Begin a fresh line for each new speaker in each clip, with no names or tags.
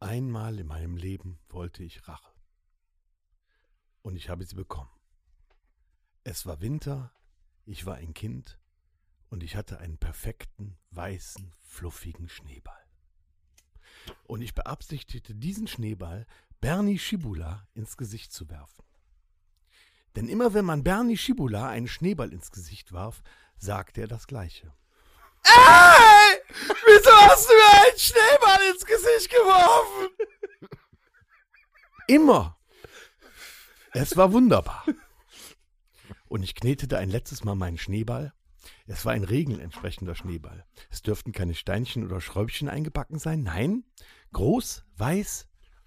Einmal in meinem Leben wollte ich Rache. Und ich habe sie bekommen. Es war Winter, ich war ein Kind und ich hatte einen perfekten, weißen, fluffigen Schneeball. Und ich beabsichtigte, diesen Schneeball Bernie Schibula ins Gesicht zu werfen. Denn immer wenn man Bernie Schibula einen Schneeball ins Gesicht warf, sagte er das Gleiche.
Ey! Wieso hast du mir einen Schneeball ins Gesicht geworfen?
Immer. Es war wunderbar. Und ich knetete ein letztes Mal meinen Schneeball. Es war ein Regeln entsprechender Schneeball. Es dürften keine Steinchen oder Schräubchen eingebacken sein. Nein, groß, weiß,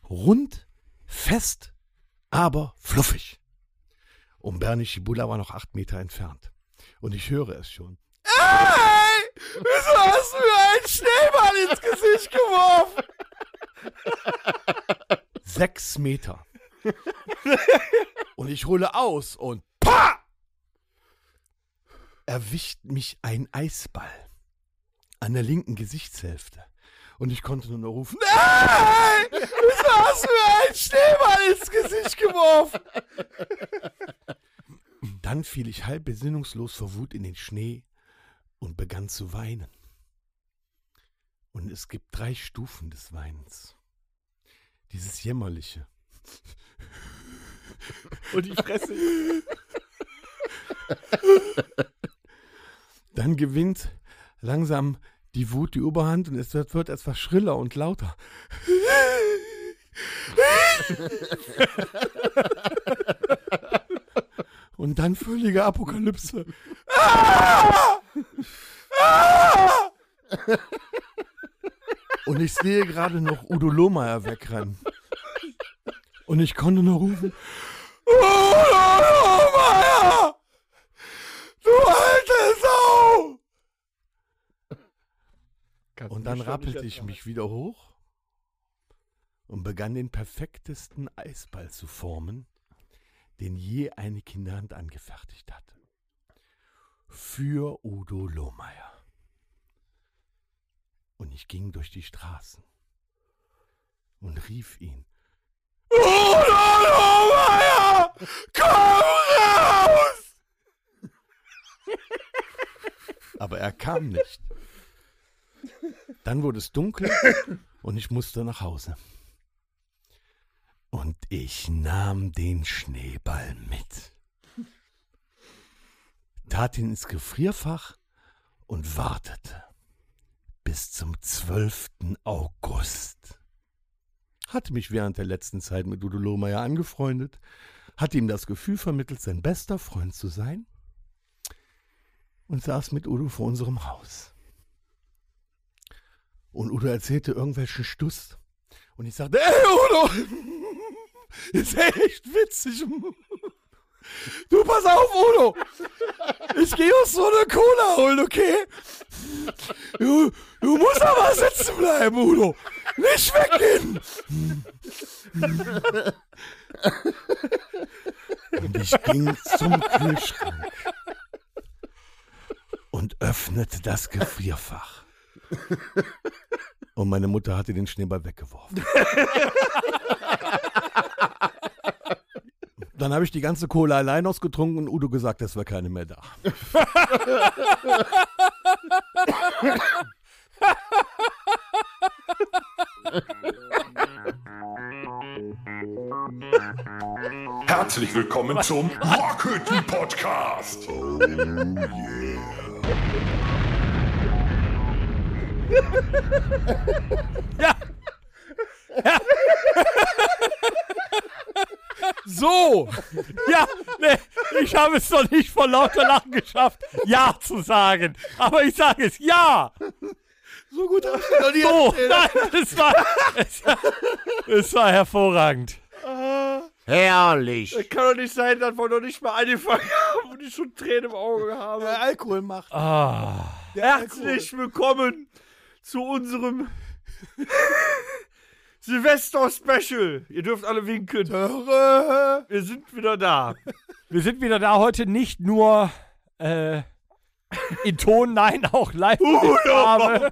rund, fest, aber fluffig. Und Bernie Schibula war noch acht Meter entfernt. Und ich höre es schon.
Ey! Wieso hast du mir einen Schneeball ins Gesicht geworfen?
Sechs Meter. und ich hole aus und pa! Erwischt mich ein Eisball an der linken Gesichtshälfte. Und ich konnte nur noch rufen,
Ey! Wieso hast du mir einen Schneeball ins Gesicht geworfen?
Dann fiel ich halb besinnungslos vor Wut in den Schnee und begann zu weinen. Und es gibt drei Stufen des Weinens. Dieses jämmerliche,
Und die Fresse.
Dann gewinnt langsam die Wut die Oberhand und es wird, wird etwas schriller und lauter. Und dann völlige Apokalypse. Ah! Und ich sehe gerade noch Udo Lohmeier wegrennen. Und ich konnte nur rufen,
Oh, Meier! Du alte Sau!
Und dann rappelte ich mich wieder hoch und begann den perfektesten Eisball zu formen, den je eine Kinderhand angefertigt hatte. Für Udo Lohmeier. Und ich ging durch die Straßen und rief ihn.
Meier! Komm raus!
Aber er kam nicht. Dann wurde es dunkel und ich musste nach Hause. Und ich nahm den Schneeball mit, tat ihn ins Gefrierfach und wartete bis zum 12. August. Hatte mich während der letzten Zeit mit Udo Lohmeier angefreundet, hatte ihm das Gefühl vermittelt, sein bester Freund zu sein und saß mit Udo vor unserem Haus. Und Udo erzählte irgendwelchen Stuss. Und ich sagte, ey Udo, ist echt witzig. Du, pass auf, Udo. Ich gehe uns so eine Cola holen, okay? Du, du musst aber sitzen bleiben, Udo. Nicht weggehen. Und ich ging zum Kühlschrank und öffnete das Gefrierfach. Und meine Mutter hatte den Schneeball weggeworfen. Dann habe ich die ganze Cola allein ausgetrunken und Udo gesagt, es war keine mehr da.
Herzlich willkommen zum Rockhütten Podcast.
So! Ja, nee, ich habe es noch nicht vor lauter Lachen geschafft, Ja zu sagen. Aber ich sage es Ja!
So gut habe ich noch nie
So! Nein, es war, es, es war hervorragend. Herrlich!
Das kann doch nicht sein, dass wir noch nicht mal angefangen haben und ich schon Tränen im Auge habe.
Der Alkohol macht.
Ah.
Herzlich willkommen zu unserem Silvester-Special. Ihr dürft alle winken. Wir sind wieder da.
Wir sind wieder da heute nicht nur
Uh,
äh, in Ton, nein, auch live. in Farbe.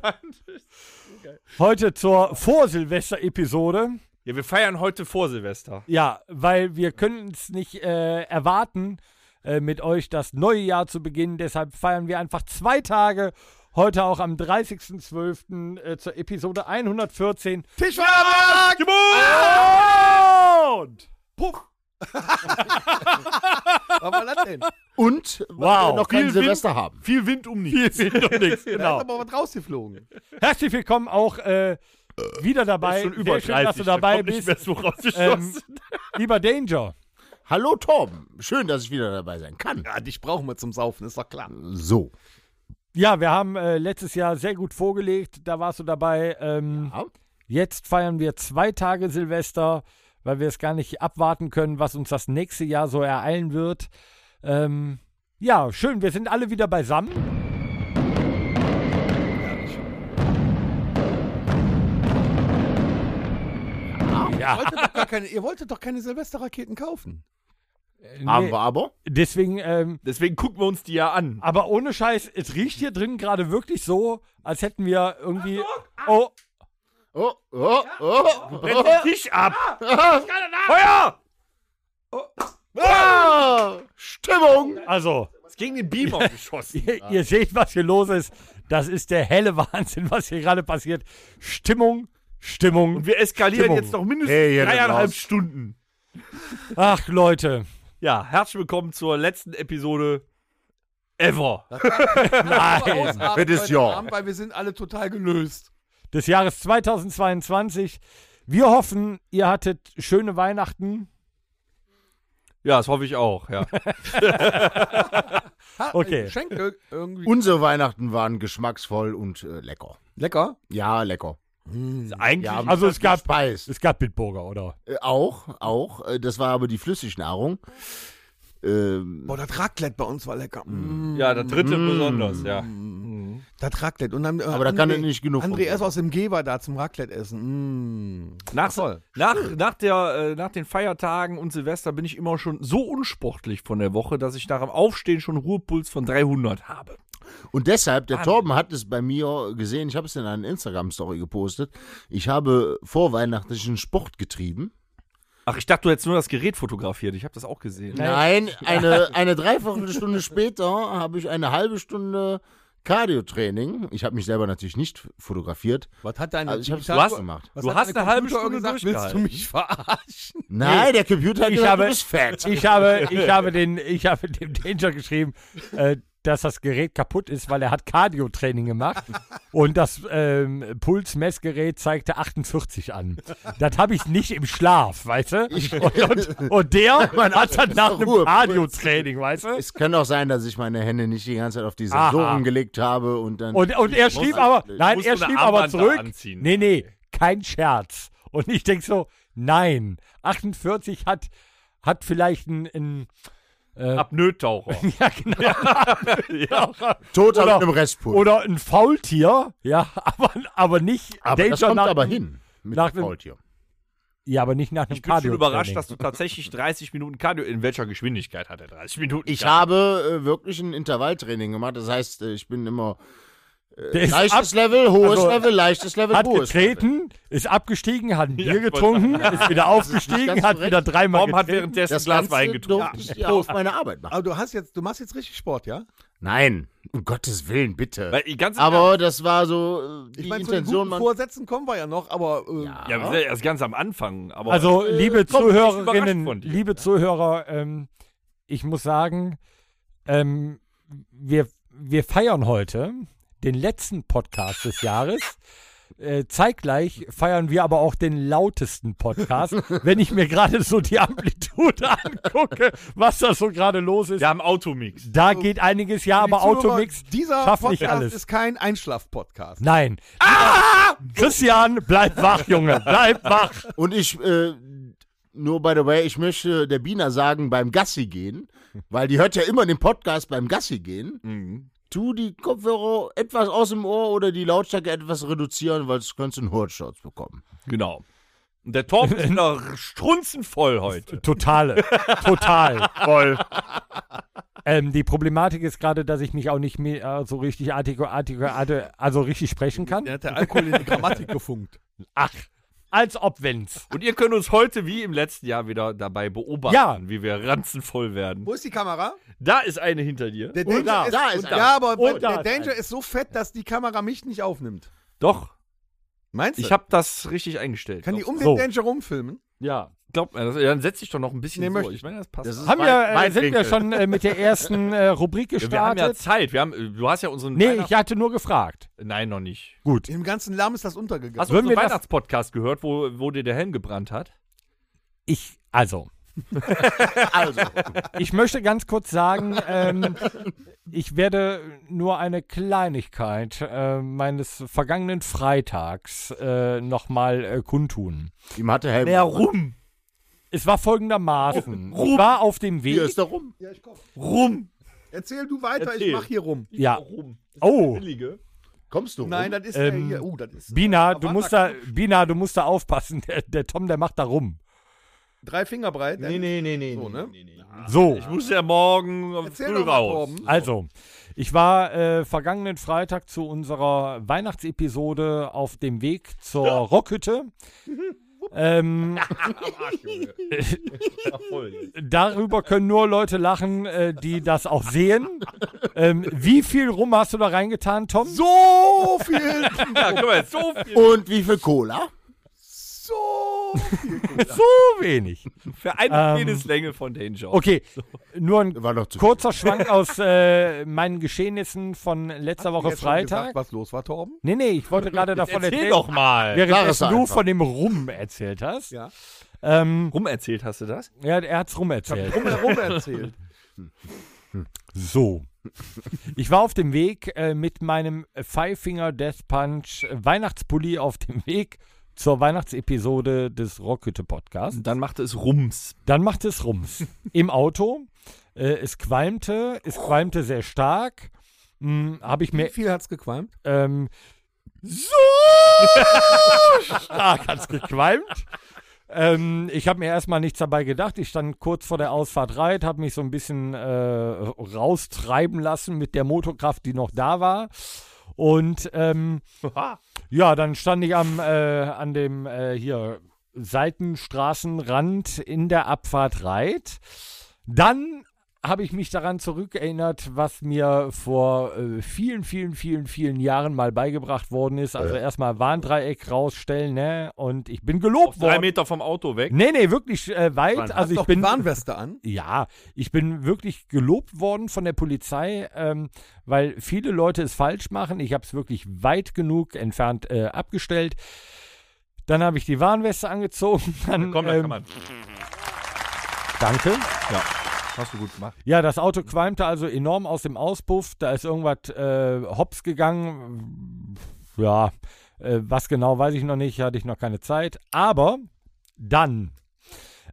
Heute zur Vorsilvester-Episode.
Ja, wir feiern heute vor Silvester.
Ja, weil wir können es nicht äh, erwarten, äh, mit euch das neue Jahr zu beginnen. Deshalb feiern wir einfach zwei Tage. Heute auch am 30.12. Äh, zur Episode 114.
Tischweiger!
Ah!
Und
Puff! Was war das denn? Da
Und weil
Wow.
wir noch kein
Viel
Silvester haben.
Viel Wind um nichts.
viel fehlt noch nichts,
ist
genau.
aber was rausgeflogen.
Herzlich willkommen auch äh, wieder dabei.
Ist schon über
Sehr schön,
30.
dass du dabei
da kommt
bist.
Nicht mehr so rausgeschossen.
Ähm, lieber Danger.
Hallo Tom, schön, dass ich wieder dabei sein kann.
Ja, dich brauchen wir zum Saufen, ist doch klar.
So.
Ja, wir haben äh, letztes Jahr sehr gut vorgelegt, da warst du dabei. Ähm,
Ja.
Jetzt feiern wir zwei Tage Silvester, weil wir es gar nicht abwarten können, was uns das nächste Jahr so ereilen wird. Ähm, ja, schön, wir sind alle wieder beisammen.
Ihr wolltet doch gar keine, ihr wolltet doch keine Silvesterraketen kaufen.
Haben wir aber.
Deswegen, ähm,
Deswegen gucken wir uns die ja an.
aber ohne Scheiß, es riecht hier drin gerade wirklich so, als hätten wir irgendwie. Oh,
Oh, oh, oh,
Brennt den Tisch ab! Ah. Feuer! Oh.
Ah, Stimmung!
also.
Ist gegen den Beamer geschossen.
Ihr, ihr seht, was hier los ist. Das ist der helle Wahnsinn, was hier gerade passiert. Stimmung, Stimmung.
Und wir eskalieren
Stimmung.
jetzt noch mindestens
Hey, hier
dreieinhalb
raus.
Stunden.
Ach, Leute.
Ja, herzlich willkommen zur letzten Episode ever.
Nein.
Ausatmen
Das ist
heute
ja.
Abend, Weil wir sind alle total gelöst.
Des Jahres 2022. Wir hoffen, ihr hattet schöne Weihnachten.
Ja, das hoffe ich auch, ja.
Ha,
Okay.
Geschenke irgendwie.
Unsere Weihnachten waren geschmacksvoll und äh, lecker.
Lecker.
Ja, lecker.
Eigentlich
Ja,
Also es gab,
Speis.
es gab Bitburger, oder?
Äh, auch, auch. Äh, das war aber die Flüssignahrung. Ähm,
Boah, das Raclette bei uns war lecker. Mm.
Ja, der dritte besonders, ja.
Das Raclette. Und dann, äh,
Aber da kann er nicht genug von
André
geben.
S. aus dem Geber da zum Raclette essen. Mm.
Nach,
Voll.
nach, nach, der, äh, nach den Feiertagen und Silvester bin ich immer schon so unsportlich von der Woche, dass ich nach dem Aufstehen schon einen Ruhepuls von 300 habe.
Und
Ah.
deshalb, der Torben hat es bei mir gesehen, ich habe es in einer Instagram-Story gepostet. Ich habe vorweihnachtlichen Sport getrieben.
Ach, ich dachte, du hättest nur das Gerät fotografiert. Ich habe das auch gesehen.
Nein, eine, eine Dreiviertelstunde später habe ich eine halbe Stunde Cardio-Training. Ich habe mich selber natürlich nicht fotografiert.
Was hat deine
Also ich habe es
Digital-
was gemacht.
was
Du
hat
hast
deine
eine halbe
Computeruhr
Stunde
gesagt, Willst du
durchgehalten.
mich verarschen?
Nein, der Computer hat
Ich
gesagt,
habe-
du bist fett.
Ich habe, ich habe, den, ich habe dem Danger geschrieben, äh, dass das Gerät kaputt ist, weil er hat Cardio-Training gemacht und das ähm, Pulsmessgerät zeigte 48 an. Das habe ich nicht im Schlaf, weißt du? Und, und, und der hat dann nach einem
Ruhepuls.
Cardio-Training, weißt du?
Es kann auch sein, dass ich meine Hände nicht die ganze Zeit auf die
Aha.
Sensoren gelegt habe und dann.
Und, und er schrieb
muss-
aber,
ich
nein,
muss
er
so eine
schrieb aber
Armband da
zurück,
anziehen.
nee, nee, kein Scherz. Und ich denke so, nein, 48 hat, hat vielleicht ein, ein äh,
Apnoe-Taucher.
ja, genau, ja.
Toter
oder-
mit einem Restpuls.
oder ein Faultier, ja, aber, aber nicht
aber das
Danger
kommt
nach-
aber hin mit
nach
dem
dem-
Faultier.
Ja, aber nicht nach einem
Ich bin schon
Cardio.
überrascht, dass du tatsächlich 30 Minuten Cardio. In welcher Geschwindigkeit hat er 30 Minuten?
Ich
Cardio?
habe äh, wirklich ein Intervalltraining gemacht. Das heißt, äh, ich bin immer
Der ist ab,
leichtes Level, hohes
also,
Level, leichtes Level,
hat
hohes Level.
getreten, ist abgestiegen, hat ein
Ja,
Bier getrunken, ist wieder aufgestiegen,
ganz
hat
korrekt.
wieder dreimal
Tom hat
getrunken.
währenddessen
Das
das Glas
Ganze
Wein getrunken.
durfte ich ja auf meine Arbeit machen.
Aber du hast jetzt, du machst jetzt richtig Sport, ja?
Nein, um Gottes Willen, bitte.
Weil, ganz im
aber das war so äh, die
Ich meine, zu den
Intention.
guten
Man,
Vorsätzen kommen wir ja noch, aber äh,
Ja.
Ja, wir sind ja erst ganz am Anfang. Aber
Also, liebe
Äh, komm, ich bin überrascht
Zuhörerinnen,
von dir.
liebe Zuhörer, ähm, ich muss sagen, ähm, wir, wir feiern heute den letzten Podcast des Jahres. Äh, zeitgleich feiern wir aber auch den lautesten Podcast. wenn ich mir gerade so die Amplitude angucke, was da so gerade los ist,
wir haben Automix.
da geht einiges. Ja,
für die
aber
Zuhörer,
Automix
Dieser
schafft
Podcast
nicht alles.
ist kein Einschlaf-Podcast.
Nein. Christian, bleib wach, Junge. Bleib wach.
und ich, äh, nur by the way, ich möchte der Biener sagen, beim Gassi gehen, weil die hört ja immer den Podcast beim Gassi gehen.
Mhm.
Tu die Kopfhörer etwas aus dem Ohr oder die Lautstärke etwas reduzieren, weil sonst könntest du einen Hurzschutz bekommen.
Genau. Und der Torben ist noch strunzenvoll heute.
Totale. Total.
Voll.
Ähm, die Problematik ist gerade, dass ich mich auch nicht mehr äh, so richtig artiku, artiku, arti- also richtig sprechen kann.
Der hat der Alkohol in die Grammatik gefunkt.
Ach, als ob wenn's.
Und ihr könnt uns heute wie im letzten Jahr wieder dabei beobachten,
Ja.
wie wir ranzenvoll werden.
Wo ist die Kamera?
Da ist eine hinter dir.
Der
Und da, da ist einer.
Ja, aber
Und da
der
ist
Danger
einer.
ist so fett, dass die Kamera mich nicht aufnimmt.
Doch,
Meinst du?
ich habe das richtig eingestellt.
Kann die
doch.
um
So.
den Danger rumfilmen?
Ja.
Glaub mir, das, dann setz dich doch noch ein bisschen
Nee,
so.
möchte
Ich meine, das passt.
Das ist
Haben wir, äh,
Weit-
sind wir
Weitwinkel.
schon äh, mit der ersten äh, Rubrik
Ja, wir haben ja
gestartet?
Zeit. Wir haben, äh, du hast ja unseren
nee,
Weihnachts-
ich hatte nur gefragt.
Nein, noch nicht.
Gut.
Im ganzen Lärm ist das untergegangen.
Hast du
Würden
unseren
wir das-
Weihnachtspodcast gehört, wo, wo dir der Helm gebrannt hat?
Ich, also,
Also,
ich möchte ganz kurz sagen, ähm, ich werde nur eine Kleinigkeit äh, meines vergangenen Freitags äh, nochmal äh, kundtun.
ihm hatte Helm.
rum,
Es war folgendermaßen.
Ruhm.
Ich war auf dem
Hier
Weg.
ist er rum.
ja, ich komm.
rum.
Erzähl du weiter,
Erzähl.
ich mach hier rum.
Ja.
rum.
Oh,
Billige.
Kommst du rum?
Nein, das ist der
Ähm,
hier. Uh, das ist
Bina,
Aber
du musst da,
warte,
Bina, du musst da aufpassen. Der, der Tom, der macht da rum.
drei Finger breit.
Nee, nee, nee, nee.
So, ne?
nee, nee, nee.
So.
Ich muss ja morgen
Erzähl
früh
doch mal,
raus.
Torben.
Also, ich war äh, vergangenen Freitag zu unserer Weihnachtsepisode auf dem Weg zur Rockhütte. ähm, darüber können nur Leute lachen, äh, die das auch sehen. ähm, wie viel Rum hast du da reingetan, Tom?
So viel,
Ja, guck mal, so viel.
Und wie viel Cola?
so viel.
so wenig.
Für eine
Ähm,
Penislänge von Danger.
Okay, nur ein
War noch zu viel.
kurzer Schwank aus äh, meinen Geschehnissen von letzter Woche
Jetzt schon
Freitag.
was los war, Torben?
Nee, nee, ich wollte gerade davon
Erzähl
erzählen,
doch mal.
Sag es
währenddessen du
einfach.
von dem Rum erzählt hast.
Ja.
Ähm,
Rum erzählt hast du das?
ja, er hat's rum erzählt.
Drumherum erzählt.
So. Ich war auf dem Weg äh, mit meinem Five Finger Death Punch äh, Weihnachtspulli auf dem Weg zur Weihnachtsepisode des Rockhütte Podcasts.
Dann machte es Rums.
Dann macht es Rums. Im Auto. Äh, es qualmte, es qualmte sehr stark. Hm, Habe ich mir
Wie viel hat's gequalmt?
Ähm, so stark Ah, hat's gequalmt. Ähm, ich habe mir erstmal nichts dabei gedacht. Ich stand kurz vor der Ausfahrt reit, habe mich so ein bisschen äh, raustreiben lassen mit der Motorkraft, die noch da war. Und ähm, ja, dann stand ich am äh, an dem äh, hier Seitenstraßenrand in der Abfahrt Reit. Dann habe ich mich daran zurückerinnert, was mir vor äh, vielen, vielen, vielen, vielen Jahren mal beigebracht worden ist. Also erstmal Warndreieck rausstellen, ne? Und ich bin gelobt
Drei
worden.
Meter vom Auto weg.
Nee, nee, wirklich äh, weit.
Mann,
Also ich
doch
bin
Warnweste an.
ja, ich bin wirklich gelobt worden von der Polizei, ähm, weil viele Leute es falsch machen. Ich habe es wirklich weit genug entfernt äh, abgestellt. Dann habe ich die Warnweste angezogen. Dann,
Komm, da
ähm,
kann man.
Danke.
Hast du gut gemacht.
Ja, das Auto qualmte also enorm aus dem Auspuff. Da ist irgendwas äh, hops gegangen. Ja, äh, was genau weiß ich noch nicht, hatte ich noch keine Zeit. Aber dann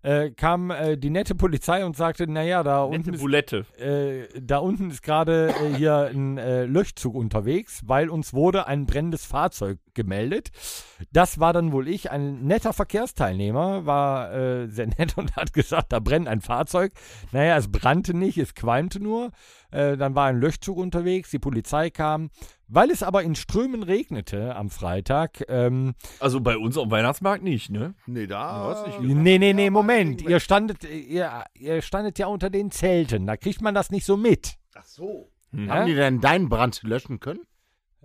äh, kam äh, die nette Polizei und sagte, naja, da unten
Nette
ist
Bulette.
äh, da unten ist gerade äh, hier ein äh, Löschzug unterwegs, weil uns wurde ein brennendes Fahrzeug gemeldet. Das war dann wohl ich, ein netter Verkehrsteilnehmer, war äh, sehr nett und hat gesagt, da brennt ein Fahrzeug. Naja, es brannte nicht, es qualmte nur. Äh, dann war ein Löschzug unterwegs, die Polizei kam. Weil es aber in Strömen regnete am Freitag, ähm,
Also bei uns am Weihnachtsmarkt nicht, ne?
Nee, da.
Nee, nee, nee, Moment. Ihr standet, ihr, ihr standet ja unter den Zelten. Da kriegt man das nicht so mit.
Ach so.
Ja?
Haben die denn deinen Brand löschen können?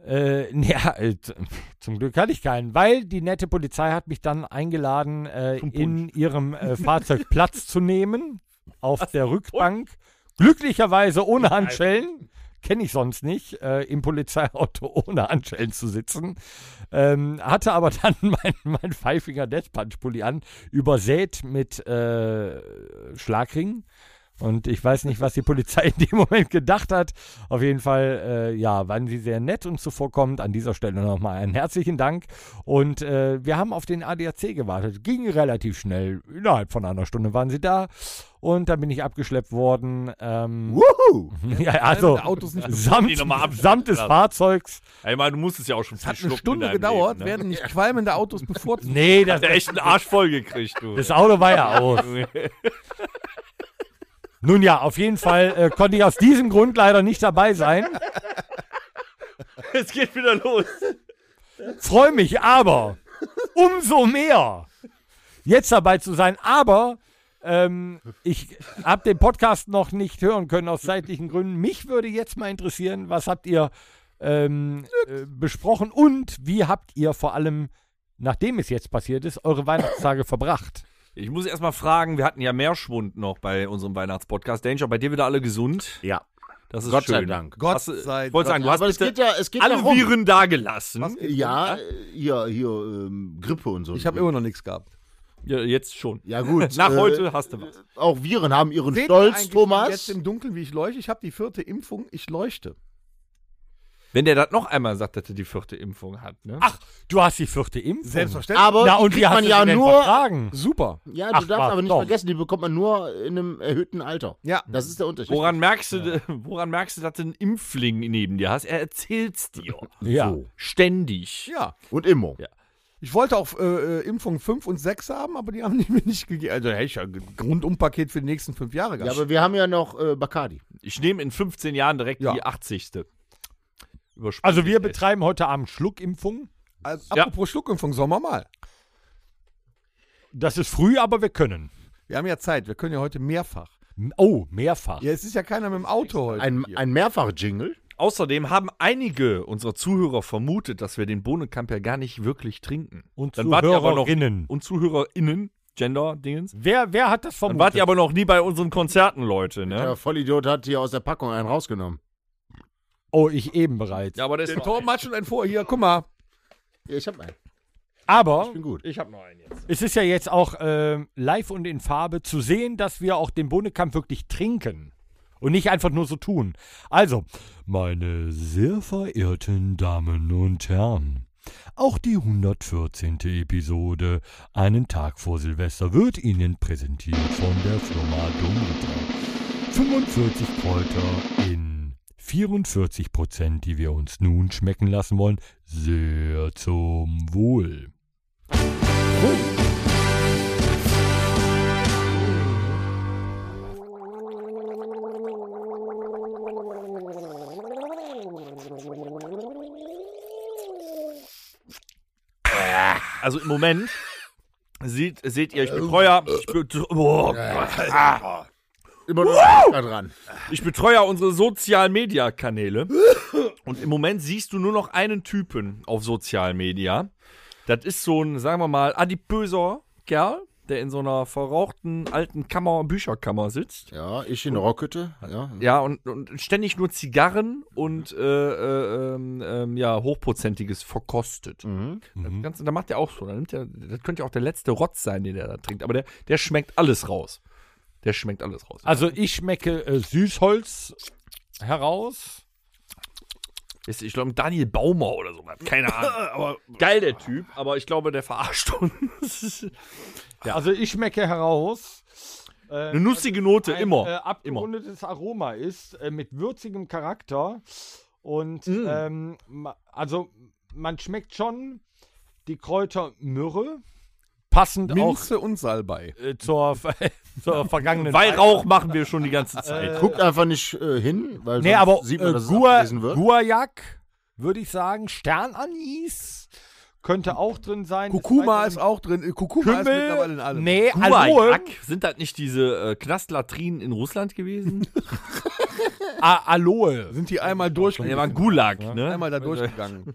Äh, ja, äh, z- zum Glück hatte ich keinen, weil die nette Polizei hat mich dann eingeladen, äh,
Zum
in ihrem äh, Fahrzeug Platz zu nehmen, auf der Rückbank. Glücklicherweise ohne Handschellen. Kenne ich sonst nicht, äh, im Polizeiauto ohne Handschellen zu sitzen. Ähm, hatte aber dann mein, mein Five-Finger Death Punch Pulli an, übersät mit äh, Schlagringen. Und ich weiß nicht, was die Polizei in dem Moment gedacht hat. Auf jeden Fall, äh, ja, waren sie sehr nett und zuvorkommend. An dieser Stelle nochmal einen herzlichen Dank. Und äh, wir haben auf den ADAC gewartet. Ging relativ schnell. Innerhalb von einer Stunde waren sie da. Und dann bin ich abgeschleppt worden. Ähm,
Wuhu!
ja, also,
Die Autos nicht
samt,
Die nochmal abschleppen
samt des
lassen.
Fahrzeugs.
Ey, Mann, du musstest ja auch schon
Es hat eine Stunde
ne?
gedauert, werden nicht qualmende Autos bevorzugt.
Nee, das,
Der echt einen Arsch voll gekriegt, du.
das Auto war ja aus. Nun ja, auf jeden Fall äh, konnte ich aus diesem Grund leider nicht dabei sein.
Es geht wieder los.
Freue mich aber umso mehr, jetzt dabei zu sein. Aber ähm, ich habe den Podcast noch nicht hören können aus zeitlichen Gründen. Mich würde jetzt mal interessieren, was habt ihr ähm, äh, besprochen und wie habt ihr vor allem, nachdem es jetzt passiert ist, eure Weihnachtstage verbracht?
Ich muss erstmal fragen, wir hatten ja Meerschwund noch bei unserem Weihnachtspodcast. Danger, bei dir wieder alle gesund.
Ja.
Das ist
Gott
schön.
sei Dank.
Gott
Hast du-
sei
Wollte sagen, du hast
Aber es
bitte
geht ja, es geht ja
alle
rum.
Viren dagelassen.
Ja, äh, hier, hier, ähm, Grippe und so.
Ich habe immer noch nichts gehabt.
Ja, jetzt schon.
Ja, gut.
Nach
äh,
heute hast du was.
Auch Viren haben ihren
Seht ihr
Stolz,
eigentlich Jetzt
Thomas.
im Dunkeln, wie ich leuchte. Ich habe die vierte Impfung, ich leuchte.
Wenn der das noch einmal sagt, dass er die vierte Impfung hat, ne?
Ach, du hast die vierte Impfung.
Selbstverständlich.
Aber
Na,
die
und
kriegt
wie hast
man
du
ja
sie denn
nur.
vertragen?
Super.
Ja,
Ach,
du darfst
was,
aber nicht
doch.
vergessen, die bekommt man nur in einem erhöten Alter.
Ja.
Das ist der Unterschied.
Woran merkst, du, woran merkst du, dass du einen Impfling neben dir hast? Er erzählt's dir.
Ja.
Ständig.
Ja.
Und immer.
Ja.
Ich wollte auch äh, äh, Impfung 5 und 6 haben, aber die haben die mir nicht gegeben. Also hätte ich ja ein Grundumpaket für die nächsten fünf Jahre
Ja,
gehabt.
aber wir haben ja noch äh, Bacardi.
Ich nehme in 15 Jahren direkt
Ja.
die 80. Überspringe
Also wir
ich jetzt.
betreiben heute Abend Schluckimpfung.
also,
ja.
Apropos Schluckimpfung, sollen wir mal.
Das ist früh, aber wir können.
Wir haben ja Zeit, wir können ja heute mehrfach.
M- Oh, mehrfach.
Ja, es ist ja keiner mit dem Auto heute.
Ein,
hier.
ein Mehrfach-Jingle.
Außerdem haben einige unserer Zuhörer vermutet, dass wir den Bohnenkamp ja gar nicht wirklich trinken.
Und
Dann wart ihr aber noch-
Zuhörerinnen.
Und ZuhörerInnen, Gender-Dingens.
Wer, wer hat das
Dann
vermutet?
wart ihr aber noch nie bei unseren Konzerten, Leute, ne?
Der Vollidiot hat hier aus der Packung einen rausgenommen.
oh, ich eben bereits.
Ja, aber das
Der Torben hat schon einen vor. Hier, guck mal.
Ja, ich hab einen. Ich
Aber
bin gut.
Ich habe noch einen jetzt.
es ist ja jetzt auch ähm, live und in Farbe zu sehen, dass wir auch den Bohnenkampf wirklich trinken. Und nicht einfach nur so tun. Also, meine sehr verehrten Damen und Herren, auch die 114. Episode Einen Tag vor Silvester wird Ihnen präsentiert von der Firma Domrita. 45 Kräuter in 44 Prozent, die wir uns nun schmecken lassen wollen. Sehr zum Wohl.
Also im Moment seht, seht ihr, ich
Äh,
betreue, ich, betreue, oh Gott. Ah.
Immer noch da dran.
ich betreue ja unsere Sozial-Media-Kanäle. Und im Moment siehst du nur noch einen Typen auf Sozial-Media. Das ist so ein, sagen wir mal, adipöser Kerl, der in so einer verrauchten alten Kammer, Bücherkammer sitzt.
Ja, ich in der Rockhütte. Ja.
Ja, und, und ständig nur Zigarren und äh, äh, ähm, ähm, ja, Hochprozentiges verkostet.
Mhm.
Das Ganze, da macht er auch so. Da nimmt der, das könnte ja auch der letzte Rotz sein, den er da trinkt. Aber der, der schmeckt alles raus. Der schmeckt alles raus.
Also ich schmecke äh, Süßholz heraus.
Ist, ich glaube, Daniel Baumer oder so. Keine Ahnung. aber geil, der Typ. Aber ich glaube, der verarscht uns.
Also ich schmecke heraus. äh,
Eine nussige Note,
ein,
immer.
Äh,
immer.
abgerundetes Aroma ist äh, mit würzigem Charakter. Und ähm, ma- also man schmeckt schon die Kräuter Myrrhe. Passend
Minze und Salbei.
auch äh, zur, ver- zur vergangenen
Weihrauch machen wir schon die ganze Zeit.
Guckt einfach nicht äh, hin, weil
Nee,
sonst
aber
sieht man,
äh,
dass es
Gua,
abgelesen wird.
Guajak würde ich sagen. Sternanis könnte auch drin sein. Des
Kurkuma
Weiteren
ist auch drin. Äh, Kurkuma ist mittlerweile in
Kümmel.
allem.
nee, Aloe.
Guajak, sind das nicht diese äh, Knastlatrinen in Russland gewesen?
A Ah, Aloe.
Sind die einmal durch?
Der war Gulag, ne?
Einmal da durchgegangen. Äh,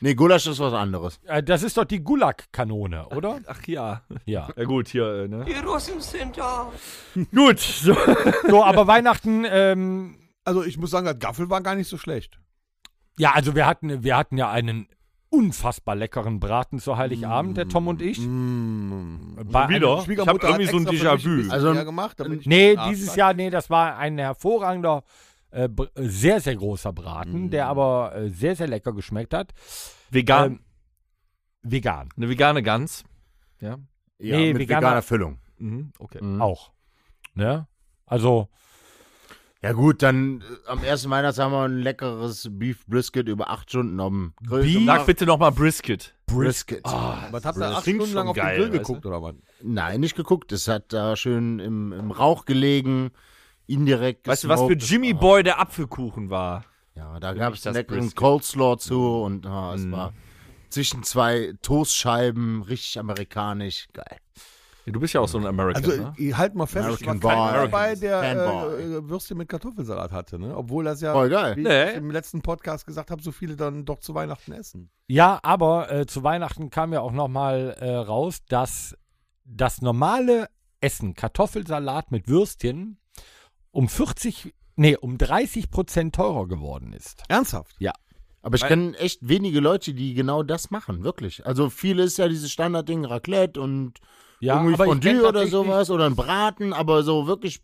Nee, Gulasch ist was anderes.
Äh, Das ist doch die Gulag-Kanone, oder?
Ach ja.
Ja.
Ja gut, hier, äh, ne? Die Russen sind da. Gut. So.
So, aber Weihnachten, ähm,
Also ich muss sagen, das Gaffel war gar nicht so schlecht.
ja, also wir hatten, wir hatten ja einen unfassbar leckeren Braten zu Heiligabend, der Tom und ich.
Mm,
Bei
Hm, wieder?
einem-
Ich hab irgendwie so ein
extra für mich
Déjà-vu.
bisschen
Also,
genau.
mehr gemacht, damit ich
Nee,
Ah,
dieses
zack.
Jahr, nee, das war ein hervorragender, äh, br- äh, sehr, sehr großer
Mm.
Braten, der aber äh, sehr, sehr lecker geschmeckt hat.
Vegan.
Ähm, vegan
Eine vegane Gans. Ja.
Ja,
Nee,
mit
veganer-
veganer Füllung.
Mhm, okay.
Mm.
auch. Ne? Also,
Ja gut, dann äh, am ersten Weihnachtstag haben wir ein leckeres Beef Brisket über acht Stunden am Grill
Beef
gemacht.
Hm. Sag bitte nochmal Brisket.
Brisket.
Was habt ihr
Das
acht
klingt
Stunden lang
schon
auf
geil,
den
weißt
Grill geguckt oder was?
Nein, nicht geguckt. Es hat da schön im, im Rauch gelegen. indirekt
Weißt du, was für
gesmoked.
Jimmy Boy der Apfelkuchen war?
Ja, da gab es
das
einen leckeren
Brisket.
Coleslaw zu und ah, es
Mm.
war zwischen zwei Toastscheiben, richtig amerikanisch. Geil.
Ja, Du bist ja auch so ein American,
Also
ne?
ich- halt mal fest, es war
American
keiner
Boy.
dabei, der
American
äh, äh, Würstchen mit Kartoffelsalat hatte, ne? Obwohl das ja,
Voll geil.
wie
Nee.
ich im letzten Podcast gesagt habe, so viele dann doch zu Weihnachten essen.
Ja, aber äh, zu Weihnachten kam ja auch nochmal äh, raus, dass das normale Essen, Kartoffelsalat mit Würstchen, um 40, nee, um 30 Prozent teurer geworden ist.
Ernsthaft?
Aber ich kenne echt wenige Leute, die genau das machen, wirklich. Also viele ist ja dieses Standardding Raclette und
Ja,
irgendwie
aber ich kenn
Fondue oder
tatsächlich-
sowas oder ein Braten, aber so wirklich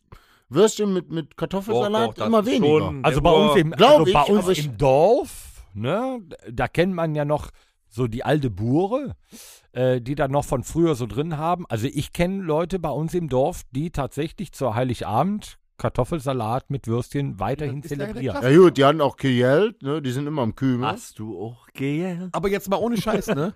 Würstchen mit, mit Kartoffelsalat
das
immer
ist
weniger.
schon-
Also
Der
bei
war-
uns im,
Glaub
also
ich,
bei uns
aber ich-
im Dorf, ne, da kennt man ja noch so die alte Bure, äh, die da noch von früher so drin haben. Also ich kenne Leute bei uns im Dorf, die tatsächlich zur Heiligabend Kartoffelsalat mit Würstchen weiterhin
Das ist ja eine
zelebrieren.
Ja gut, die hatten auch gejählt, ne? die sind immer im Kühl.
Hast du auch gejählt?
Aber jetzt mal ohne Scheiß, ne?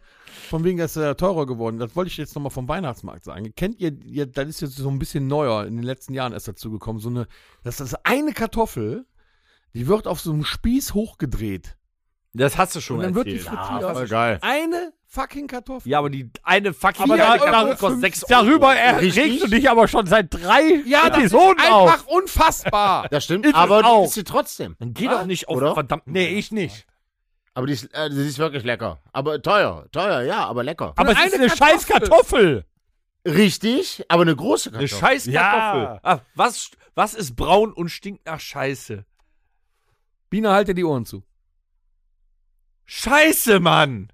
Von wegen, das ist ja teurer geworden. Das wollte ich jetzt nochmal vom Weihnachtsmarkt sagen. Kennt ihr, ihr, das ist jetzt so ein bisschen neuer in den letzten Jahren erst dazu gekommen. So eine, das ist eine Kartoffel, die wird auf so einem Spieß hochgedreht.
Das hast du schon
Und dann wird die
erzählt.
frittiert.
Ah, geil.
eine fucking Kartoffel.
Ja, aber die eine fucking
Aber da-
eine
da-
Kartoffel kostet 6 Euro.
Darüber
Richtig?
erregst du dich aber schon seit drei
Ja, das ist
Episoden auf.
einfach unfassbar.
Das stimmt,
Ist es
aber
auch.
die ist sie trotzdem.
Dann geh doch nicht auf
Oder?
verdammt.
Nee, ich nicht.
Aber die ist, äh, die ist wirklich lecker. Aber teuer, teuer, ja, aber lecker.
Aber es
Eine
ist eine
Kartoffel.
scheiß Kartoffel.
Richtig, aber eine große
Eine
Kartoffel.
scheiß Kartoffel.
Ja.
Ah, was, was ist braun und stinkt nach Scheiße?
Biene, halte die Ohren zu.
Scheiße, Mann!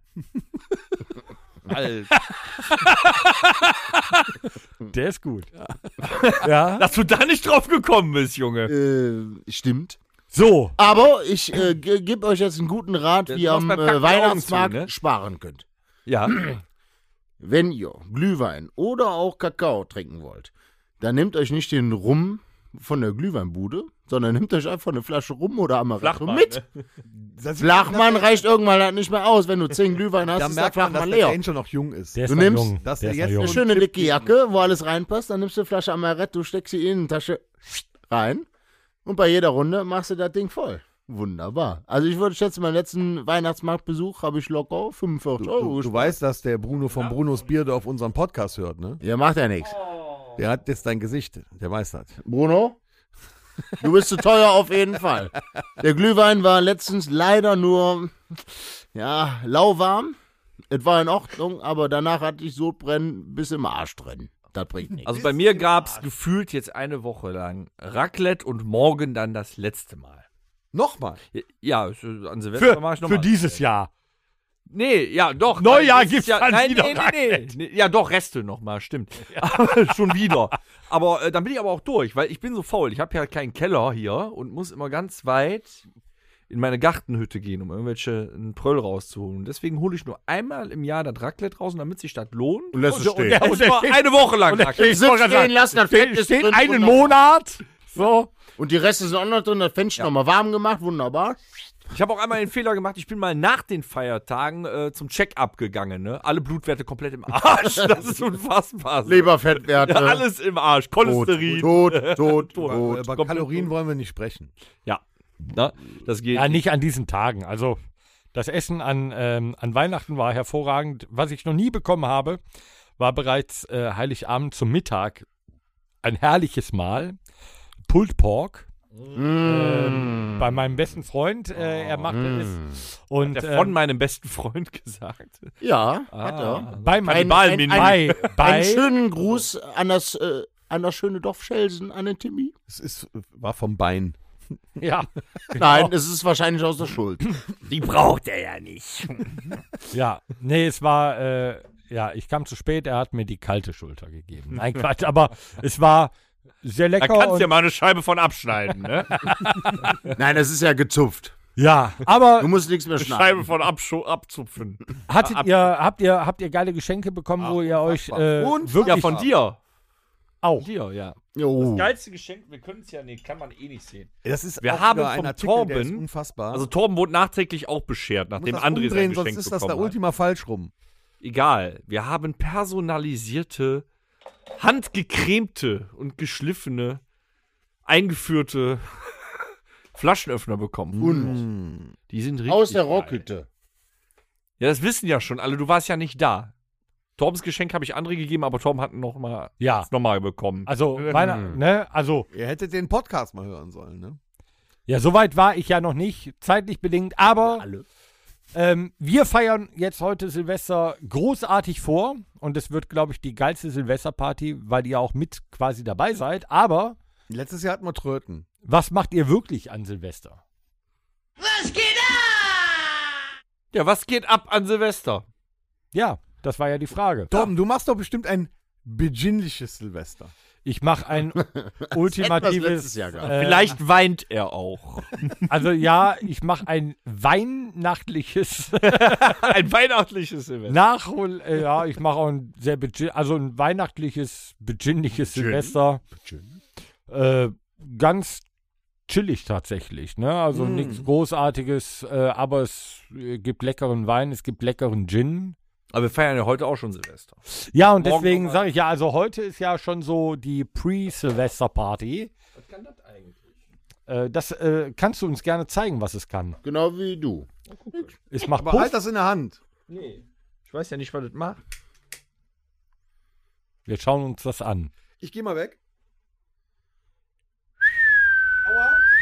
Der ist gut. Ja.
Dass du da nicht drauf gekommen bist, Junge.
äh, stimmt.
So.
Aber ich äh, ge- gebe euch jetzt einen guten Rat, wie ihr
machst beim Kacken die
am äh,
Augen
Weihnachtsmarkt
zu, ne?
sparen könnt.
Ja.
Wenn ihr Glühwein oder auch Kakao trinken wollt, dann nehmt euch nicht den Rum von der Glühweinbude, sondern nehmt euch einfach eine Flasche Rum oder Amaretto
Flachmann,
mit. Flachmann reicht irgendwann halt nicht mehr aus. Wenn du zehn Glühwein hast,
Da
ist der
merkt man, dass
Flachmann
der
leer.
Angel noch jung ist.
Der ist
Du
noch
nimmst-
jung.
dass
der
der
ist noch
jetzt
Eine
so-
jung.
schöne dicke Jacke, wo alles reinpasst, dann nimmst du eine Flasche Amaretto, steckst sie in die Innentasche rein und bei jeder Runde machst du das Ding voll. Wunderbar. Also ich würde schätzen, meinen letzten Weihnachtsmarktbesuch habe ich locker 45 Euro
Du, du
gespart.
weißt, dass der Bruno von Brunos Bierdorf unseren Podcast hört, ne?
Ja, macht ja nichts.
Der hat jetzt dein Gesicht, der weiß das.
Bruno, du bist zu teuer auf jeden Fall. Der Glühwein war letztens leider nur, ja, lauwarm. Es war in Ordnung, aber danach hatte ich Sodbrennen bis im Arsch drin. Das bringt nichts.
Also bei mir gab's gefühlt jetzt eine Woche lang Raclette und morgen dann das letzte Mal.
Nochmal.
Ja, es ist- an Silvester mach
Für,
ich noch
für
mal.
dieses Jahr.
Nee, ja, doch.
Neujahr
Weil das
gibt's
ist ja,
dann
nein,
wieder
nee, nee, nee,
Raclette.
nee. Ja, doch, Reste nochmal, stimmt. Aber schon wieder. Aber äh, dann bin ich aber auch durch, weil ich bin so faul. Ich habe ja keinen Keller hier und muss immer ganz weit in meine Gartenhütte gehen, um irgendwelche einen Pröll rauszuholen. Und deswegen hole ich nur einmal im Jahr das Raclette raus und damit sich das lohnt.
Und lässt es stehen.
Ja, und
Es war
der-
eine Woche lang Raclette.
Sitz stehen lassen, dann fällt
Steht,
es
steht
drin,
einen
wunderbar.
Monat. So.
Und die Reste sind auch noch drin, das Fenster nochmal warm gemacht, wunderbar.
Ich habe auch einmal den Fehler gemacht, ich bin mal nach den Feiertagen äh, zum Check-up gegangen. Ne? Alle Blutwerte komplett im Arsch. Das ist unfassbar.
Leberfettwerte.
Ja, alles im Arsch.
tot,
Cholesterin. Äh,
tot, tot, tot.
Über Kalorien wollen wir nicht sprechen.
Ja. Na, das geht.
Ja, nicht an diesen Tagen. Also das Essen an, ähm, an Weihnachten war hervorragend. Was ich noch nie bekommen habe, war bereits äh, Heiligabend zum Mittag ein herrliches Mahl. Pulled Pork. Ähm, bei meinem besten Freund, äh, er machte es. Und
Hat er
ähm,
von meinem besten Freund gesagt.
Ja,
Ah.
hat er.
bei meinem
Kannibalenmenü.
bei,
Einen
bei,
schönen Gruß an das, äh, an das schöne Dorf Schelsen, an den Timmy.
Es ist, äh, war vom Bein.
ja,
Nein, es ist wahrscheinlich aus der Schuld.
Die braucht er ja nicht.
Ja, nee, es war, äh, ja, ich kam zu spät, er hat mir die kalte Schulter gegeben. Nein, Quatsch, aber es war sehr
Da
lecker.
kannst du
und,
ja mal eine Scheibe von abschneiden, ne?
Nein, das ist ja gezupft.
ja, aber
Du musst nichts mehr schneiden.
Scheibe von Abschu abzupfen.
hattet ihr, habt ihr, habt ihr geile Geschenke bekommen, wo ihr euch äh,
Unfassbar.
wirklich
Ah, Ja, von dir.
auch.
Dir, ja.
Oh.
Geilste Geschenk, wir können es ja, nee, kann man eh nicht sehen.
Das ist
Wir
auch
haben
wieder ein
vom
Artikel, der
Torben-
ist unfassbar.
Also Torben wurde nachträglich auch beschert,
Muss
nachdem
das
André sein
umdrehen,
Geschenk
sonst ist das da
bekommen hat.
Ultima falsch rum.
Egal, wir haben personalisierte, handgecremte und geschliffene eingeführte Flaschenöffner bekommen. Die sind richtig.
Aus der
geil.
Rockhütte.
Ja, das wissen ja schon alle. Du warst ja nicht da. Torbens Geschenk habe ich andere gegeben, aber Torben hat noch mal,
Ja.
hat's noch mal bekommen.
Also, meiner, ne, also,
Ihr hättet den Podcast mal hören sollen, ne?
ja, soweit war ich ja noch nicht, zeitlich bedingt, aber ähm, wir feiern jetzt heute Silvester großartig vor und es wird, glaube ich, die geilste Silvesterparty, weil ihr auch mit quasi dabei seid. Aber
Letztes Jahr hatten wir Tröten.
was macht ihr wirklich an Silvester?
ja, was geht ab an Silvester?
Ja, das war ja die Frage.
Torben, du machst doch bestimmt ein beginnliches Silvester.
Ich mache ein ultimatives.
letztes Jahr gehabt.
äh,
Vielleicht weint er auch.
Also ja, ich mache ein weihnachtliches
Ein weihnachtliches Silvester.
Nachhol. Äh, ja, ich mache auch ein sehr begin- also ein weihnachtliches, beginnliches Silvester. Äh, ganz chillig tatsächlich, ne? Also
Mm.
nichts Großartiges, äh, aber es äh, gibt leckeren Wein, es gibt leckeren Gin.
Aber wir feiern ja heute auch schon Silvester.
Ja, und
Morgen
deswegen
nochmal.
sage ich ja, also heute ist ja schon so die Pre-Silvester-Party. Was kann das eigentlich? Äh, das äh, kannst du uns gerne zeigen, was es kann.
Genau wie du.
Es macht
Aber
Puff.
halt das in der Hand.
Ich weiß ja nicht, was das macht.
Wir schauen uns das an.
Ich geh mal weg.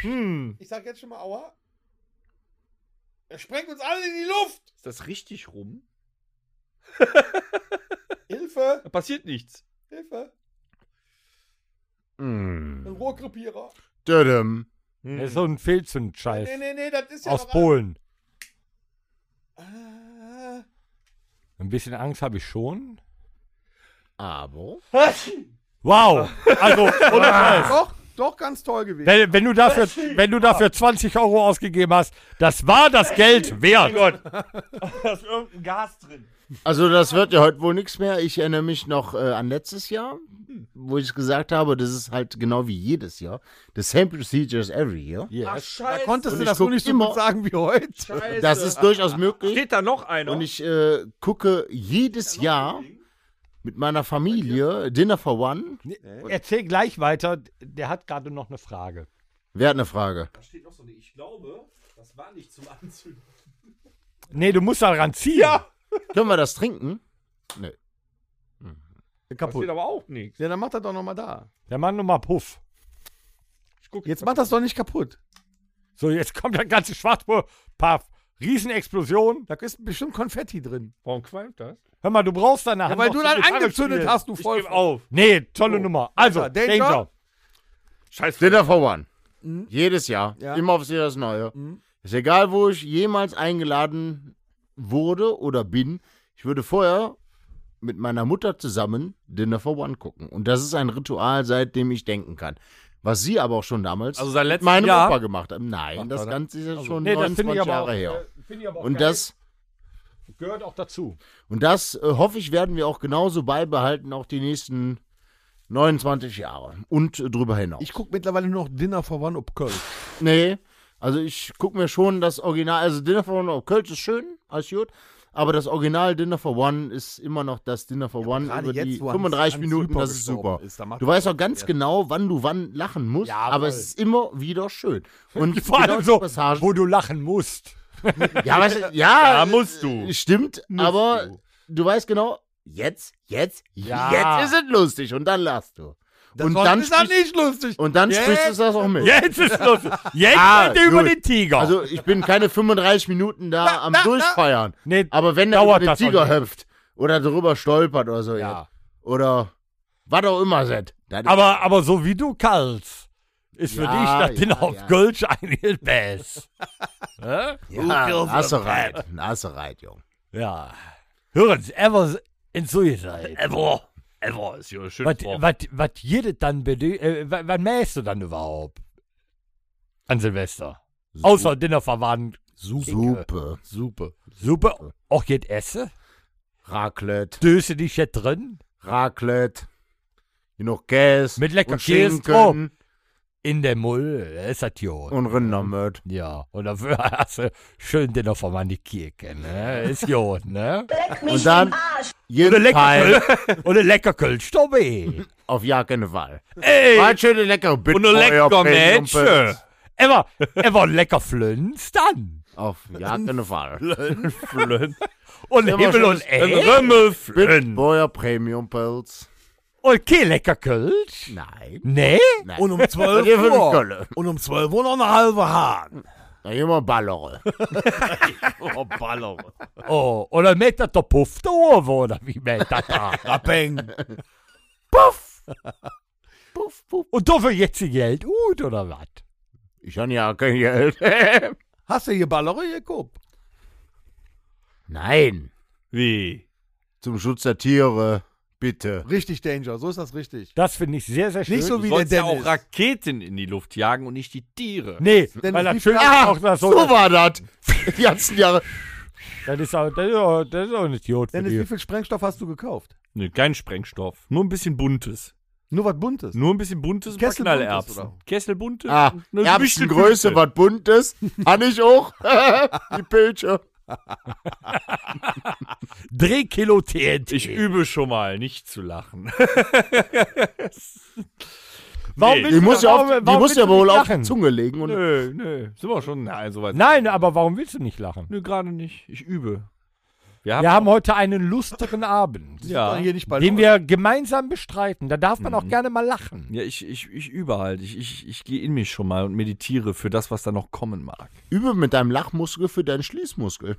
Hm.
Ich sag jetzt schon mal Aua. Er sprengt uns alle in die Luft.
Ist das richtig rum?
Hilfe,
Da passiert nichts.
Hilfe.
Hm.
Mm.
Rohrkrepierer.
Dödem.
Das ist so ein Fehlzündscheiß
Hm. nee, nee, das ist
aus Polen.
Ah.
Ein bisschen Angst habe ich schon.
Aber.
Wow! Also, ohne Scheiß.
Doch, doch ganz toll gewesen.
Wenn, wenn, du dafür, wenn du dafür 20 Euro ausgegeben hast, das war das Geld wert.
Da ist irgendein Gas drin.
Also das wird ja heute wohl nichts mehr. Ich erinnere mich noch äh, an letztes Jahr,
Hm.
wo ich gesagt habe, das ist halt genau wie jedes Jahr. The same procedures every year.
Da konntest
Und
du
ich
das so
guck
nicht so
immer-
gut sagen wie heute.
Das ist durchaus möglich.
Also, ah, Steht da noch einer?
Und ich äh, gucke jedes Jahr mit meiner Familie Dinner for One.
Erzähl gleich weiter. Der hat gerade noch eine Frage.
Wer hat eine Frage?
da steht noch so eine, ich glaube, das war nicht zum Anzünden.
Nee, du musst daran ziehen. Ja.
Können wir das trinken?
Da steht aber auch nichts.
Ja, dann mach das doch nochmal da.
Der Mann nur mal Puff.
Jetzt mach das doch nicht kaputt.
So, jetzt kommt der ganze Schwarzburg. Paff. Riesenexplosion.
Da ist bestimmt Konfetti drin.
Warum qualmt das?
Hör mal, du brauchst deine Hand.
Ja, weil
noch
du
zum
dann
Gitarre
angezündet
spielen.
hast, du voll.
auf.
Nee, tolle Nummer. Also,
Ja,
Danger.
Danger.
Scheiße.
Dinner for One. Jedes Jahr.
Mhm. Ja. Mhm.
Immer aufs Jahr das Neue. Ist egal, wo ich jemals eingeladen wurde oder bin. Ich würde vorher mit meiner Mutter zusammen Dinner for One gucken. Und das ist ein Ritual, seitdem ich denken kann. Was sie aber auch schon damals
Also seit
mit
letztem
meinem
Jahr?
Opa gemacht haben. Nein, das Ganze ist ja schon
also, Nee, das
29
finde ich aber
Jahre
auch,
her.
äh, finde ich aber auch
Und
geil.
das
gehört auch dazu.
Und das, äh, hoffe ich, werden wir auch genauso beibehalten, auch die nächsten 29 Jahre und äh, drüber hinaus.
Ich guck mittlerweile nur noch Dinner for One ob Köln.
nee, also ich gucke mir schon das Original, also Dinner for One, oh, Kölsch ist schön, alles gut, aber das Original Dinner for One ist immer noch das Dinner for One über die
Hans-
35
Hans
Minuten,
Rüper
das ist
gestorben
super.
Ist, da macht
Du weißt auch ganz genau, wann du wann lachen musst, aber es ist immer wieder schön. Und
Vor
genau
allem
die
so,
Passagen-
wo du lachen musst.
ja, weißt du, ja,
Da musst du.
äh, Stimmt, aber du. weißt genau, jetzt, jetzt,
Ja.
jetzt ist es lustig und dann lachst du. und,
Sonst
dann
ist das
sprichst,
nicht lustig.
und dann
Jetzt-
sprichst du das auch mit.
Jetzt ist los. Jetzt
Ah,
seid ihr über
gut.
den Tiger.
Also ich bin keine 35 Minuten da am Durchfeiern.
nee,
Aber wenn der
Dauert
über den
das doch
Tiger
nicht.
hüpft oder drüber stolpert oder so,
Ja.
jetzt, oder was auch immer, Set. dann-
aber, aber so wie du kannst, ist für dich
Ja,
das Ding
ja,
auf
ja.
Gölsch eigentlich best. Hä?
ja, hast du reit, hast du reit, Junge.
ja. Hören Sie, ever in Suicide.
Ever. Ever ist ja schön.
Was,
drauf.
was, was jedes dann bedeutet, äh, was, was mähst du dann überhaupt? An Silvester. Außer Dinner verwandt.
Suppe,
Super.
Suppe. Auch jetzt esse?
Raclette,
Döse dich jetzt drin?
Raclette, genug Käse,
Mit lecker
und
Käse Oh.
Schinken,
in der Mull, das ist das Jod.
Und Rindermöd.
Ja, und dafür hast du schön den auf einmal in die Kirche, ne? Ist Jod, ne?
Und dann jeden Teil
Und ein lecker Kölsch, Tobi.
auf Jagd in den Wall.
Ey,
Ein schöne lecker Bitcoin.
Und ein lecker Mensch.
er war, er war lecker Flönz dann.
Auf Jagd in den Wall.
Flön.
Und
war
Himmel
schon
und
das-
Ein
Erde.
Römmelflön.
Bitcoin Premium Pilz.
Und kein lecker Kölsch.
Nein.
Nee?
Nein.
Und um 12
Hier wird es
Uhr.
Kölle.
Und um 12 Uhr noch eine halbe Hahn.
Da gehen wir Ballere.
Oh, Ballere.
Oh, oder mit der Puff da oben, oder wie mit der da?
Bang.
Und dafür jetzt die Geld gut, oder was?
Ich habe ja kein Geld.
Hast du hier Ballere geguckt?
Nein.
Wie?
Zum Schutz der Tiere. Bitte.
Richtig Danger, so ist das richtig.
Das finde ich sehr, sehr schön.
Nicht so
Du
wie der
sollst ja auch
Dennis.
Raketen in die Luft jagen und nicht die Tiere.
Nee,
Denn
weil
die
das schön
Frage-
auch das
So
so, das,
war das. Die ganzen Jahre.
ist auch, das, ist auch, das ist auch ein Idiot für
Dennis, wie
die.
viel Sprengstoff hast du gekauft?
Nee, kein Sprengstoff. Nur ein bisschen buntes.
Nur was Buntes.
Nur ein bisschen buntes und ein paar
Kesselbuntes,
Knallerbsen.
oder?
Kesselbuntes.
Ah,
und eine
Erbsengröße,
Wichteltüte.
was Buntes. Kann ich auch. Die Pilze.
Drei Kilo TNT.
Ich übe schon mal, nicht zu lachen.
Warum
Nee.
willst
Die
du-
muss ja, auf,
warum-
die
warum
muss
willst
ja
du
wohl
nicht
auf die
lachen?
Zunge legen. Und
Nö, nö. Sind wir schon? Nein, soweit.
Nein, aber warum willst du nicht lachen?
Nö, gerade nicht. Ich übe.
Wir haben heute einen lusteren Abend,
Ja,
Hier nicht bei
den wir gemeinsam bestreiten. Da darf man
Mhm.
auch gerne mal lachen.
ja ich, ich, ich übe halt. Ich, ich, ich gehe in mich schon mal und meditiere für das, was da noch kommen mag.
übe mit deinem Lachmuskel für deinen Schließmuskel.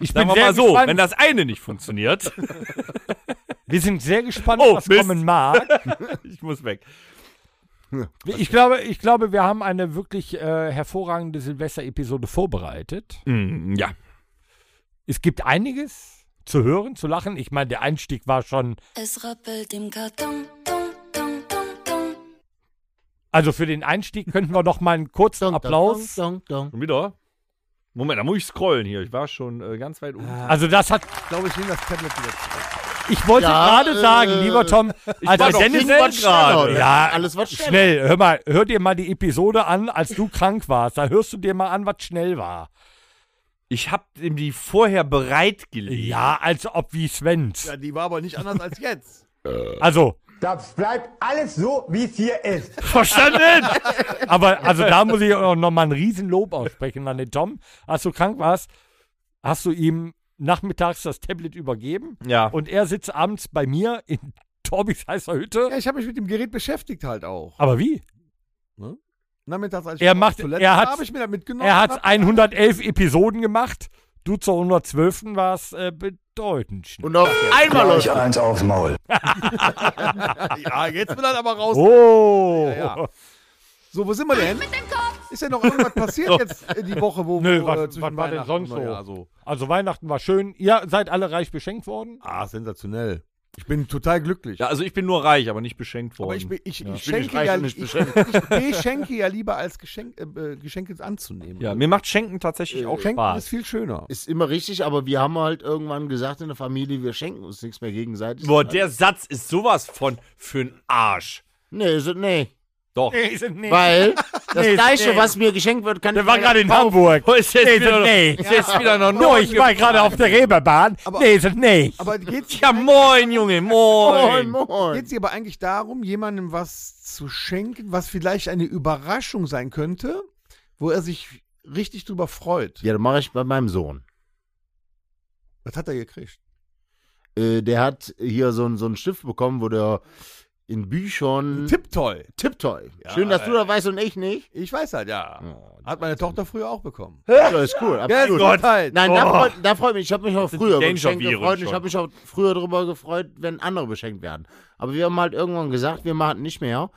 Ich
Sagen wir
sehr
mal so,
gespannt.
wenn das eine nicht funktioniert,
wir sind sehr gespannt,
Oh,
was
Mist.
kommen mag.
ich muss weg.
Ich glaube, ich glaube, wir haben eine wirklich äh, hervorragende Silvester-Episode vorbereitet.
Mm, ja.
Es gibt einiges zu hören, zu lachen. Ich meine, der Einstieg war schon,
Es rappelt im Karton, dong, dong, dong, dong.
also für den Einstieg könnten wir noch mal einen kurzen Applaus.
Dong, dong, dong.
Schon wieder? Moment, da muss ich scrollen hier. Ich war schon äh, ganz weit oben.
Also das hat,
Ich glaube, ich nehme das Tablet wieder zurück.
ich wollte
Ja,
gerade sagen,
äh,
lieber Tom, als
war
der
doch
Dennis
irgendwann gerade.
Ja,
Alles was schneller.
Schnell, hör mal, hör dir mal die Episode an, als du krank warst. Da hörst du dir mal an, was schnell war.
Ich hab ihm die vorher bereitgelegt.
Ja, als ob wie Svens.
Ja, die war aber nicht anders als jetzt.
Also,
Das bleibt alles so, wie es hier ist.
verstanden! Aber also da muss ich auch noch mal ein Riesenlob aussprechen an den Tom. Als du krank warst, hast du ihm nachmittags das Tablet übergeben
Ja.
und er sitzt abends bei mir in Torbys heißer Hütte.
Ja, ich habe mich mit dem Gerät beschäftigt halt auch.
Aber wie?
Nachmittags, als
Er
auf
macht-
Toilette
er
war,
hat-
hab ich mir das mitgenommen.
Er
und
hat
hab-
111 Episoden gemacht. Du zur 112. war es äh, bedeutend schnell.
Und noch einmal
Gleich
Leute.
eins aufs Maul.
Ja, jetzt will er aber raus.
Oh!
Ja, ja. So, wo sind wir denn? Ist ja noch irgendwas passiert jetzt äh, die Woche, wo
Nö,
wo,
was-
äh,
was
zwischen
war denn
Weihnachten
sonst
und Neujahr
so?
so?
Also Weihnachten war schön. Ihr seid alle reich beschenkt worden.
Ah, sensationell. Ich bin total glücklich.
Ja, also ich bin nur reich, aber nicht beschenkt worden.
Aber ich, be- ich, ich
bin nicht
schenke
reich
ja
und nicht
ich, ich beschenke ja lieber als Geschenk, äh, äh, Geschenke anzunehmen.
ja, mir macht Äh, Schenken tatsächlich auch
Schenken ist
Spaß.
viel schöner.
Ist immer richtig, aber wir haben halt irgendwann gesagt in der Familie, wir schenken uns nichts mehr gegenseitig.
Boah, der Satz ist sowas von für'n Arsch.
Nee, ist, es- nee.
Doch.
Weil das
Nee, ist-
gleiche,
nee.
was mir geschenkt wird, kann
Der
ich
war
mir-
gerade in Hamburg.
Oh, ist jetzt
Nee,
wieder
sind
noch-
nicht.
ist jetzt wieder noch
Nur,
neu
ich war gerade auf der Reeperbahn.
Aber-
nee, ist es nicht.
Aber geht's
Ja, moin, Junge, moin.
Moin, moin.
Geht es hier aber eigentlich darum, jemandem was zu schenken, was vielleicht eine Überraschung sein könnte, wo er sich richtig drüber freut?
Ja, das mache ich bei meinem Sohn.
Was hat er gekriegt?
Äh, der hat hier so, ein- so einen Stift bekommen, wo der in Büchern.
Tipptoy.
Tiptoy. Schön, dass du das weißt und ich nicht. Oh,
Ich weiß halt, ja. Hat meine Tochter früher auch bekommen.
Ja, ist cool. Absolut.
Halt.
Nein, da freut, da freut mich. Ich habe mich auch
sind
früher
die
über Geschenke
Danger-Viren
gefreut. und Ich
schon.
habe mich auch früher darüber gefreut, wenn andere beschenkt werden. Aber wir haben halt irgendwann gesagt, wir machen nicht mehr.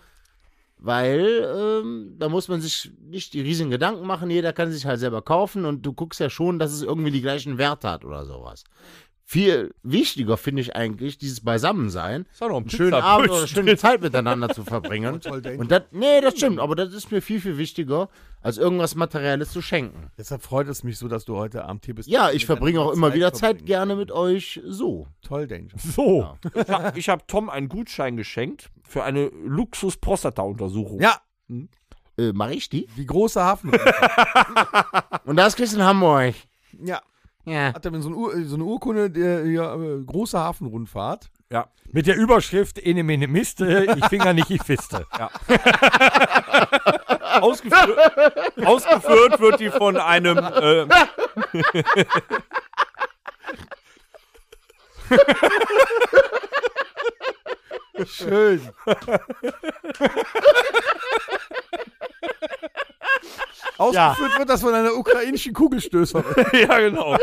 Weil ähm, da muss man sich nicht die riesigen Gedanken machen. Jeder kann sich halt selber kaufen und du guckst ja schon, dass es irgendwie die gleichen Werte hat oder sowas. Viel wichtiger finde ich eigentlich, dieses Beisammensein,
Ist auch noch ein
einen schönen Abend oder eine schöne Zeit miteinander zu verbringen. Und das, nee, das stimmt, aber das ist mir viel, viel wichtiger, als irgendwas Materielles zu schenken.
Deshalb freut es mich so, dass du heute Abend hier bist.
Ja, ich verbringe auch immer wieder Zeit
verbringen.
gerne mit euch so.
Toll, Danger.
So.
Ich hab- Ich habe Tom einen Gutschein geschenkt für eine Luxus-Prostata-Untersuchung.
Ja,
Äh, mach ich die?
die große Hafen.
Und das kriegst du in Hamburg.
ja,
Ja.
hat er mir so, ein Ur- so eine Urkunde, der, ja, äh, große Hafenrundfahrt.
Mit der Überschrift Ene Mene Miste, ich finger nicht, ich fiste.
Ausgeführt, ausgeführt wird die von einem. Äh,
Schön. Ausgeführt wird das von einer ukrainischen Kugelstößerin.
ja, genau.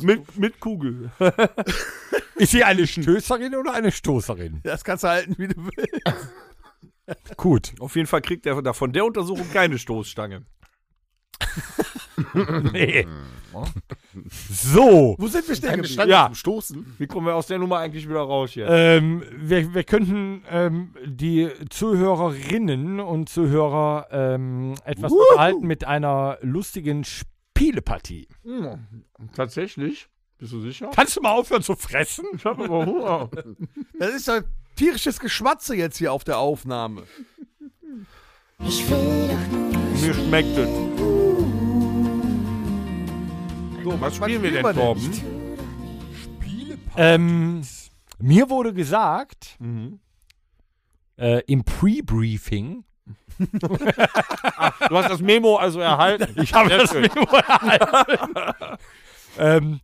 mit, mit Kugel.
Ist sie eine Stößerin oder eine Stoßerin?
Das kannst du halten, wie du willst.
Gut.
Auf jeden Fall kriegt er da von der Untersuchung keine Stoßstange.
Nee. So.
Wo sind wir stehen
Eine
geblieben?
Stange
Ja.
zum Stoßen.
Wie kommen wir aus der Nummer eigentlich wieder raus hier?
Ähm, wir, wir könnten ähm, die Zuhörerinnen und Zuhörer ähm, etwas unterhalten mit einer lustigen Spielepartie.
Tatsächlich? Bist du sicher?
Kannst du mal aufhören zu fressen?
Ich habe aber Hunger.
Das ist doch tierisches Geschwatze jetzt hier auf der Aufnahme.
Ich will doch nur
Mir schmeckt es. So, was spielen wir
spielen
denn,
wir denn?
Torben?
Ähm, mir wurde gesagt,
Mhm.
äh, im Pre-Briefing,
Du hast das Memo also erhalten. Ich habe das Memo.
ähm,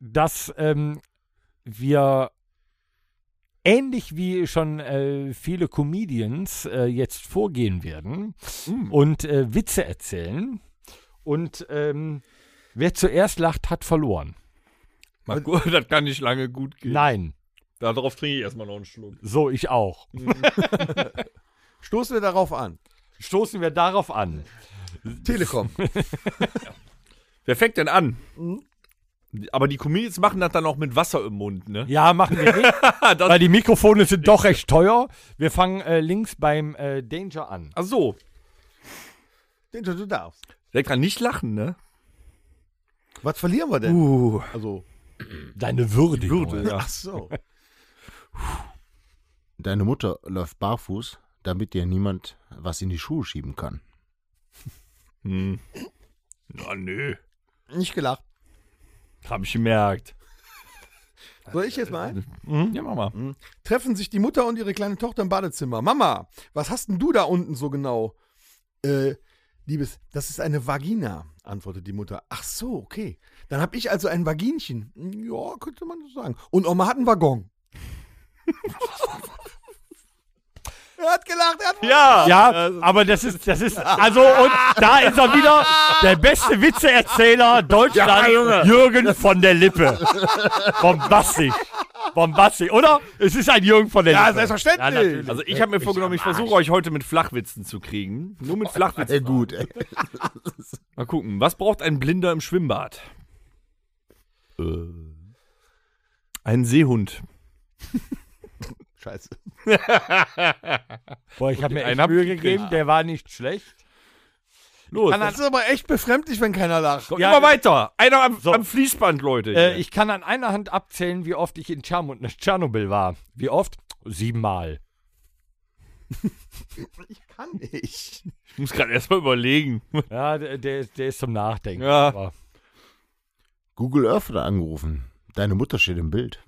dass ähm, wir ähnlich wie schon äh, viele Comedians äh, jetzt vorgehen werden und äh, Witze erzählen. Und ähm, wer zuerst lacht, hat verloren.
Mal gut, das kann nicht lange gut gehen.
Nein.
Darauf trinke ich erstmal noch einen Schluck.
So, ich auch.
Stoßen wir darauf an.
Stoßen wir darauf an.
Telekom.
Wer fängt denn an? Aber die Comedians machen das dann auch mit Wasser im Mund, ne?
Ja, machen wir nicht,
das-
weil die Mikrofone sind doch recht teuer. Wir fangen äh, links beim äh, Danger an.
Ach so.
Danger, du darfst.
Der kann nicht lachen, ne?
Was verlieren wir denn?
Uh.
Also,
Deine Würde. Junge.
ja.
ach so.
Deine Mutter läuft barfuß, damit dir niemand was in die Schuhe schieben kann.
Hm. Na, nö.
Nicht gelacht.
Hab ich gemerkt.
Soll ich jetzt mal ein?
Hm? Ja, mach mal.
treffen sich die Mutter und ihre kleine Tochter im Badezimmer. Mama, was hast denn du da unten so genau? Äh, Liebes, das ist eine Vagina, antwortet die Mutter. Ach so, okay. Dann hab ich also ein Vaginchen. Ja, könnte man so sagen. Und Oma hat einen Waggon. er hat gelacht, er hat
Ja!
Ja, aber das ist, das ist, also und da ist er wieder der beste Witzeerzähler Deutschlands, Jürgen von der Lippe. Bombastisch. Bombastisch, oder? Es ist ein Jürgen von der
Ja,
Lippe.
selbstverständlich.
Ja, natürlich.
Also ich habe mir vorgenommen, ich versuche euch heute mit Flachwitzen zu kriegen. Nur mit Flachwitzen.
Äh, gut, ey.
Mal gucken. Was braucht ein Blinder im Schwimmbad? Äh. Ein Seehund.
Scheiße.
Boah, ich habe mir
einen
echt
hab
Mühe
ich
gegeben, der war nicht schlecht.
Los.
Das ist aber echt befremdlich, wenn keiner lacht.
Komm,
Ja,
immer weiter. Einer am,
so.
am Fließband, Leute.
Äh, ich kann an einer Hand abzählen, wie oft ich in Tscherno- Tschernobyl war. Wie oft? Siebenmal.
Ich kann nicht.
ich muss gerade erstmal überlegen.
Ja, der, der, ist- der ist zum Nachdenken.
Ja.
Aber
Google Earth hat angerufen. Deine Mutter steht im Bild.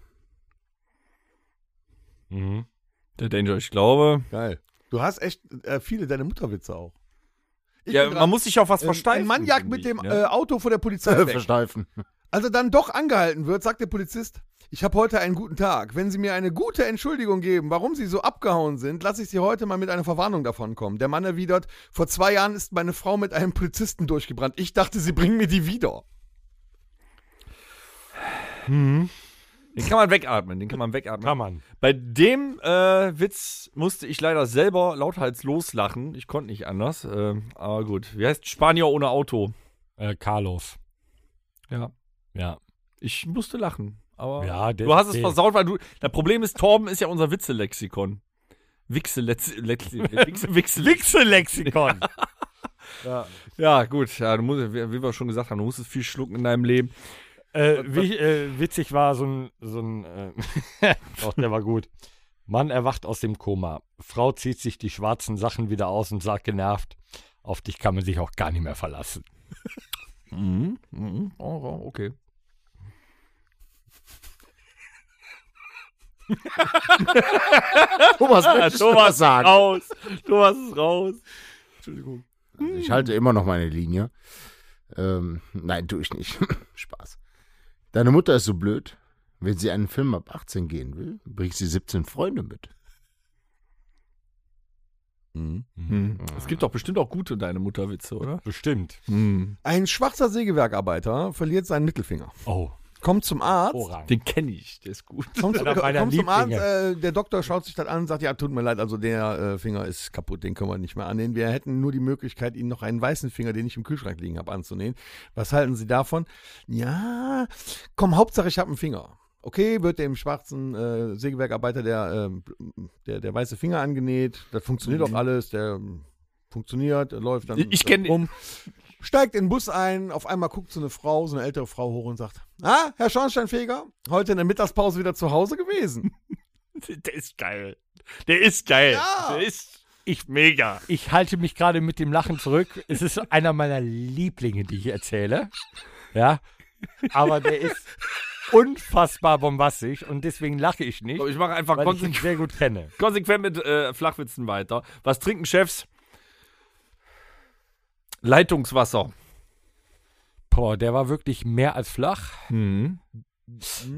Der Danger, ich glaube.
Geil. Du hast echt äh, viele deine Mutterwitze auch. Ich
Ja,
bin
man
dran.
muss sich auf was versteifen.
Ein Maniak
finde
mit
ich,
dem
ne?
äh, Auto vor der Polizei weg.
Versteifen.
Als er dann doch angehalten wird, sagt der Polizist, ich habe heute einen guten Tag. Wenn Sie mir eine gute Entschuldigung geben, warum Sie so abgehauen sind, lasse ich Sie heute mal mit einer Verwarnung davonkommen. Der Mann erwidert, vor zwei Jahren ist meine Frau mit einem Polizisten durchgebrannt. Ich dachte, Sie bringen mir die wieder. äh,
Den kann man wegatmen, den kann man wegatmen.
Kann man.
Bei dem äh, Witz musste ich leider selber lauthals loslachen. Ich konnte nicht anders. Ähm, aber gut. Wie heißt Spanier ohne Auto?
Äh, Carlos.
Ja.
Ja.
Ich musste lachen. Aber
Ja, der-
du hast es
der-
versaut, weil du. Das Problem ist, Torben ist ja unser Witzelexikon. Wichselexikon. Ja, gut. Ja, du musst, wie wie wir schon gesagt haben, du musstest viel schlucken in deinem Leben.
Äh, wie, äh, witzig war so ein, so ein äh, doch, der war gut. Mann erwacht aus dem Koma. Frau zieht sich die schwarzen Sachen wieder aus und sagt genervt, auf dich kann man sich auch gar nicht mehr verlassen.
Mhm. Mhm. Oh, oh, okay.
Thomas, möchtest du was sagen?
Raus. Du hast es raus.
Also
Hm.
Ich halte immer noch meine Linie. Ähm, nein, tue ich nicht. Spaß. Deine Mutter ist so blöd. Wenn sie einen Film ab 18 gehen will, bringt sie 17 Freunde mit.
Es gibt doch bestimmt auch gute deine Mutterwitze, oder?
Bestimmt.
Ein schwarzer Sägewerkarbeiter verliert seinen Mittelfinger.
Oh,
Kommt zum Arzt.
Oh.
Orang.
Den kenne ich, der ist gut.
Kommt zum,
Einer meiner
kommt zum Arzt,
Lieblinge.
äh, der Doktor schaut sich das an und sagt, ja, tut mir leid, also der äh, Finger ist kaputt, den können wir nicht mehr annehmen. Wir hätten nur die Möglichkeit, Ihnen noch einen weißen Finger, den ich im Kühlschrank liegen habe, anzunehmen. Was halten Sie davon? Ja, komm, Hauptsache ich habe einen Finger. Okay, wird dem schwarzen äh, Sägewerkarbeiter der, äh, der, der weiße Finger angenäht. Das funktioniert doch alles, der äh, funktioniert, äh, läuft dann
Mhm. Ich kenn-
äh, rum. Steigt in den Bus ein, auf einmal guckt so eine Frau, so eine ältere Frau hoch und sagt, ah, Herr Schornsteinfeger, heute in der Mittagspause wieder zu Hause gewesen.
Der ist geil. Der ist geil.
Ja.
Der ist ich mega.
Ich halte mich gerade mit dem Lachen zurück. Es ist einer meiner Lieblinge, die ich erzähle. Ja. Aber der ist unfassbar bombastisch und deswegen lache ich nicht,
Ich mache einfach
weil ich ihn
konsequent,
sehr gut kenne.
konsequent mit äh, Flachwitzen weiter. Was trinken Chefs? Leitungswasser.
Boah, der war wirklich mehr als flach.
Mhm.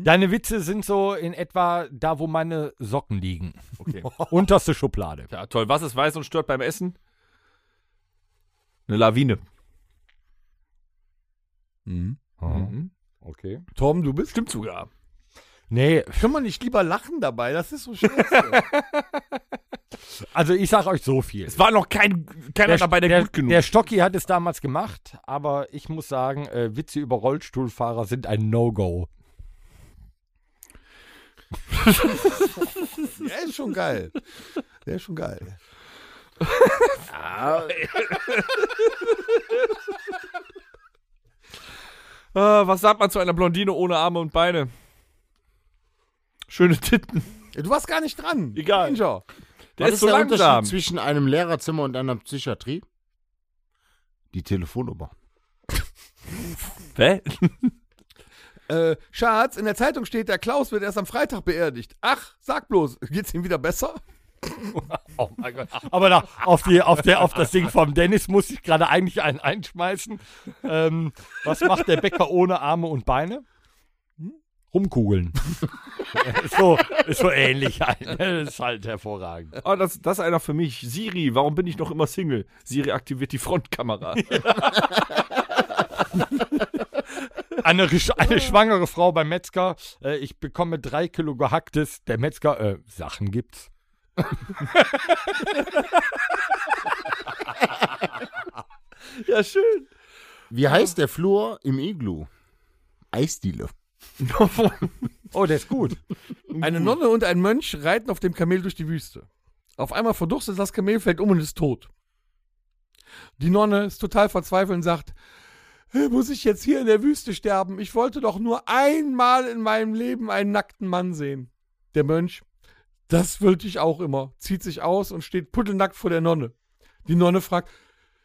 Deine Witze sind so in etwa da, wo meine Socken liegen.
Okay.
Unterste Schublade.
Ja, toll. Was ist weiß und stört beim Essen? Eine Lawine. Mhm.
Okay.
Tom, du bist.
Stimmt sogar.
Nee,
Kann man nicht lieber lachen dabei? Das ist so scheiße.
also ich sag euch so viel.
Es war noch kein, keiner dabei, der,
der,
gut genug
der Stocki hat es damals gemacht, aber ich muss sagen, äh, Witze über Rollstuhlfahrer sind ein No-Go.
Der ist schon geil. Der ist schon geil.
Ah, was sagt man zu einer Blondine ohne Arme und Beine? Schöne Titten.
Du warst gar nicht dran.
Egal.
Ranger.
Der
Was
ist so
der
langsam.
Unterschied zwischen einem Lehrerzimmer und einer Psychiatrie? Die Telefonnummer.
Hä?
Äh, Schatz, in der Zeitung steht, der Klaus wird erst am Freitag beerdigt. Ach, sag bloß, geht's ihm wieder besser?
Oh mein Gott. Aber da, auf, die, auf, der, auf das Ding vom Dennis muss ich gerade eigentlich einen einschmeißen. Ähm, was macht der Bäcker ohne Arme und Beine? Hm? Rumkugeln. so, ist so ähnlich. halt, ne? Das ist halt hervorragend.
Oh, das, das ist einer für mich. Siri, warum bin ich noch immer Single? Siri aktiviert die Frontkamera.
Eine, gesch- eine schwangere Frau beim Metzger. Äh, ich bekomme drei Kilo gehacktes. Der Metzger, äh, Sachen gibt's.
ja, schön.
Wie heißt der Flur im Iglu? Eisdiele.
Oh, der ist gut.
Eine Nonne und ein Mönch reiten auf dem Kamel durch die Wüste. Auf einmal verdurstet das Kamel, fällt um und ist tot. Die Nonne ist total verzweifelt und sagt, "Äh, muss ich jetzt hier in der Wüste sterben? Ich wollte doch nur einmal in meinem Leben einen nackten Mann sehen. Der Mönch, das wollte ich auch immer, zieht sich aus und steht puddelnackt vor der Nonne. Die Nonne fragt,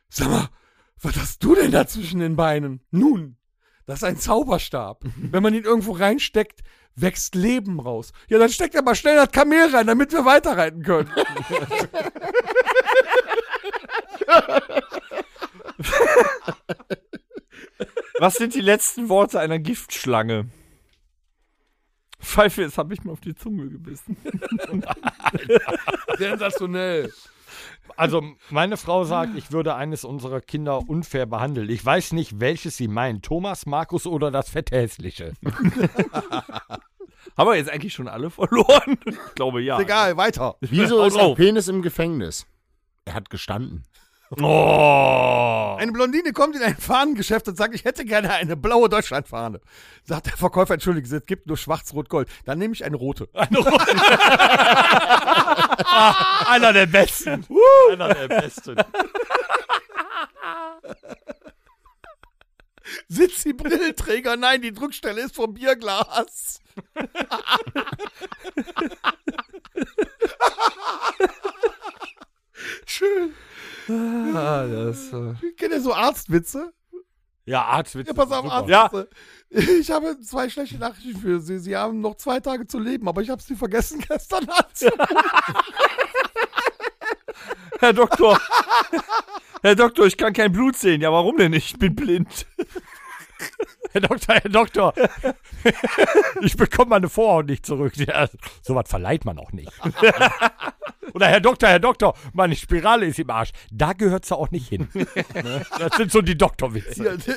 sag mal, was hast du denn da zwischen den Beinen? Nun, das ist ein Zauberstab. Wenn man ihn irgendwo reinsteckt, wächst Leben raus. Ja, dann steckt er mal schnell das Kamel rein, damit wir weiterreiten können.
Was sind die letzten Worte einer Giftschlange? Pfeife, jetzt habe ich mir auf die Zunge gebissen.
Sensationell.
Also, meine Frau sagt, ich würde eines unserer Kinder unfair behandeln. Ich weiß nicht, welches sie meinen. Thomas, Markus oder das Fetthässliche.
Haben wir jetzt eigentlich schon alle verloren? Ich glaube ja.
Egal, weiter.
Wieso
Haut
ist ein
drauf.
Penis im Gefängnis? Er hat gestanden.
Oh.
Eine Blondine kommt in ein Fahnengeschäft und sagt, ich hätte gerne eine blaue Deutschlandfahne. Sagt der Verkäufer, entschuldigen Sie, es gibt nur schwarz-rot-gold. Dann nehme ich eine rote.
Einer der besten. Einer der besten.
Sitzt die Brillenträger? Nein, die Druckstelle ist vom Bierglas. Schön.
Ah, das, äh,
Kennt ihr so Arztwitze?
Ja, Arztwitz.
Ja, pass auf, Arzt.
Ja.
Ich habe zwei schlechte Nachrichten für Sie. Sie haben noch zwei Tage zu leben, aber ich habe Sie vergessen gestern anzurufen.
Herr Doktor. Herr Doktor, ich kann kein Blut sehen. Ja, warum denn nicht? Ich bin blind.
Herr Doktor, Herr Doktor. ich bekomme meine Vorhaut nicht zurück. Ja, sowas verleiht man auch nicht. Oder Herr Doktor, Herr Doktor, meine Spirale ist im Arsch. Da gehört sie auch nicht hin. Ne? Das sind so die Doktorwitze.
Ja,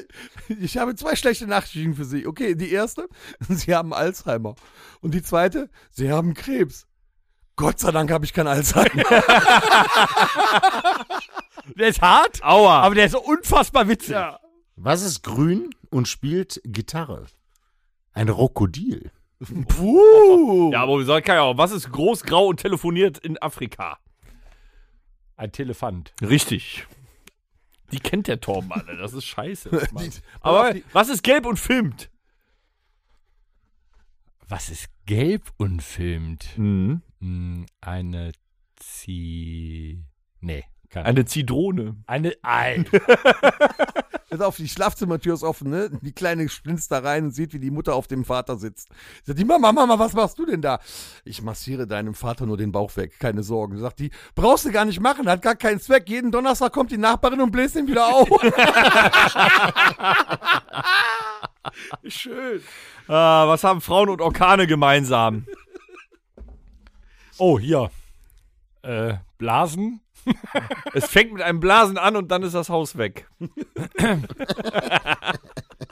Ich habe zwei schlechte Nachrichten für Sie. Okay, die erste, Sie haben Alzheimer. Und die zweite, Sie haben Krebs. Gott sei Dank habe ich kein Alzheimer.
Der ist hart,
Aua.
aber der ist unfassbar witzig.
Was ist grün und spielt Gitarre? Ein Rokodil.
Puh.
Ja, aber wir sagen, kann ja auch. Was ist groß, grau und telefoniert in Afrika?
Ein Telefant.
Richtig. Die kennt der Torben alle. Das ist scheiße. Mann.
pass
aber
auf, die-
was ist gelb und filmt?
Was ist gelb und filmt?
Mhm.
Hm, Eine Zie. Nee, keine
Eine Zitrone.
Eine. Ein.
Pass auf, die Schlafzimmertür ist offen, ne? Die kleine splinzt da rein und sieht, wie die Mutter auf dem Vater sitzt. Sagt die, Mama, Mama, was machst du denn da? Ich massiere deinem Vater nur den Bauch weg, keine Sorgen. Sagt die, brauchst du gar nicht machen, hat gar keinen Zweck. Jeden Donnerstag kommt die Nachbarin und bläst ihn wieder auf.
Schön. Ah, was haben Frauen und Orkane gemeinsam?
Oh, hier. Äh, Blasen.
Es fängt mit einem Blasen an und dann ist das Haus weg.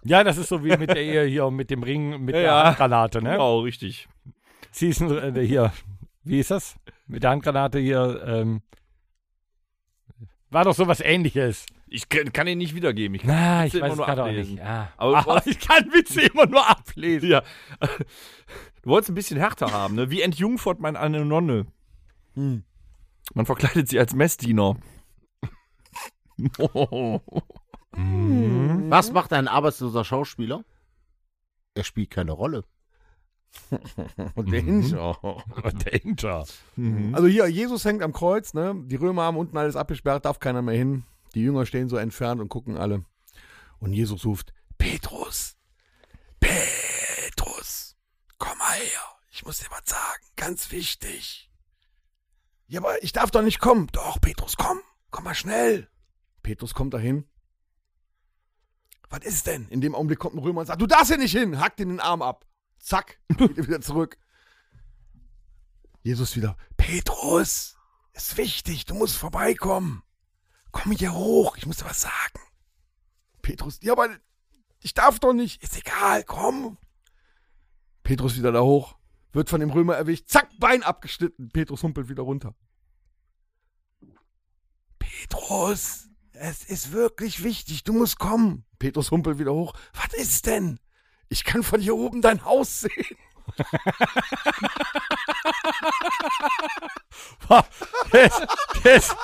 Ja, das ist so wie mit der Ehe hier, mit dem Ring, mit der
Ja.
Handgranate, ne?
Genau, richtig.
Sie ist ein- äh, hier. Wie ist das? Mit der Handgranate hier. Ähm, war doch sowas ähnliches.
Ich kann, kann ihn nicht wiedergeben. Ich kann
Na, ich
Witze
weiß es
immer nur
gerade auch
ablesen.
nicht. Ah.
Aber-
Aber ich kann Witze immer nur ablesen.
ja. Du wolltest ein bisschen härter haben, ne? Wie entjungfert man eine Nonne? Hm. Man verkleidet sie als Messdiener.
Mhm.
Was macht ein arbeitsloser Schauspieler? Er spielt keine Rolle.
Und der Hinschau.
Danger.
Also hier, Jesus hängt am Kreuz, ne? Die Römer haben unten alles abgesperrt, darf keiner mehr hin. Die Jünger stehen so entfernt und gucken alle. Und Jesus ruft, Petrus, Petrus, komm mal her. Ich muss dir was sagen, ganz wichtig. Ja, aber ich darf doch nicht kommen. Doch, Petrus, komm, komm mal schnell. Petrus kommt dahin. Was ist denn? In dem Augenblick kommt ein Römer und sagt, du darfst hier nicht hin. Hackt ihm den Arm ab. Zack, geht er wieder zurück. Jesus wieder, Petrus, ist wichtig, du musst vorbeikommen. Komm hier hoch, ich muss dir was sagen. Petrus, ja, aber ich darf doch nicht. Ist egal, komm. Petrus wieder da hoch, wird von dem Römer erwischt, zack, Bein abgeschnitten. Petrus humpelt wieder runter. Petrus, es ist wirklich wichtig, du musst kommen. Petrus humpelt wieder hoch. Was ist denn? Ich kann von hier oben dein Haus sehen.
Der ist, der, ist,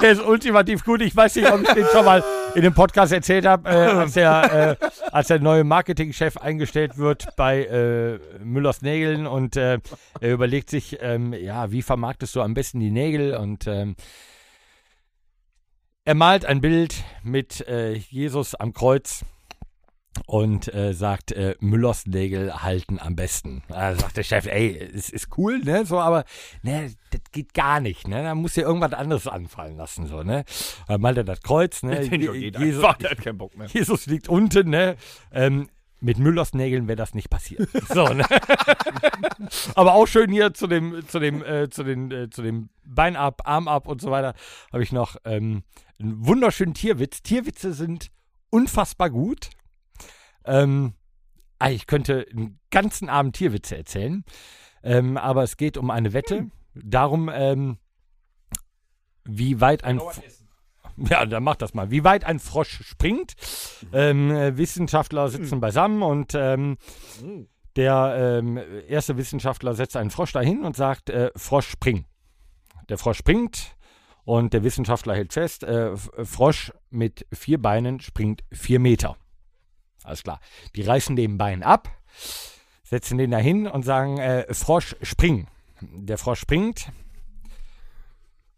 der ist ultimativ gut. Ich weiß nicht, ob ich den schon mal in dem Podcast erzählt habe, äh, als, der, äh, als der neue Marketingchef eingestellt wird bei äh, Müllers Nägeln und äh, er überlegt sich, ähm, ja, wie vermarktest du am besten die Nägel und ähm, er malt ein Bild mit äh, Jesus am Kreuz und äh, sagt, äh, Müllers Nägel halten am besten. Da sagt der Chef, ey, es ist cool, ne, so, aber ne, das geht gar nicht, ne, da muss dir irgendwas anderes anfallen lassen, so, ne. Dann malt er das Kreuz, ne,
Danger
Je-
geht
Jesus,
einfach, der hat keinen Bock mehr.
Jesus liegt unten, ne, ähm, mit Müllers Nägeln wäre das nicht passiert. So, ne? Aber auch schön hier zu dem, zu dem, äh, zu den, äh, zu dem Bein ab, Arm ab und so weiter, habe ich noch ähm, einen wunderschönen Tierwitz. Tierwitze sind unfassbar gut. Ähm, ah, ich könnte einen ganzen Abend Tierwitze erzählen. Ähm, aber es geht um eine Wette. Darum, ähm, wie weit ein. F- Ja, dann macht das mal. Wie weit ein Frosch springt. Ähm, äh, Wissenschaftler sitzen beisammen und ähm, der ähm, erste Wissenschaftler setzt einen Frosch dahin und sagt, äh, Frosch spring. Der Frosch springt und der Wissenschaftler hält fest, äh, F- Frosch mit vier Beinen springt vier Meter. Alles klar. Die reißen den Bein ab, setzen den dahin und sagen, äh, Frosch spring. Der Frosch springt,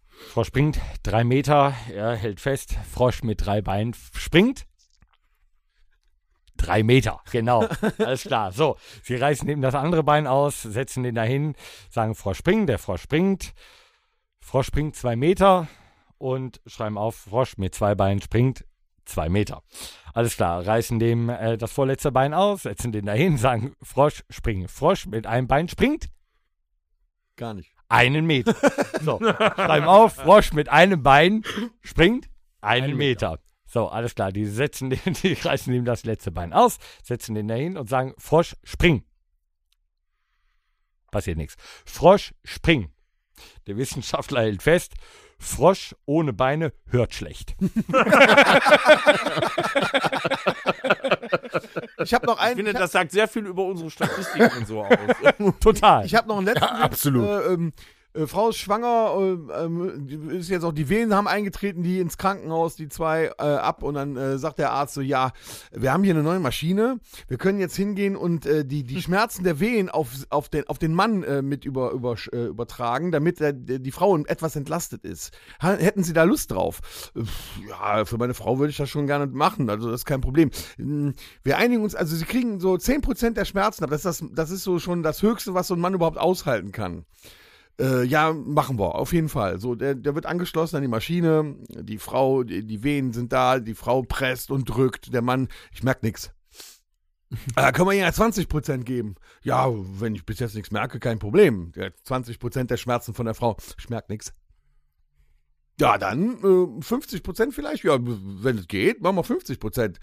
Frosch springt, drei Meter, er hält fest, Frosch mit drei Beinen f- springt. Drei Meter, genau. Alles klar. So, sie reißen eben das andere Bein aus, setzen den dahin, sagen Frosch springt, der Frosch springt. Frosch springt zwei Meter und schreiben auf, Frosch mit zwei Beinen springt zwei Meter. Alles klar, reißen dem äh, das vorletzte Bein aus, setzen den dahin, sagen Frosch springt. Frosch mit einem Bein springt
Gar nicht.
einen Meter. So, schreiben auf, Frosch mit einem Bein springt einen Meter. So, alles klar, die setzen den, die reißen ihm das letzte Bein aus, setzen den dahin und sagen, Frosch, spring. Passiert nichts. Frosch, spring. Der Wissenschaftler hält fest, Frosch ohne Beine hört schlecht.
Ich habe noch
Ich
einen.
finde,
ich
das sagt sehr viel über unsere Statistiken und so aus.
Total.
Ich habe noch einen letzten.
Ja, absolut.
Äh, ähm, äh, Frau ist schwanger, äh, ähm, ist jetzt auch die Wehen haben eingetreten, die ins Krankenhaus, die zwei äh, ab und dann äh, sagt der Arzt so, ja, wir haben hier eine neue Maschine, wir können jetzt hingehen und äh, die, die Schmerzen der Wehen auf, auf, den, auf den Mann äh, mit über, über, äh, übertragen, damit äh, die Frau etwas entlastet ist. Ha- Hätten Sie da Lust drauf? Pff, Ja, für meine Frau würde ich das schon gerne machen, also das ist kein Problem. Mm, Wir einigen uns, also Sie kriegen so 10% der Schmerzen ab, das ist, das, das ist so schon das Höchste, was so ein Mann überhaupt aushalten kann. Äh, ja, machen wir, auf jeden Fall. So, der, der wird angeschlossen an die Maschine, die Frau, die, die Venen sind da, die Frau presst und drückt, der Mann, ich merke nichts. Äh, können wir ihnen ja 20% geben? Ja, wenn ich bis jetzt nichts merke, kein Problem. Ja, 20% der Schmerzen von der Frau, ich merke nichts. Ja, dann äh, 50% vielleicht, ja, wenn es geht, machen wir 50%.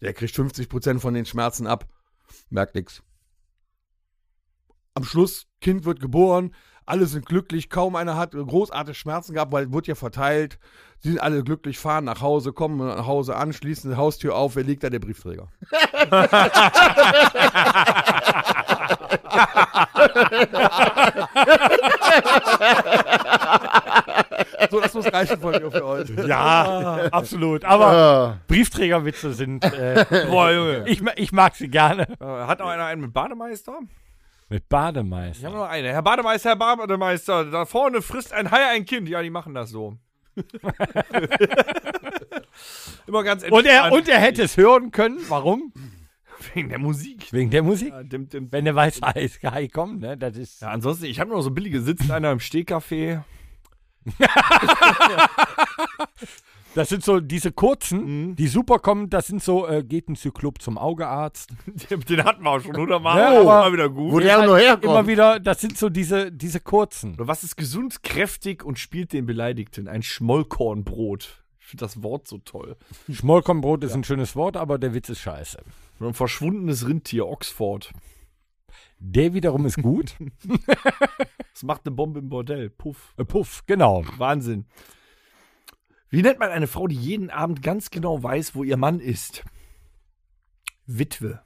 Der kriegt 50% von den Schmerzen ab, merkt nichts. Am Schluss, Kind wird geboren, alle sind glücklich, kaum einer hat großartige Schmerzen gehabt, weil es wurde ja verteilt. Sie sind alle glücklich, fahren nach Hause, kommen nach Hause an, schließen die Haustür auf, wer liegt da? Der Briefträger. so, das muss reichen von mir für heute.
Ah.
Ja, absolut. Aber Briefträgerwitze sind. Äh,
Boah, Junge.
ich, ma- ich mag sie gerne.
Äh, Hat noch einer einen mit Bademeister?
Mit
Ich habe
Bademeister.
noch einen. Herr Bademeister, Herr Bademeister, da vorne frisst ein Hai ein Kind. Ja, die machen das so. Immer ganz
Und er,
entspannt.
und er hätte es hören können. Warum?
wegen der Musik.
Wegen der Musik.
Ja, dim, dim.
Wenn der weiße Eisgei kommt, ne? Das ist.
Ja, ansonsten, ich habe noch so billige Sitzen einer im Stehkaffee.
Das sind so diese
Mhm.
kurzen, die super kommen, das sind so, äh, geht ein Zyklop zum Augearzt.
Den hatten wir auch schon hundertmal.
Ja,
aber
aber-
mal wieder
Wo
gut.
der auch nur
Immer
herkommt.
wieder, das sind so diese, diese kurzen.
Oder Also, was ist gesund, kräftig und spielt den Beleidigten? Ein Schmollkornbrot. Ich finde das Wort so toll.
Schmollkornbrot ist ein schönes Wort, aber der Witz ist scheiße.
Und ein verschwundenes Rindtier, Oxford.
Der wiederum ist gut.
Das macht eine Bombe im Bordell. Puff.
Äh, Puff, genau.
Wahnsinn. Wie nennt man eine Frau, die jeden Abend ganz genau weiß, wo ihr Mann ist? Witwe.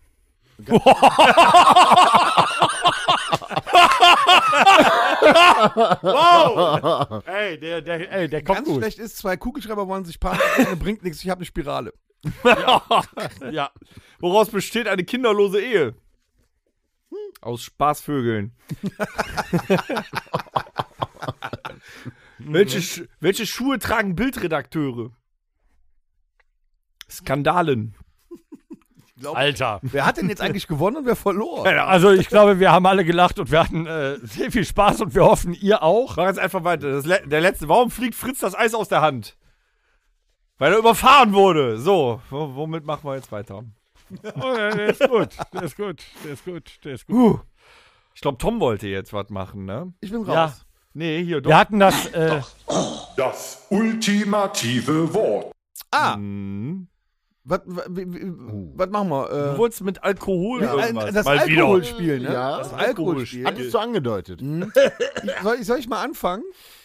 Ey, der, der, ey, der kommt
Ganz
gut.
schlecht ist, zwei Kugelschreiber wollen sich paaren, eine bringt nichts, ich habe eine Spirale.
ja. Woraus besteht eine kinderlose Ehe? Aus Spaßvögeln. welche, Sch- welche Schuhe tragen Bildredakteure? Skandalen.
Alter.
Wer hat denn jetzt eigentlich gewonnen und wer verloren?
Also ich glaube, wir haben alle gelacht und wir hatten äh, sehr viel Spaß und wir hoffen, ihr auch.
Mach jetzt einfach weiter. Das le der letzte. Warum fliegt Fritz das Eis aus der Hand? Weil er überfahren wurde. So, w- womit machen wir jetzt weiter?
Oh, der der ist gut, der ist gut, der ist gut, der ist gut.
Ich glaube, Tom wollte jetzt was machen, ne?
Ich bin raus.
Ja,
Nee, hier,
wir hatten das, äh,
Das ultimative Wort.
Ah,
Was, was, was machen wir?
Du
Äh,
wolltest mit Alkohol
Ja, ein-
irgendwas.
das
Oh. Mal wieder.
Alkoholspiel, ne?
Ja.
Das Alkoholspiel.
Hattest du angedeutet?
Hm?
Soll, ich- soll ich mal anfangen?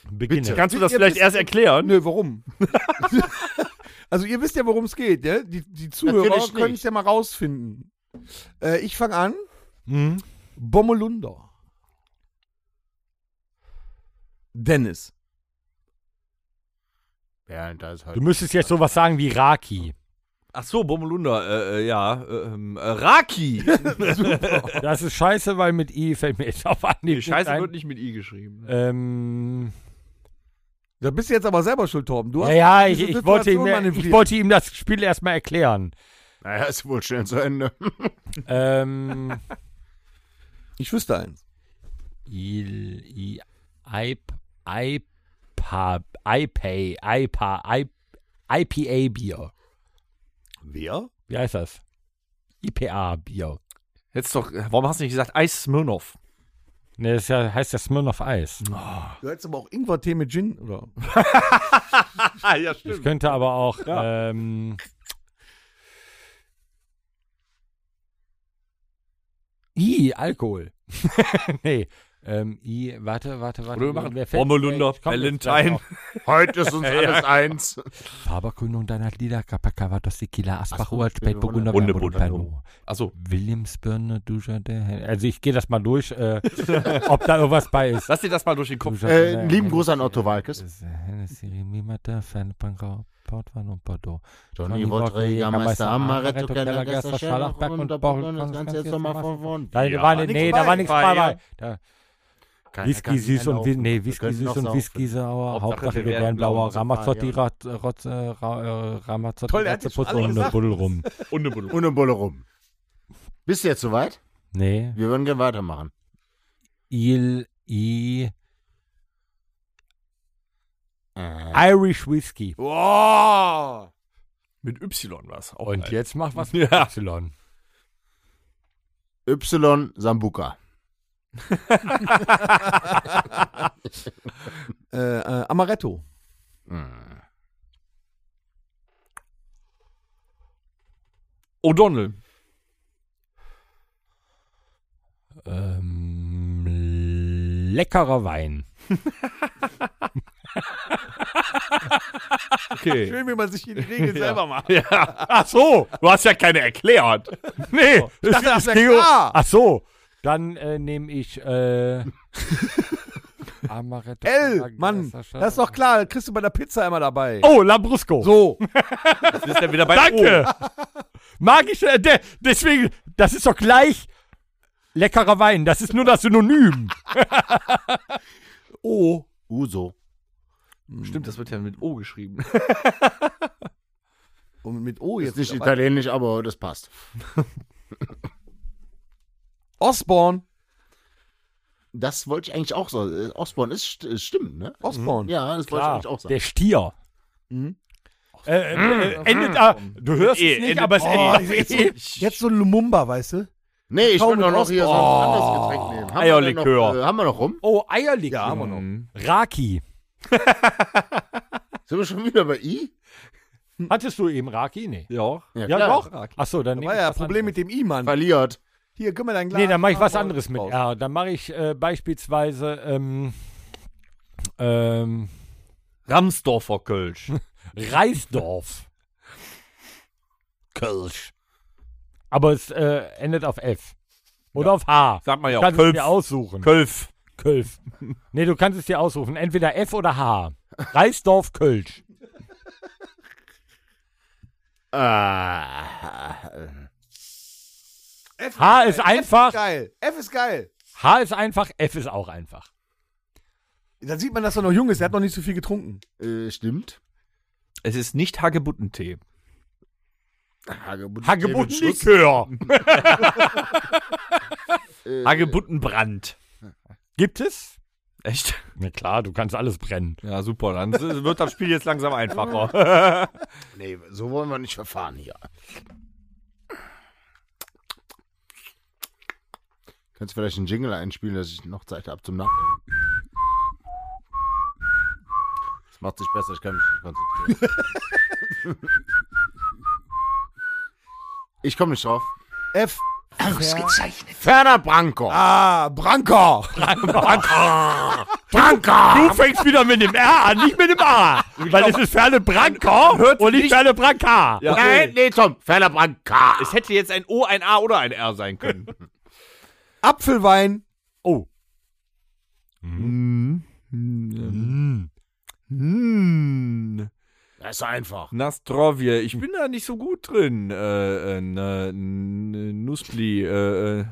Beginne.
Kannst du das
Ihr-
vielleicht
ihr-
erst erklären?
Nö, warum? also ihr wisst ja, worum es geht, ne? Die, die Zuhörer
Natürlich
können
nicht.
es ja mal rausfinden. Äh, ich fange an.
Hm?
Mhm.
Bommelunder. Dennis.
Bernd, da ist
Du
halt.
müsstest jetzt sowas sagen wie Raki.
Ach so, Bommelunder, äh, äh, ja. Ähm, äh, Raki!
Das ist scheiße, weil mit I fällt mir jetzt auf Anhieb
Die Scheiße
ein.
wird nicht mit I geschrieben.
Ähm,
Da bist du jetzt aber selber schuld, Torben. Du
ja,
hast
ja, ich,
diese
ich,
Situation
wollte ihm, ich
manövriert.
wollte ihm das Spiel erstmal erklären.
Naja, ist wohl schnell zu Ende.
Ähm,
ich wüsste eins.
I, I, Ip, Ipa, Ipay, Ipa, Ip, IPA-Bier.
Wer?
Wie heißt das? IPA-Bier.
Jetzt doch, äh, warum hast du nicht gesagt Eis Smirnoff?
Ne, das ist ja, heißt ja Smirnoff Eis.
Du hättest aber auch Ingwer-Tee mit Gin, oder?
Ah, ja, stimmt.
Ich könnte aber auch ähm, I, Alkohol. nee. Ähm, I, warte, warte, warte.
Oder wir machen
Wer fällt-
Bommelunder,
Ich komm jetzt gleich
Valentine.
drauf.
Heute ist uns alles eins.
Fabergründung deiner Lieder, Kapakavatos, Tequila, Asbach, Spätburgunder,
Runde,
Wermut und
Bunde.
Pinot.
Achso.
Williamsbirne, Duscher, der Also ich gehe das mal durch, äh, ob da irgendwas bei ist.
Lass dir das mal durch den Kopf.
Äh, lieben Äh, Gruß an Otto
Äh,
Walkes.
Hennessy, Remimata, Fernpankau, Portwein und Bordeaux.
Johnny Wodre, Jägermeister, Amaretto, Keller, Gester, Scharlachberg und Bauch. Das Ganze jetzt nochmal von vorn.
Da war ne, nee, da war nichts
bei,
bei.
ja.
bei. Da, Whisky süß und Whisky, nee, Whisky süß und Whisky sauer. Hauptsache wir werden blauer. Ramazzotti, Rat- Rotz, äh, Ra- äh, Ramazzotti,
Toll, der hat jetzt schon
Ratzeputz
alle
und eine
gesagt.
Buddel rum.
Ohne Bulle.
Ohne Bulle rum. Bist du jetzt soweit?
Nee.
Wir würden gerne weitermachen.
Il, I.
Äh.
Irish Whisky.
Wow. Mit Y was. Auch
Und
geil.
jetzt mach was mit
Ja.
Y.
Y. Sambuka.
Äh, äh, Amaretto.
O'Donnell.
Ähm, leckerer Wein.
Okay.
Schön, wie man sich die Regeln selber macht.
ja. Ach so, du hast ja keine erklärt.
Nee, ich um.
dachte, das wär klar.
Ach so, dann äh, nehme ich äh, Amaretto.
L, Mann, das ist doch klar, das kriegst du bei der Pizza immer dabei.
Oh, Lambrusco.
So, oh.
Das ist ja wieder bei
Danke. Magische, äh, de, deswegen, das ist doch gleich leckerer Wein. Das ist nur das Synonym.
O.
Uso.
O. Stimmt, das wird ja mit O geschrieben.
Und mit O
Ist
jetzt.
nicht
dabei.
italienisch, aber das passt.
Osborne.
Das wollte ich eigentlich auch so. Äh, Osborne ist, st- ist stimmt, ne?
Osborne.
Ja, das wollte ich eigentlich auch sagen.
Ah,
Mhm.
der Stier. Äh, äh, äh, endet, ah, du hörst
Eh,
es nicht,
endet-
aber es endet.
jetzt,
Mhm.
so, jetzt so Lumumba, weißt du?
Nee, ich
Kaum
will doch
mit
noch hier so ein anderes Getränk nehmen. Haben wir denn noch,
Oh, Eierlikör.
äh, haben wir noch rum?
Oh, Eierlikör.
Ja, haben wir noch.
Raki.
Sind wir schon wieder bei I?
Hm.
Hattest du eben Raki? Nee.
Ja.
Ja,
klar.
doch. Achso, dann
War
nehme ich
ja
was
Problem
anderes.
mit dem I-Mann.
Verliert.
Hier, gib mir dein Glas.
Nee, dann mache ich was
Mach mal
anderes mit
raus.
R. Dann mache ich äh, beispielsweise ähm, ähm,
Ramsdorfer Kölsch.
Reisdorf. Kölsch. Aber es äh, endet auf F. Oder auf H.
Sag mal ja
Du
auch
kannst es
Kölf.
dir aussuchen.
Kölf.
Kölf. Nee, du kannst es dir aussuchen. Entweder F oder H. Reisdorf Kölsch.
Ah.
Äh, F
H ist einfach.
geil. F ist geil.
H ist einfach. F ist auch einfach.
Dann sieht man, dass er noch jung ist. Er hat noch nicht so viel getrunken.
Äh, stimmt.
Es ist nicht Hagebuttentee.
Hagebutten.
Hagebuttenlikör.
Hagebuttenbrand.
Gibt es?
Echt?
Na klar, du kannst alles brennen.
Ja, super. Dann s- wird das Spiel jetzt langsam einfacher.
Nee, so wollen wir nicht verfahren hier. Kannst du vielleicht einen Jingle einspielen, dass ich noch Zeit habe zum Nachdenken? Das macht sich besser, ich kann mich nicht konzentrieren. Ich komme nicht drauf.
F.
Ferner Branko.
Ah, Branko.
Ah,
Äh,
Du fängst wieder mit dem R an, nicht mit dem A. Weil es ist Ferne Branko und nicht Ferne Branka.
Ja,
Nein, nee, Tom. Ferner Branka.
Es hätte jetzt ein O, ein A oder ein R sein können.
Apfelwein.
Oh.
Das ist einfach.
Nastrovje,
Hm.
ich bin da nicht so gut drin. Äh, äh, n- n- Nussli, äh, äh,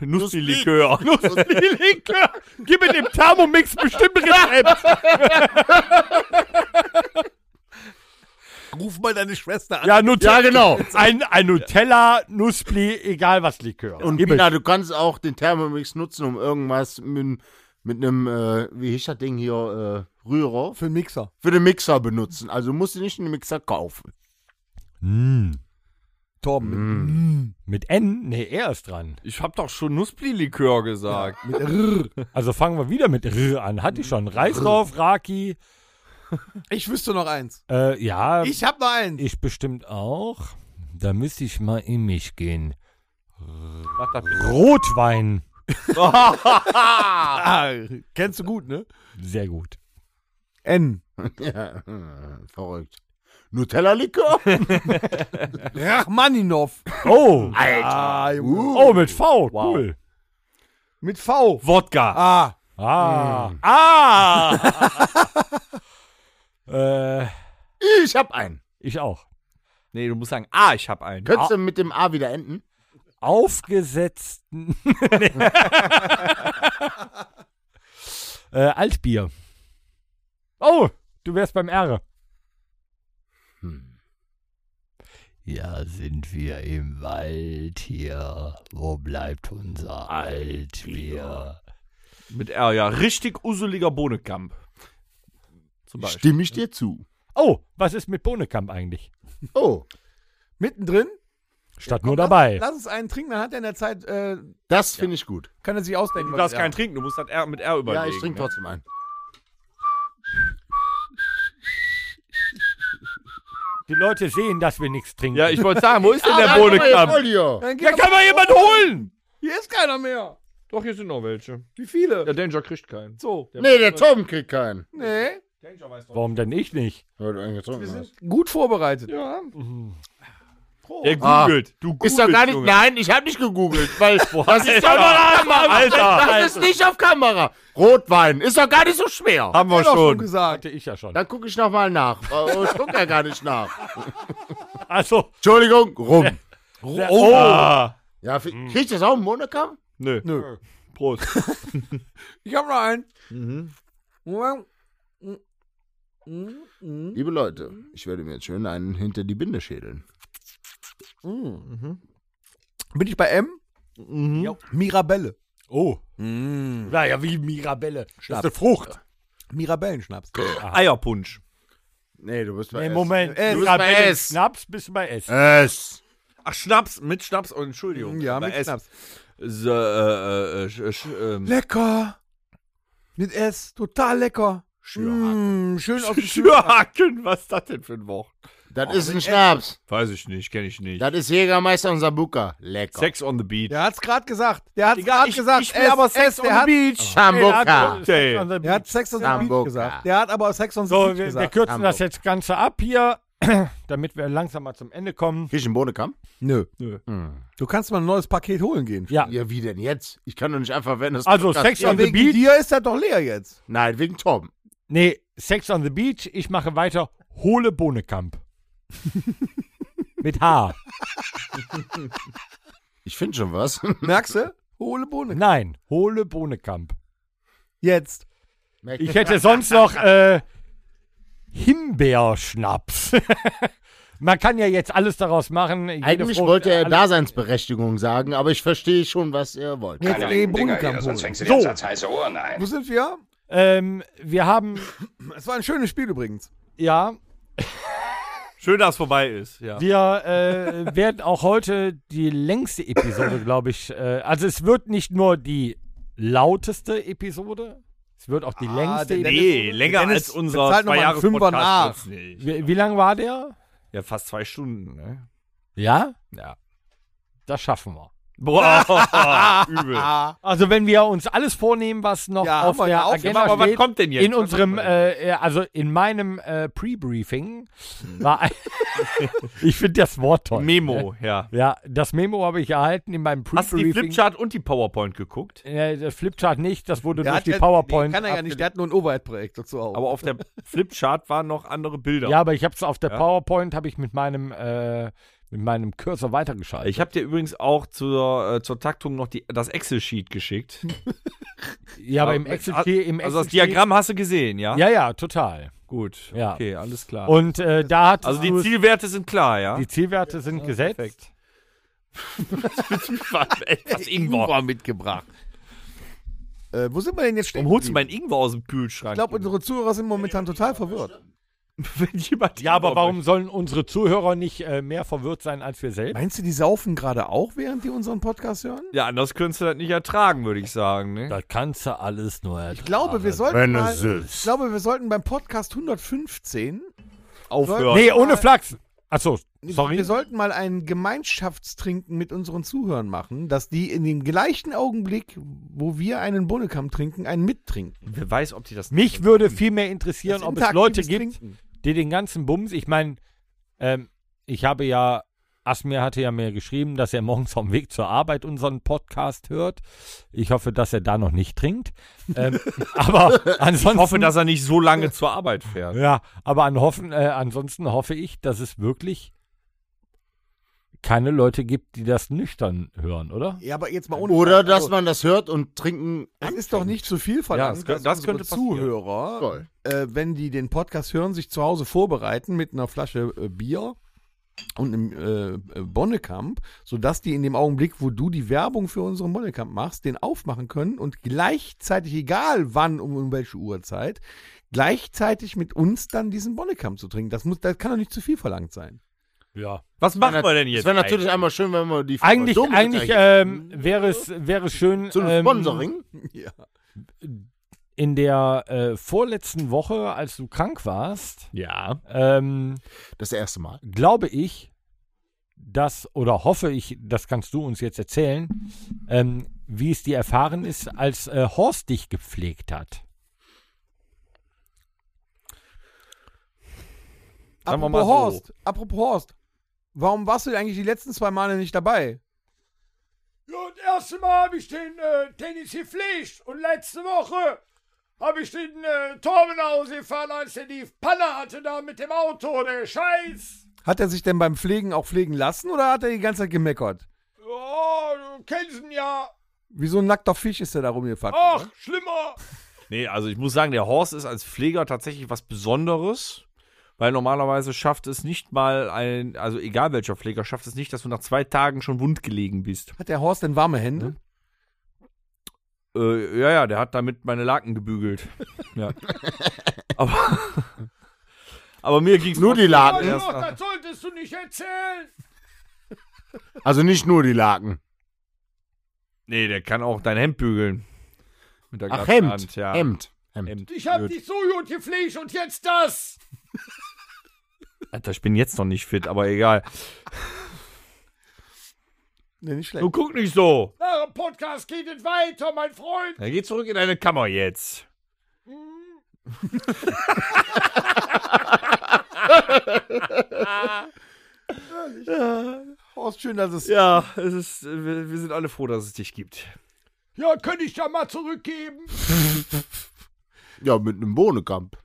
Nussli-Likör. Nussli-Likör.
Gib mir dem Thermomix bestimmt Rezept.
Ruf mal deine Schwester an.
Ja, Nutella.
Ja, genau.
Ein, ein Nutella, Nussbli, egal was Likör.
Und
Gib
Bina, du kannst auch den Thermomix nutzen, um irgendwas mit, mit einem, äh, wie hieß das Ding hier, äh, Rührer,
Für den Mixer.
für den Mixer benutzen. Also musst du nicht einen Mixer kaufen.
Hm.
Torben.
Mhm.
Mit N? Nee, er ist dran.
Ich hab doch schon Nussli-Likör gesagt.
Mit, mit R.
Also fangen wir wieder mit R an. Hatte ich schon. Reisdorf, Raki.
Ich wüsste noch eins.
Äh, ja, ich,
Ich hab noch eins.
bestimmt auch. Da müsste ich mal in mich gehen. Rotwein.
Ah, kennst du gut, ne?
Sehr gut.
N.
Ja, verrückt. Nutella-Likör?
Rachmaninov.
Oh.
Ah,
Uh.
Junge.
Oh, mit V. Cool.
Mit V.
Wodka.
Ah.
Ah. Ah. äh,
Ich hab einen.
ich auch.
Nee, du musst sagen, ah, ich hab einen.
Könntest du mit dem A wieder enden?
Aufgesetzten. Nee. äh, Altbier. Oh, du wärst beim R. Hm. Ja, sind wir im Wald hier. Wo bleibt unser Altbier?
Mit R, ja. Richtig useliger Bohnenkamp. Zum Beispiel.
Stimme ich dir zu.
Oh, was ist mit Bohnekamp eigentlich?
Oh,
Mittendrin.
Statt nur dabei.
Lass uns einen trinken, dann hat er in der Zeit, äh,
das finde ich gut.
kann er sich ausdenken.
Du darfst
was er-
keinen trinken, du musst das R mit R überlegen.
Ja, ich trinke trotzdem einen.
Die Leute sehen, dass wir nichts trinken.
Ja, ich wollte sagen, wo ist denn der
guck mal, jetzt
Bohnenkamp?
voll hier.
Dann geht
Da
er-
kann mal jemand holen!
Hier ist keiner mehr.
Doch, hier sind noch welche.
Wie viele?
Der Danger kriegt keinen.
So.
Nee, der Tom kriegt keinen.
Nee.
Warum denn ich nicht?
Weil du einen getrunken
Wir
hast.
sind gut vorbereitet.
Ja.
Prost.
Der googelt. Du googelst,
Oh. Ah. Ist doch gar nicht.
Junge.
Nein, ich habe nicht gegoogelt, weil das ist doch
Alter.
noch Kamera.
Alter.
Das ist nicht auf Kamera. Rotwein ist doch gar nicht so schwer.
Haben wir
Hat er doch schon
schon.
gesagt.
Hatte ich ja schon.
Dann gucke ich nochmal nach. Oh, ich gucke ja gar nicht nach.
Also,
Entschuldigung, rum.
oh.
Ah.
Ja, f- kriegt das auch einen Monokamm?
Nö.
Nö.
Prost.
Ich hab noch einen.
Hm?
Liebe Leute, ich werde mir jetzt schön einen hinter die Binde schädeln.
Bin ich bei M? Mhm.
Jo.
Mirabelle.
Oh.
Mm.
Naja, wie Mirabelle.
Schnaps.
Das ist eine Frucht.
Mirabellenschnaps.
Eierpunsch.
Nee, du bist bei
Nee,
S.
Moment. äh,
S.
Du bist bei
Mirabelle
S.
Schnaps bis bei S.
S.
Ach, Schnaps. Mit Schnaps. Oh, Entschuldigung.
Ja,
Bei
mit
S.
Schnaps.
So, äh, äh, sch, äh, sch, ähm,
Lecker. Mit S. Total lecker. Mm, schön auf die
Schürhaken, was ist das denn für ein Wort?
Das
Oh,
ist ein Schnaps.
Weiß ich nicht, kenne ich nicht.
Das ist Jägermeister und Sambuca. Lecker.
Sex on the Beach.
Der hat's gerade gesagt. Der hat's gerade gesagt.
ich will aber Sex on
der
the
hat,
Beach.
Sambuca.
Cocktail.
Der hat Sex on the
Sambuca.
Beach gesagt. Der hat aber Sex on the
So,
Beach
wir, wir
gesagt.
kürzen
Hamburg.
das jetzt Ganze ab hier, damit wir langsam mal zum Ende kommen.
Krieg ich einen Monokamm?
Nö.
Hm.
Du kannst mal ein neues Paket holen gehen.
Ja,
Ja, wie denn jetzt? Ich kann doch nicht einfach, wenn das.
also Sex
Ja,
on the
wegen
Beach.
dir ist er doch leer jetzt.
Nein, wegen Tom.
Nee, Sex on the Beach. Ich mache weiter. Hohle Bohnekamp. Mit H.
Ich finde schon was.
Merkst du? Hohle Bohne.
Nein, Hohle Bohnekamp.
Jetzt.
Ich hätte sonst noch äh, Himbeerschnaps. Man kann ja jetzt alles daraus machen. Jede
Eigentlich
Frucht,
wollte er
alles-
Daseinsberechtigung sagen, aber ich verstehe schon, was er wollte.
Jetzt den Brunnenkampf holen.
fängst du
So.
heiße Ohren ein.
Wo sind wir?
Ähm, wir haben,
Es war ein schönes Spiel übrigens.
ja,
Schön, dass es vorbei ist. Ja.
Wir äh, werden auch heute die längste Episode, glaube ich. Äh, also es wird nicht nur die lauteste Episode, es wird auch die längste
denn-
Episode.
Nee,
Dennis-
länger
Dennis
als unser
bezahlt noch mal einen Fünfer nach.
Zwei-Jahres-Podcast. wird's nicht.
Wie, wie lang war der?
Ja, fast zwei Stunden, ne?
Ja?
Ja.
Das schaffen wir.
Boah, übel.
Also wenn wir uns alles vornehmen, was noch
Ja,
auf
haben wir
der
ja auch
Agenda
gemacht, aber was
steht,
kommt denn jetzt?
in
Was
unserem,
kommt denn
äh, äh, also in meinem äh, Pre-Briefing
Hm.
war ein ich finde das Wort
äh,
toll.
Memo,
ne?
ja.
Ja, das Memo habe ich erhalten in meinem
Hast du die
Pre-Briefing.
Flipchart und die PowerPoint geguckt?
Äh, das Flipchart nicht, das wurde durch
hat
die
ja-
PowerPoint.
nee, Kann er ja nicht, der hat nur ein Overhead-Projekt dazu auch.
Aber auf der Flipchart waren noch andere Bilder.
Ja, aber ich habe es auf der
Ja.
PowerPoint habe ich mit meinem äh, mit meinem Cursor weitergeschaltet.
Ich habe dir übrigens auch zur, äh, zur Taktung noch die, das Excel-Sheet geschickt.
ja, aber im Excel im
äh, Also das
Excel steht-
Diagramm hast du gesehen, ja?
Ja, ja, total.
Gut,
Ja.
okay, alles klar.
Und äh, da hat
also die
du-
Zielwerte sind klar, ja?
die Zielwerte sind gesetzt.
Was Ingwer.
Oh.
Ingwer mitgebracht. Äh, wo sind wir denn jetzt stehen?
Um
Warum holst du
geblieben?
meinen Ingwer aus dem Kühlschrank?
ich glaube, unsere Zuhörer sind momentan total verwirrt.
wenn jemand
Ja, aber warum sollen unsere Zuhörer nicht äh, mehr verwirrt sein als wir selbst?
Meinst du, die saufen gerade auch, während die unseren Podcast hören?
Ja, anders könntest du das nicht ertragen, würde ich sagen. Ne?
kannst du alles nur
Ich glaube,
Ah,
wir sollten mal, ich glaube, wir sollten beim Podcast 115
Aufhören.
Nee, ohne Flachs. Achso, sorry.
Wir sollten mal ein Gemeinschaftstrinken mit unseren Zuhörern machen, dass die in dem gleichen Augenblick, wo wir einen Bonnekamp trinken, einen mittrinken.
Wer weiß, ob die das
Mich würde viel mehr interessieren,
Das
ob es Leute
interaktives
gibt,
Trinken.
die den ganzen Bums, ich meine, ähm, ich habe ja, Asmir hatte ja mir geschrieben, dass er morgens vom Weg zur Arbeit unseren Podcast hört. Ich hoffe, dass er da noch nicht trinkt. Ähm, aber ansonsten.
Ich hoffe, dass er nicht so lange zur Arbeit fährt.
Ja, aber an hoffen, äh, ansonsten hoffe ich, dass es wirklich keine Leute gibt, die das nüchtern hören, oder?
Ja, aber jetzt mal ohne.
Oder
Frage.
dass man das hört und trinken.
Ah,
Das ist doch nicht zu viel verlangt,
Ja, das kö- das
unsere
könnte passieren.
Zuhörer,
Voll.
äh, wenn die den Podcast hören, sich zu Hause vorbereiten mit einer Flasche äh, Bier und einem äh, äh, Bonnekamp, sodass die in dem Augenblick, wo du die Werbung für unseren Bonnekamp machst, den aufmachen können und gleichzeitig, egal wann um, um welche Uhrzeit, gleichzeitig mit uns dann diesen Bonnekamp zu trinken. Das, muss, das kann doch nicht zu viel verlangt sein.
Ja.
Was machen wir denn
Es
jetzt?
wäre natürlich
eigentlich?
einmal schön, wenn wir die
Eigentlich,
Firma
eigentlich
Domrep-
ähm, wäre es wäre es schön
Mhm. hm, zu einem
ähm,
Sponsoring.
in der äh, vorletzten Woche, als du krank warst,
Ja.
ähm,
Das erste Mal.
glaube ich, dass oder hoffe ich, das kannst du uns jetzt erzählen, ähm, wie es dir erfahren ist, als äh, Horst dich gepflegt hat.
Sagen wir
apropos
mal so.
Horst, apropos Horst, warum warst du eigentlich die letzten zwei Male nicht dabei?
Ja, das erste Mal habe ich den äh, Tennis gepflegt und letzte Woche habe ich den äh, Torben ausgefahren, als er die Panne hatte da mit dem Auto, der Scheiß.
Hat er sich denn beim Pflegen auch pflegen lassen oder hat er die ganze Zeit gemeckert?
Oh, du kennst ihn ja.
Wie so ein nackter Fisch ist er da rumgefahren.
Ach, schlimmer.
Nee, also ich muss sagen, der Horst ist als Pfleger tatsächlich was Besonderes, weil normalerweise schafft es nicht mal ein, also egal welcher Pfleger, schafft es nicht, dass du nach zwei Tagen schon wund gelegen bist.
Hat der Horst denn warme Hände?
Äh, ja, ja, der hat damit meine Laken gebügelt. Ja. aber, aber mir ging's
Nur die Laken.
Erst nach-
solltest du nicht erzählen.
Also nicht nur die Laken.
Nee, der kann auch dein Hemd bügeln. Mit der
Ach,
glatten
Hemd.
Hand, ja.
Hemd. Hemd.
Hemd.
dich so gut gepflegt und jetzt das.
Alter, ich bin jetzt noch nicht fit, aber egal.
Nee, nicht schlecht.
Du guck nicht so.
Der Podcast geht nicht weiter, mein Freund.
Ja, geh zurück in deine Kammer jetzt.
Horst, schön, dass es.
Ja, es ist, äh, wir, wir sind alle froh, dass es dich gibt.
Ja, könnte ich ja mal zurückgeben.
Ja, mit einem Bohnenkamp.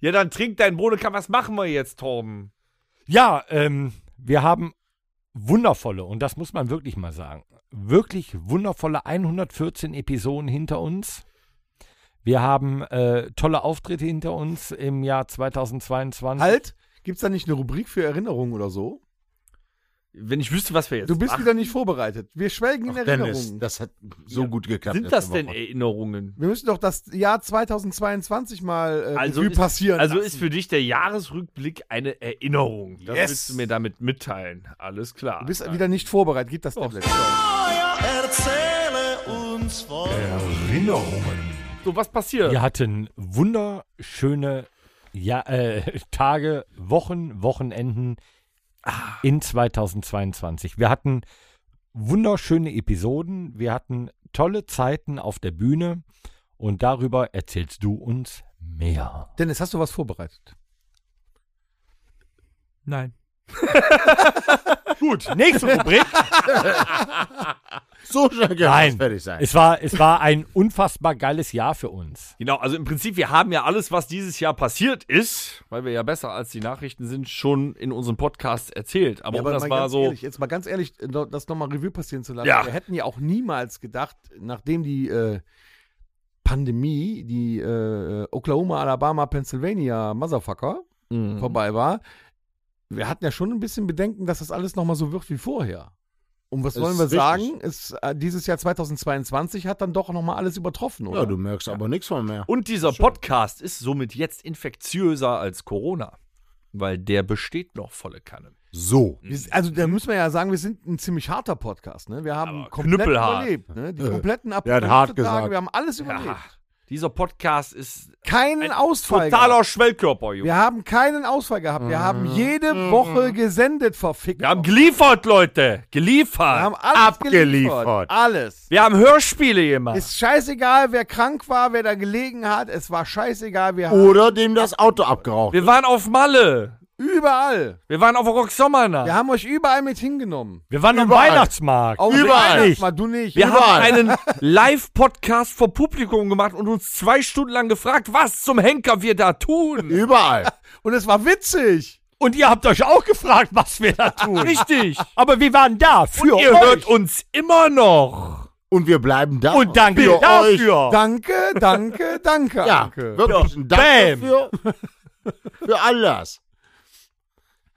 Ja, dann trink dein Bodekamp. Was machen wir jetzt, Torben?
Ja, ähm, wir haben wundervolle, und das muss man wirklich mal sagen, wirklich wundervolle 114 Episoden hinter uns. Wir haben äh, tolle Auftritte hinter uns im Jahr 2022.
Halt, gibt's da nicht eine Rubrik für Erinnerungen oder so?
Wenn ich wüsste, was wir jetzt
Du bist
machen.
wieder nicht vorbereitet. Wir schwelgen in Erinnerungen.
das hat so gut geklappt.
Sind das
letzte
denn
Woche.
Erinnerungen?
wir müssen doch das Jahr 2022 mal äh,
Also
Revue
ist-
passieren.
Also
lassen.
ist für dich der Jahresrückblick eine Erinnerung. Das
Yes.
willst du mir damit mitteilen. Alles klar.
Du bist wieder nicht vorbereitet. Gib das Tablet.
Erinnerungen.
so, was passiert?
Wir hatten wunderschöne ja äh,
Ah.
Tage, Wochen, Wochenenden in 2022. Wir hatten wunderschöne Episoden. Wir hatten tolle Zeiten auf der Bühne und darüber erzählst du uns mehr.
Dennis, hast du was vorbereitet?
Nein.
Gut, nächste Rubrik.
So schnell kann es
Nein,
fertig sein.
es war, es war ein unfassbar geiles Jahr für uns.
Genau, also im Prinzip, wir haben ja alles, was dieses Jahr passiert ist, weil wir ja besser als die Nachrichten sind, schon in unseren Podcasts erzählt. Aber,
Ja,
um das
mal
mal
ganz
so.
Ehrlich, jetzt mal ganz ehrlich, äh, no- das nochmal Revue passieren zu lassen.
Ja.
Wir hätten ja auch niemals gedacht, nachdem die äh, Pandemie, die äh, Oklahoma, Alabama, Pennsylvania Motherfucker
Mhm.
vorbei war, wir hatten ja schon ein bisschen Bedenken, dass das alles nochmal so wird wie vorher. Und was
Das
wollen
ist
wir
richtig.
sagen? Es, äh, dieses Jahr 2022 hat dann doch nochmal alles übertroffen, oder?
Ja, du merkst aber nichts von mehr.
Und dieser Podcast ist somit jetzt infektiöser als Corona, weil der besteht noch volle Kanne.
So.
Wir s- Also da müssen wir ja sagen, wir sind ein ziemlich harter Podcast. Ne? Wir haben
Aber
komplett
knüppelhart.
überlebt. Ne? Die
Äh,
kompletten
der hat hart gesagt.
wir haben alles überlebt.
Dieser Podcast ist
Keinen
ein
Ausfall.
totaler
gehabt.
Schwellkörper, Junge.
Wir haben keinen Ausfall gehabt. Wir haben jede Woche gesendet, verfickt.
Wir haben geliefert, Leute. Geliefert.
Wir haben alles
Abgeliefert.
Alles.
Wir haben Hörspiele gemacht.
Ist scheißegal, wer krank war, wer da gelegen hat. Es war scheißegal. Wir haben
Oder dem das Auto abgeraucht.
wir waren auf Malle.
überall.
Wir waren auf Rock Sommernacht.
Wir haben euch überall mit hingenommen.
Wir waren am
Überall.
Weihnachtsmarkt.
Auch
Überall.
wenn- Mal du nicht.
Wir
Überall.
haben einen Live-Podcast vor Publikum gemacht und uns zwei Stunden lang gefragt, was zum Henker wir da tun.
Überall.
Und es war witzig.
Und ihr habt euch auch gefragt, was wir da tun.
Richtig.
Aber wir waren da für
Ihr
euch.
hört uns immer noch.
Und wir bleiben da.
und danke
Für euch.
dafür.
Danke, danke, danke.
Ja,
Anke.
wirklich ein Dank dafür. Für all das.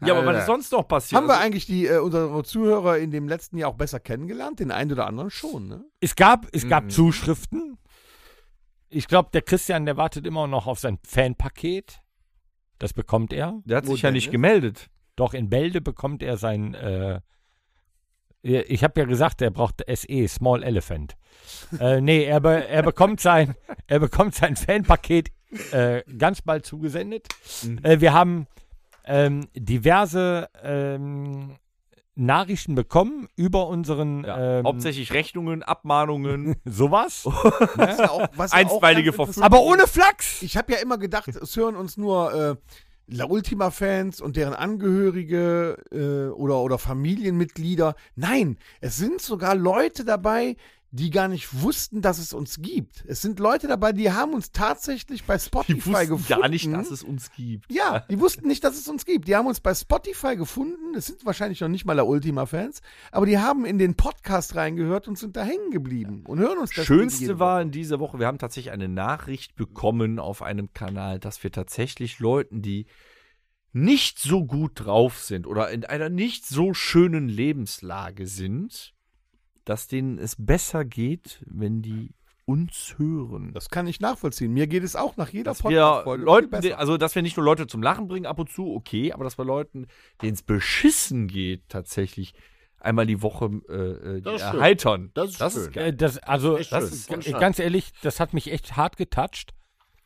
Ja, aber was
Alter.
ist sonst noch passiert? Also,
Haben wir eigentlich die, äh, unsere Zuhörer in dem letzten Jahr auch besser kennengelernt? Den einen oder anderen schon, ne?
Es gab, es
Mhm.
gab Zuschriften. Ich glaube, der Christian, der wartet immer noch auf sein Fanpaket. Das bekommt er.
Der hat
Wo
sich ja
denn,
nicht
ne?
gemeldet.
Doch in Bälde bekommt er sein. Äh, ich habe ja gesagt, er braucht SE, Small Elephant. äh, nee, er, be er bekommt sein, er bekommt sein Fanpaket äh, ganz bald zugesendet. Äh, wir haben ähm, diverse ähm, Nachrichten bekommen über unseren
Ja.
ähm,
Hauptsächlich Rechnungen, Abmahnungen,
sowas.
Was ja auch, was ja
Einstweilige
auch ganz
Verfügung.
Aber ohne Flachs.
Ich habe ja immer gedacht, es hören uns nur äh, La Ultima-Fans und deren Angehörige äh, oder, oder Familienmitglieder. Nein, es sind sogar Leute dabei, die gar nicht wussten, dass es uns gibt. Es sind Leute dabei, die haben uns tatsächlich bei Spotify
Die wussten
gefunden.
gar nicht, dass es uns gibt.
Ja, die wussten nicht, dass es uns gibt. Die haben uns bei Spotify gefunden. Das sind wahrscheinlich noch nicht mal La Ultima-Fans, aber die haben in den Podcast reingehört und sind da hängen geblieben und hören uns das
Schönste
jede
war
Woche.
in dieser Woche, wir haben tatsächlich eine Nachricht bekommen auf einem Kanal, dass wir tatsächlich Leuten, die nicht so gut drauf sind oder in einer nicht so schönen Lebenslage sind, dass denen es besser geht, wenn die uns hören.
Das kann ich nachvollziehen. Mir geht es auch nach jeder
dass wir
Podcast-Folge
Leuten,
viel
de- also dass wir nicht nur Leute zum Lachen bringen ab und zu, okay, aber dass wir Leuten, denen es beschissen geht, tatsächlich einmal die Woche äh, äh, die
Das stimmt.
erheitern.
Das ist schön.
geil.
Äh, Das, also,
Echt
das
schön.
ist,
Ganz
g-
schön.
ganz ehrlich, das hat mich echt hart getoucht.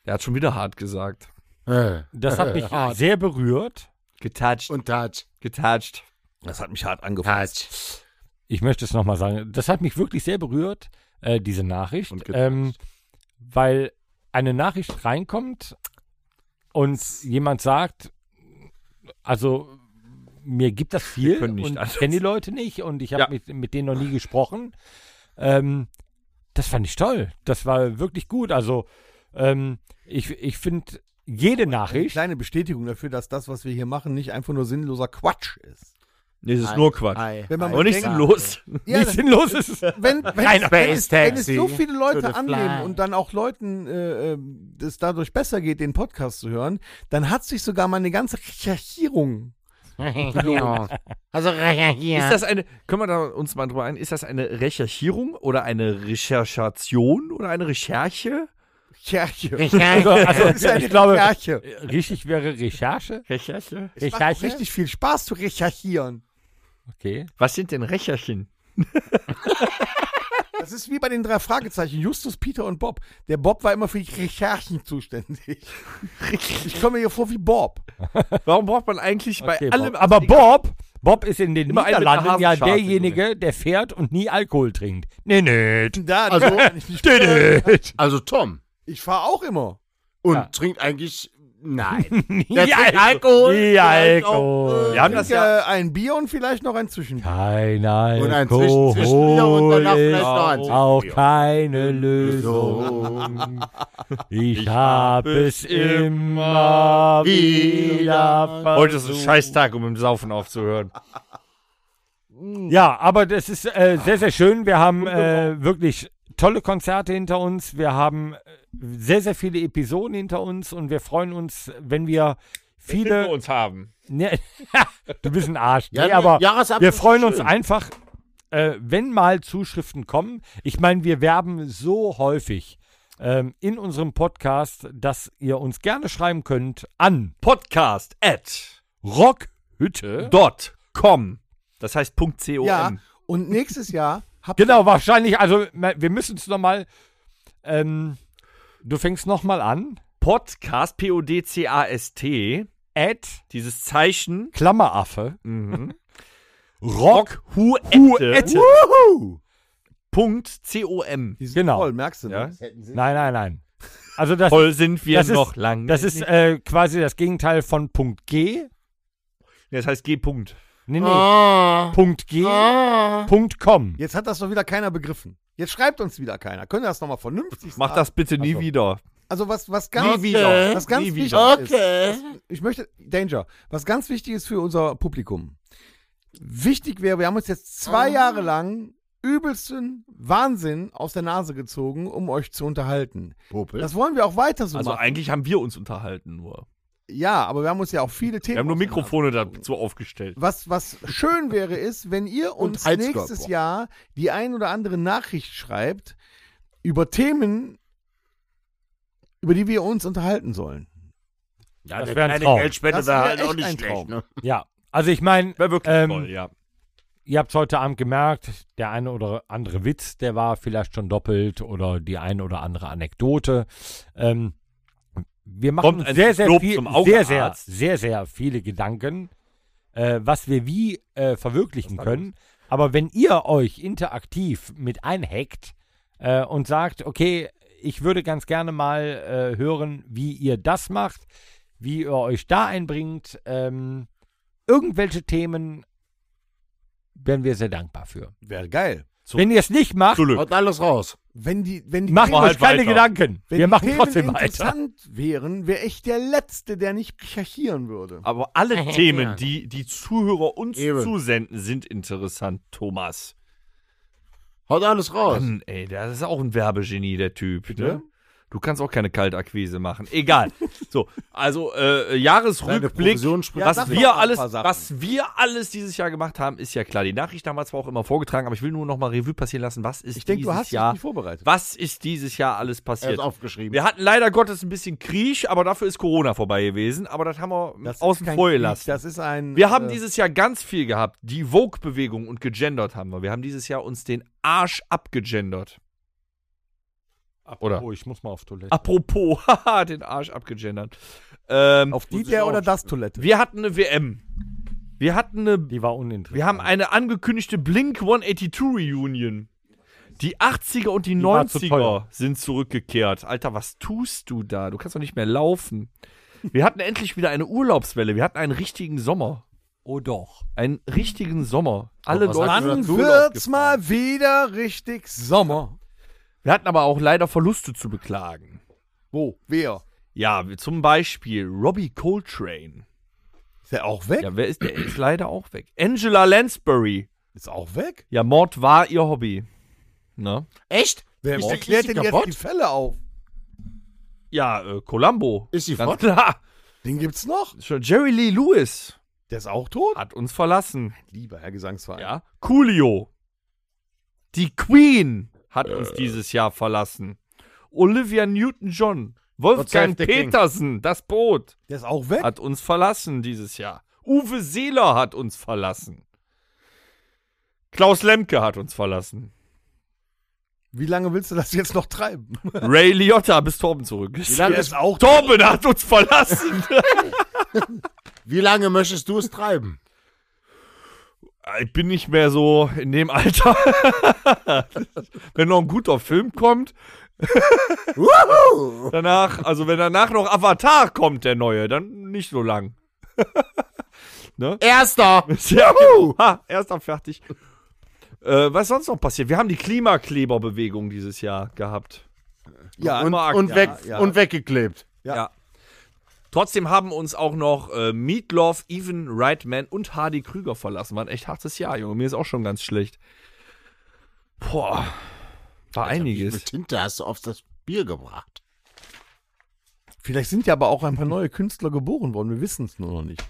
Er hat schon wieder hart gesagt.
Äh,
Das hat mich sehr berührt.
Getatscht.
Und Touch.
Getatscht.
Das hat mich hart angefasst.
Touch.
ich möchte es nochmal sagen, das hat mich wirklich sehr berührt, äh, diese Nachricht.
Und getäuscht.
ähm, weil eine Nachricht reinkommt und jemand sagt, also mir gibt das viel
können nicht
und ich
anders.
kenne die Leute nicht und ich habe
Ja.
mit, mit denen noch nie gesprochen. Ähm, das fand ich toll. Das war wirklich gut. Also ähm, ich, ich finde jede
Eine
Nachricht,
kleine Bestätigung dafür, dass das, was wir hier machen, nicht einfach nur sinnloser Quatsch ist.
Nee, das ist nur Quatsch.
Ei,
Wenn man
ei,
mal
Aber nicht
ei.
sinnlos.
Ja,
nicht sinnlos ist.
wenn, wenn,
Kein
wenn, es,
Space
wenn es
Taxi
so
to
viele
the
Leute
fly.
annehmen und dann auch Leuten äh, ähm, es dadurch besser geht, den Podcast zu hören, dann hat sich sogar meine ganze Recherchierung.
Also, ja.
Ist das eine, können wir da uns mal drüber ein, ist das eine Recherchierung oder eine Recherchation oder eine Recherche?
Recherche.
Also, also,
Das ist eine
ich glaube,
Recherche.
richtig wäre Recherche.
Recherche?
Es macht auch richtig viel Spaß zu recherchieren.
Okay.
Was sind denn Recherchen?
Das ist wie bei den drei Fragezeichen, Justus, Peter und Bob. Der Bob war immer für die Recherchen zuständig. Ich komme mir hier vor wie Bob.
Warum braucht man eigentlich bei
okay
allem,
Bob. Aber Bob, Bob ist in den
Immer einen mit einer
Niederlanden ja
Hasenscharte,
derjenige, der fährt und nie Alkohol trinkt. Nee, nee.
Da,
Also,
Nee, nee.
also Tom.
ich fahre auch immer.
Und
Ja.
trinkt eigentlich. Nein.
Nie
Der trinkt Alkohol.
Nie
vielleicht
Alkohol.
Auch,
Wir haben das ja.
Äh, ein Bier und vielleicht noch ein Zwischen.
Kein
äh, und ein
Alkohol
Zwischen Zwischenbier und danach vielleicht
ist
noch ein
auch
Zwischenbier.
keine Lösung. Ich hab es immer wieder versucht.
Heute ist ein Scheißtag, um im Saufen aufzuhören.
Ja, aber das ist äh, sehr, sehr schön. Wir haben äh, wirklich tolle Konzerte hinter uns. Wir haben äh, sehr, sehr viele Episoden hinter uns und wir freuen uns, wenn
Wenn
wir
wir
viele.
uns haben.
Ne, du bist ein Arsch.
Ja,
nee,
der
aber
Jahresabschluss
wir
ist
freuen uns
schön.
einfach, äh, wenn mal Zuschriften kommen. Ich meine, wir werben so häufig ähm, in unserem Podcast, dass ihr uns gerne schreiben könnt an
Podcast at
Rockhütte.
dot com. Das heißt Punkt .com.
Ja, und nächstes Jahr habt
Genau, wahrscheinlich. Also, ma- wir müssen es nochmal. Ähm, du fängst nochmal an.
Podcast, P-O-D-C-A-S-T,
At
dieses Zeichen.
Klammeraffe.
Rock, Huette. Punkt .com.
Die sind
Genau.
voll, merkst du,
Ja.
ne?
Nein, nein, nein. Also, das,
Voll sind wir
das ist-
noch lang.
das ist äh, quasi das Gegenteil von Punkt G.
das heißt G. Punkt.
Nee, nee.
Ah,
Punkt G.
ah.
Punkt com.
Jetzt hat das doch wieder keiner begriffen. Jetzt schreibt uns wieder keiner. Können wir das nochmal vernünftig
Mach das bitte nie
Ach so.
wieder.
Also was, was ganz,
Nie wieder.
Was ganz
Nie
wichtig
wieder.
ist.
Okay.
Was, ich möchte, Danger, was ganz wichtig ist für unser Publikum. Wichtig wäre, wir haben uns jetzt zwei Jahre lang übelsten Wahnsinn aus der Nase gezogen, um euch zu unterhalten.
Popel.
Das wollen wir auch weiter so
Also
machen.
eigentlich haben wir uns unterhalten nur.
Ja, aber wir haben uns ja auch viele Themen.
Wir haben nur
aus der Nase
Mikrofone dazu aufgestellt.
Was, was schön wäre, ist, wenn ihr
Und
uns
Heizkörper.
nächstes Jahr die ein oder andere Nachricht schreibt über Themen, über die wir uns unterhalten sollen.
Ja,
Das
eine
wär ein
kleine
Traum.
Geldspende
Das
wäre
wär
halt auch
echt
nicht
ein
schlecht.
Traum.
Ne?
Ja. Also, ich meine,
Wäre wirklich
Ähm,
toll, ja.
ihr habt heute Abend gemerkt, der eine oder andere Witz, der war vielleicht schon doppelt oder die eine oder andere Anekdote. Ähm, wir machen
Kommt
uns
ein
sehr, sehr,
Lob
viel,
zum Augenarzt.
sehr, sehr, sehr, sehr viele Gedanken, äh, was wir wie äh, verwirklichen können. Aber wenn ihr euch interaktiv mit einhackt äh, und sagt, okay, ich würde ganz gerne mal äh, hören, wie ihr das macht, wie ihr euch da einbringt, ähm, irgendwelche Themen wären wir sehr dankbar für.
Wäre geil.
So.
Wenn ihr es nicht macht,
Glück.
Haut alles raus.
Wenn die, wenn die
macht euch
Machen halt
keine
weiter.
Gedanken.
wenn
wir
die
machen
Themen
trotzdem weiter.
interessant wären, wäre ich der Letzte, der nicht recherchieren würde.
Aber alle Themen, die die Zuhörer uns
Eben.
zusenden, sind interessant, Thomas.
Haut alles raus.
Mann, ey, das ist auch ein Werbegenie, der Typ. Ne? Du kannst auch keine Kaltakquise machen. Egal. so, also äh, Jahresrückblick.
Provision spricht
was,
sag doch
wir
mal ein
alles,
paar Sachen.
was wir alles dieses Jahr gemacht haben, ist ja klar. Die Nachricht damals war auch immer vorgetragen, aber ich will nur noch mal Revue passieren lassen. Was ist
Ich denke,
dieses
du hast dich
Jahr?
nicht vorbereitet.
Was ist dieses Jahr alles
Er ist
passiert?
aufgeschrieben.
Wir hatten leider Gottes ein bisschen Krieg, aber dafür ist Corona vorbei gewesen. Aber das haben wir
Das
außen
ist kein
vor
Krieg,
gelassen.
Das ist ein.
Wir haben
äh,
dieses Jahr ganz viel gehabt. Die Vogue-Bewegung und gegendert haben wir. Wir haben dieses Jahr uns den Arsch abgegendert. Oder?
Oh, ich muss mal auf Toilette.
Apropos, haha, den Arsch abgegendert. Ähm,
auf die der oder das Toilette.
wir hatten eine WM. Wir hatten eine.
Die war uninteressant.
Wir haben eine angekündigte Blink 182 Reunion. Die 80er und die,
war zu
90er
teuer.
sind zurückgekehrt. Alter, was tust du da? Du kannst doch nicht mehr laufen. Wir hatten endlich wieder eine Urlaubswelle. Wir hatten einen richtigen Sommer.
oh doch.
Einen richtigen Sommer. Alle
was
Leute
sagst du
sind
dazu?
in Urlaub
Wird's
gefahren.
mal wieder richtig Sommer.
Wir hatten aber auch leider Verluste zu beklagen.
Wo? Wer?
Ja, wie zum Beispiel Robbie Coltrane.
Ist der auch weg?
Ja, wer ist der? ist leider auch weg. Angela Lansbury.
Ist auch weg?
Ja, Mord war ihr Hobby. Ne?
Echt?
Wer
Ist die-
erklärt
ist die
denn jetzt
kaputt?
die Fälle auf?
Ja, äh, Columbo.
Ist sie
Ganz
fort?
klar.
Den gibt's noch.
Schon Jerry Lee Lewis
Der ist auch tot?
hat uns verlassen.
Lieber Herr Gesangsverein.
Ja. Coolio. Die Queen hat uns dieses Jahr verlassen. Olivia Newton-John. Wolfgang
Gott sei Dank, der King.
Petersen, das Boot,
Der ist auch weg.
hat uns verlassen dieses Jahr. Uwe Seeler hat uns verlassen. Klaus Lemke hat uns verlassen.
Wie lange willst du das jetzt noch treiben?
Ray Liotta bis Torben zurück. ist.
lange
Der
ist
auch
Torben hat uns verlassen.
Wie lange möchtest du es treiben?
ich bin nicht mehr so in dem Alter. wenn noch ein guter Film kommt, danach, also wenn danach noch Avatar kommt, der neue, dann nicht so lang.
Erster!
Ja, genau. ha, erst am fertig. Äh, was ist sonst noch passiert? Wir haben die Klimakleberbewegung dieses Jahr gehabt.
Ja, und,
Marc,
und,
ja,
weg,
ja.
und weggeklebt.
Ja. Trotzdem haben uns auch noch äh, Meatloaf, Even Reitman und Hardy Krüger verlassen. War ein echt hartes Jahr, Junge. Mir ist auch schon ganz schlecht. Boah, war einiges.
Mit Tinte hast du auf das Bier gebracht.
Vielleicht sind ja aber auch ein paar neue Künstler geboren worden. Wir wissen es nur noch nicht.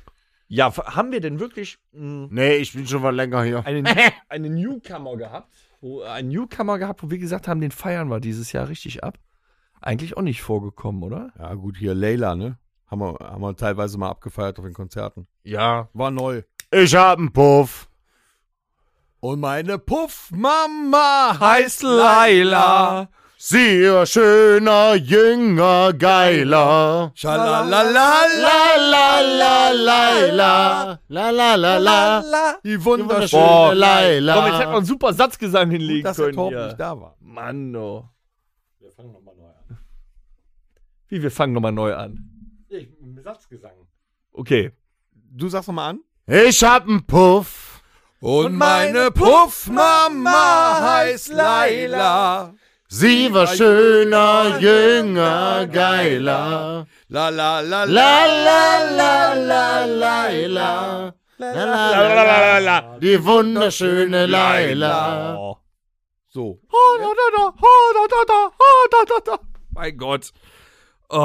Ja, f- haben wir denn wirklich mh,
Nee, ich bin schon mal länger hier.
einen, einen Newcomer gehabt? Wo, einen Newcomer gehabt, wo wir gesagt haben, den feiern wir dieses Jahr richtig ab? Eigentlich auch nicht vorgekommen, oder?
Ja, gut, hier Layla, ne? Haben wir, haben wir teilweise mal abgefeiert auf den Konzerten.
Ja.
War neu.
Ich hab einen Puff.
Und meine Puffmama
Heißt Laila.
Sie, ihr schöner, jünger, geiler. La
Schalalala.
la la la la la la la.
Die
Wunderschöne Laila.
Komm, jetzt hätten wir einen super Satzgesang hinlegen
dass der
können.
Torben
hier.
nicht da war.
Mann, oh. Wir fangen nochmal neu an.
Satzgesang.
Wie, wir fangen nochmal neu an? Okay.
Du sagst nochmal an.
Ich hab einen Puff.
Und meine Puffmama heißt Laila.
Sie war schöner, jünger, geiler.
La la la
La la la la Laila. La la la la la. Die wunderschöne Laila.
Oh.
So.
Mein Gott. Oh.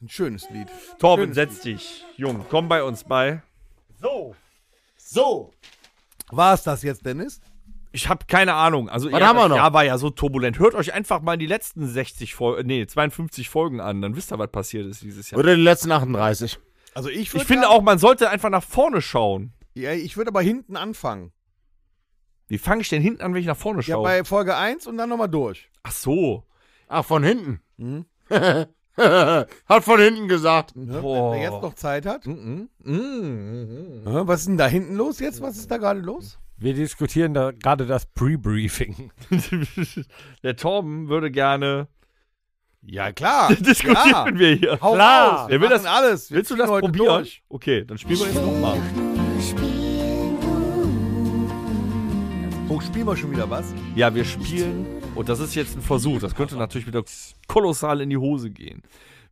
Ein schönes Lied.
Torben, setz dich. Jung, komm bei uns bei.
So.
War es das jetzt, Dennis?
Ich habe keine Ahnung. Also, ihr,
haben wir
das
noch?
Jahr war ja so turbulent. Hört euch einfach mal die letzten 60 Folgen, nee, 52 Folgen an. Dann wisst ihr, was passiert ist dieses Jahr.
Oder die letzten 38.
Also ich
Ich finde auch, man sollte einfach nach vorne schauen.
Ja, ich würde aber hinten anfangen.
Wie fange ich denn hinten an, wenn ich nach vorne
Ja,
schaue?
bei Folge 1 und dann nochmal durch.
Ach so.
Ach, von hinten. Hat von hinten gesagt.
Ne?
Boah.
Wenn er jetzt noch Zeit hat. Ne, Was ist denn da hinten los jetzt? Was ist da gerade los?
Wir diskutieren da gerade das Pre-Briefing.
Der Torben würde gerne.
Ja, klar.
Diskutieren
Ja.
wir hier.
Hau
Klar.
raus.
Er will das-
machen alles. Wir
Willst du das
ziehen heute
probieren?
durch.
Okay, dann spielen wir jetzt nochmal.
Oh, spielen wir schon wieder was?
Ja, wir spielen. Und das ist jetzt ein Versuch. Das könnte natürlich wieder kolossal in die Hose gehen.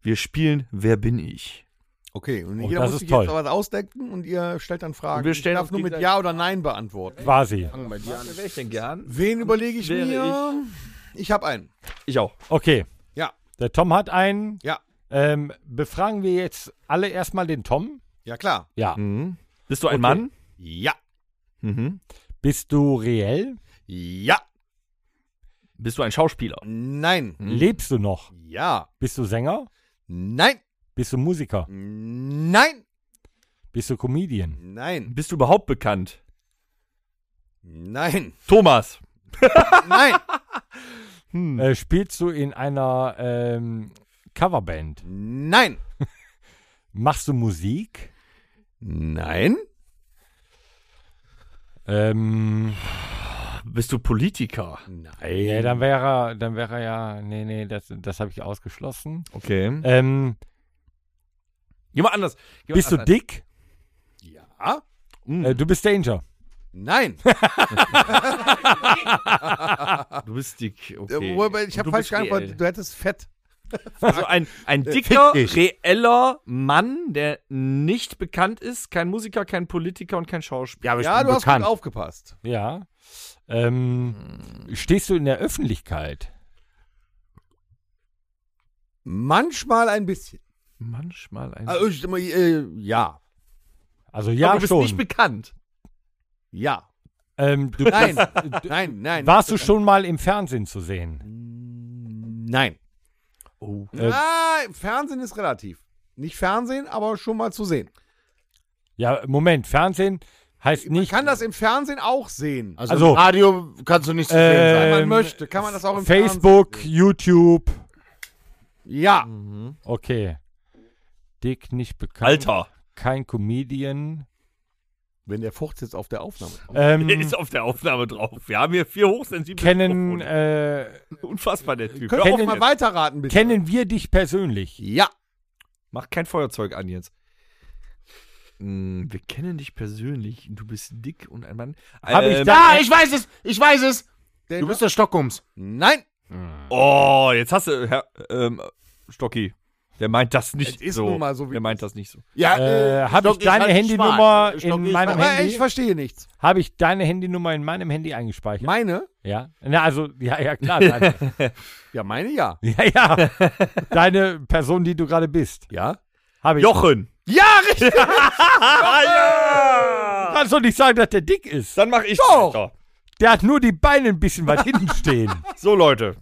Wir spielen Wer bin ich?
Okay, und
Oh,
jeder
das
muss
ist
sich
toll.
jetzt was ausdenken und ihr stellt dann Fragen.
Und wir stellen
ich darf
uns
nur mit
gegenseitig-
Ja oder Nein beantworten.
Quasi.
Wer wäre ich denn gern?
Wen überlege ich
Wäre
mir? Ich habe einen.
Ich auch.
Okay.
Ja.
Der Tom hat einen.
Ja.
Ähm, befragen wir jetzt alle erstmal den Tom.
Ja, klar.
Ja.
Bist du ein Mann?
Ja.
Mhm.
Bist du reell?
Ja.
Bist du ein Schauspieler?
Nein.
Lebst du noch?
Ja.
Bist du Sänger?
Nein.
Bist du Musiker?
Mhm. Nein.
Bist du Comedian?
Nein.
Bist du überhaupt bekannt?
Nein.
Thomas.
Nein.
Äh, spielst du in einer ähm, Coverband?
Nein.
Machst du Musik?
Nein.
Ähm,
Bist du Politiker?
nee, dann wäre dann wäre ja, nee, nee, das, das habe ich ausgeschlossen.
Okay.
Ähm,
Jemand anders. Jemand
bist du
anders.
dick?
Ja.
Äh, du bist Danger.
Nein.
Du bist dick.
Äh,
Okay.
Wobei, ich
Und
habe
du
falsch
bist reell.
geantwortet. Du hättest Fett.
Also ein, ein dicker,
dich.
reeller Mann, der nicht bekannt ist, kein Musiker, kein Politiker und kein Schauspieler.
Ja, aber ich
Ja,
bin
du hast gut
bekannt.
aufgepasst.
Ja. Ähm, Stehst du in der Öffentlichkeit?
Manchmal ein bisschen.
Manchmal ein.
Also, ich, äh, ja.
Also ja
aber du bist
schon.
nicht bekannt.
Ja.
ähm, du
Nein.
bist- du-
Nein, nein.
warst du schon mal im Fernsehen zu sehen?
Nein.
Oh.
Äh,
Ah, Fernsehen ist relativ. Nicht Fernsehen, aber schon mal zu sehen.
ja, Moment, Fernsehen heißt
Man
nicht.
kann das im Fernsehen auch sehen.
Also,
Also-
im Radio kannst du nicht zu sehen sein.
wenn man
ähm,
möchte, kann man das auch im
Facebook,
Fernsehen
YouTube.
sehen. Ja.
Okay. Dick nicht bekannt.
Alter.
Kein Comedian.
wenn der Furz jetzt auf der Aufnahme kommt.
Ähm,
Ist auf der Aufnahme drauf. Wir haben hier vier hochsensible
kennen,
Mikrofone.
äh,
Unfassbar, der Typ.
Können
Hör auf
wir auch
jetzt.
mal weiterraten, bitte?
kennen wir dich persönlich?
ja.
Mach kein Feuerzeug an jetzt.
Hm.
Mm, Wir kennen dich persönlich. Du bist dick und ein Mann. Ähm,
Hab ich da-
Da, Ah, ich weiß es, ich weiß es. Du bist der Stockums.
Nein!
Oh, jetzt hast du. Herr, ähm, Stocki. Der meint das nicht
Es ist
so.
nun mal so, wie
der
es
meint das nicht so.
Ja,
Äh, hab
Stock
ich
ist
deine
halt
Handynummer
schmal.
in
Stock ist
meinem
halt-
Aber
Handy?
ich verstehe nichts.
Habe ich deine Handynummer in meinem Handy eingespeichert?
Meine?
ja. Na, also, ja, ja, klar. Deine,
Ja, meine ja.
ja, ja. Deine Person, die du gerade bist.
Ja?
Habe ich.
Jochen!
Ja, richtig!
Kannst du nicht sagen, dass der dick ist?
Dann mach ich
Doch.
weiter.
Der hat nur die Beine ein bisschen weit hinten stehen.
So, Leute.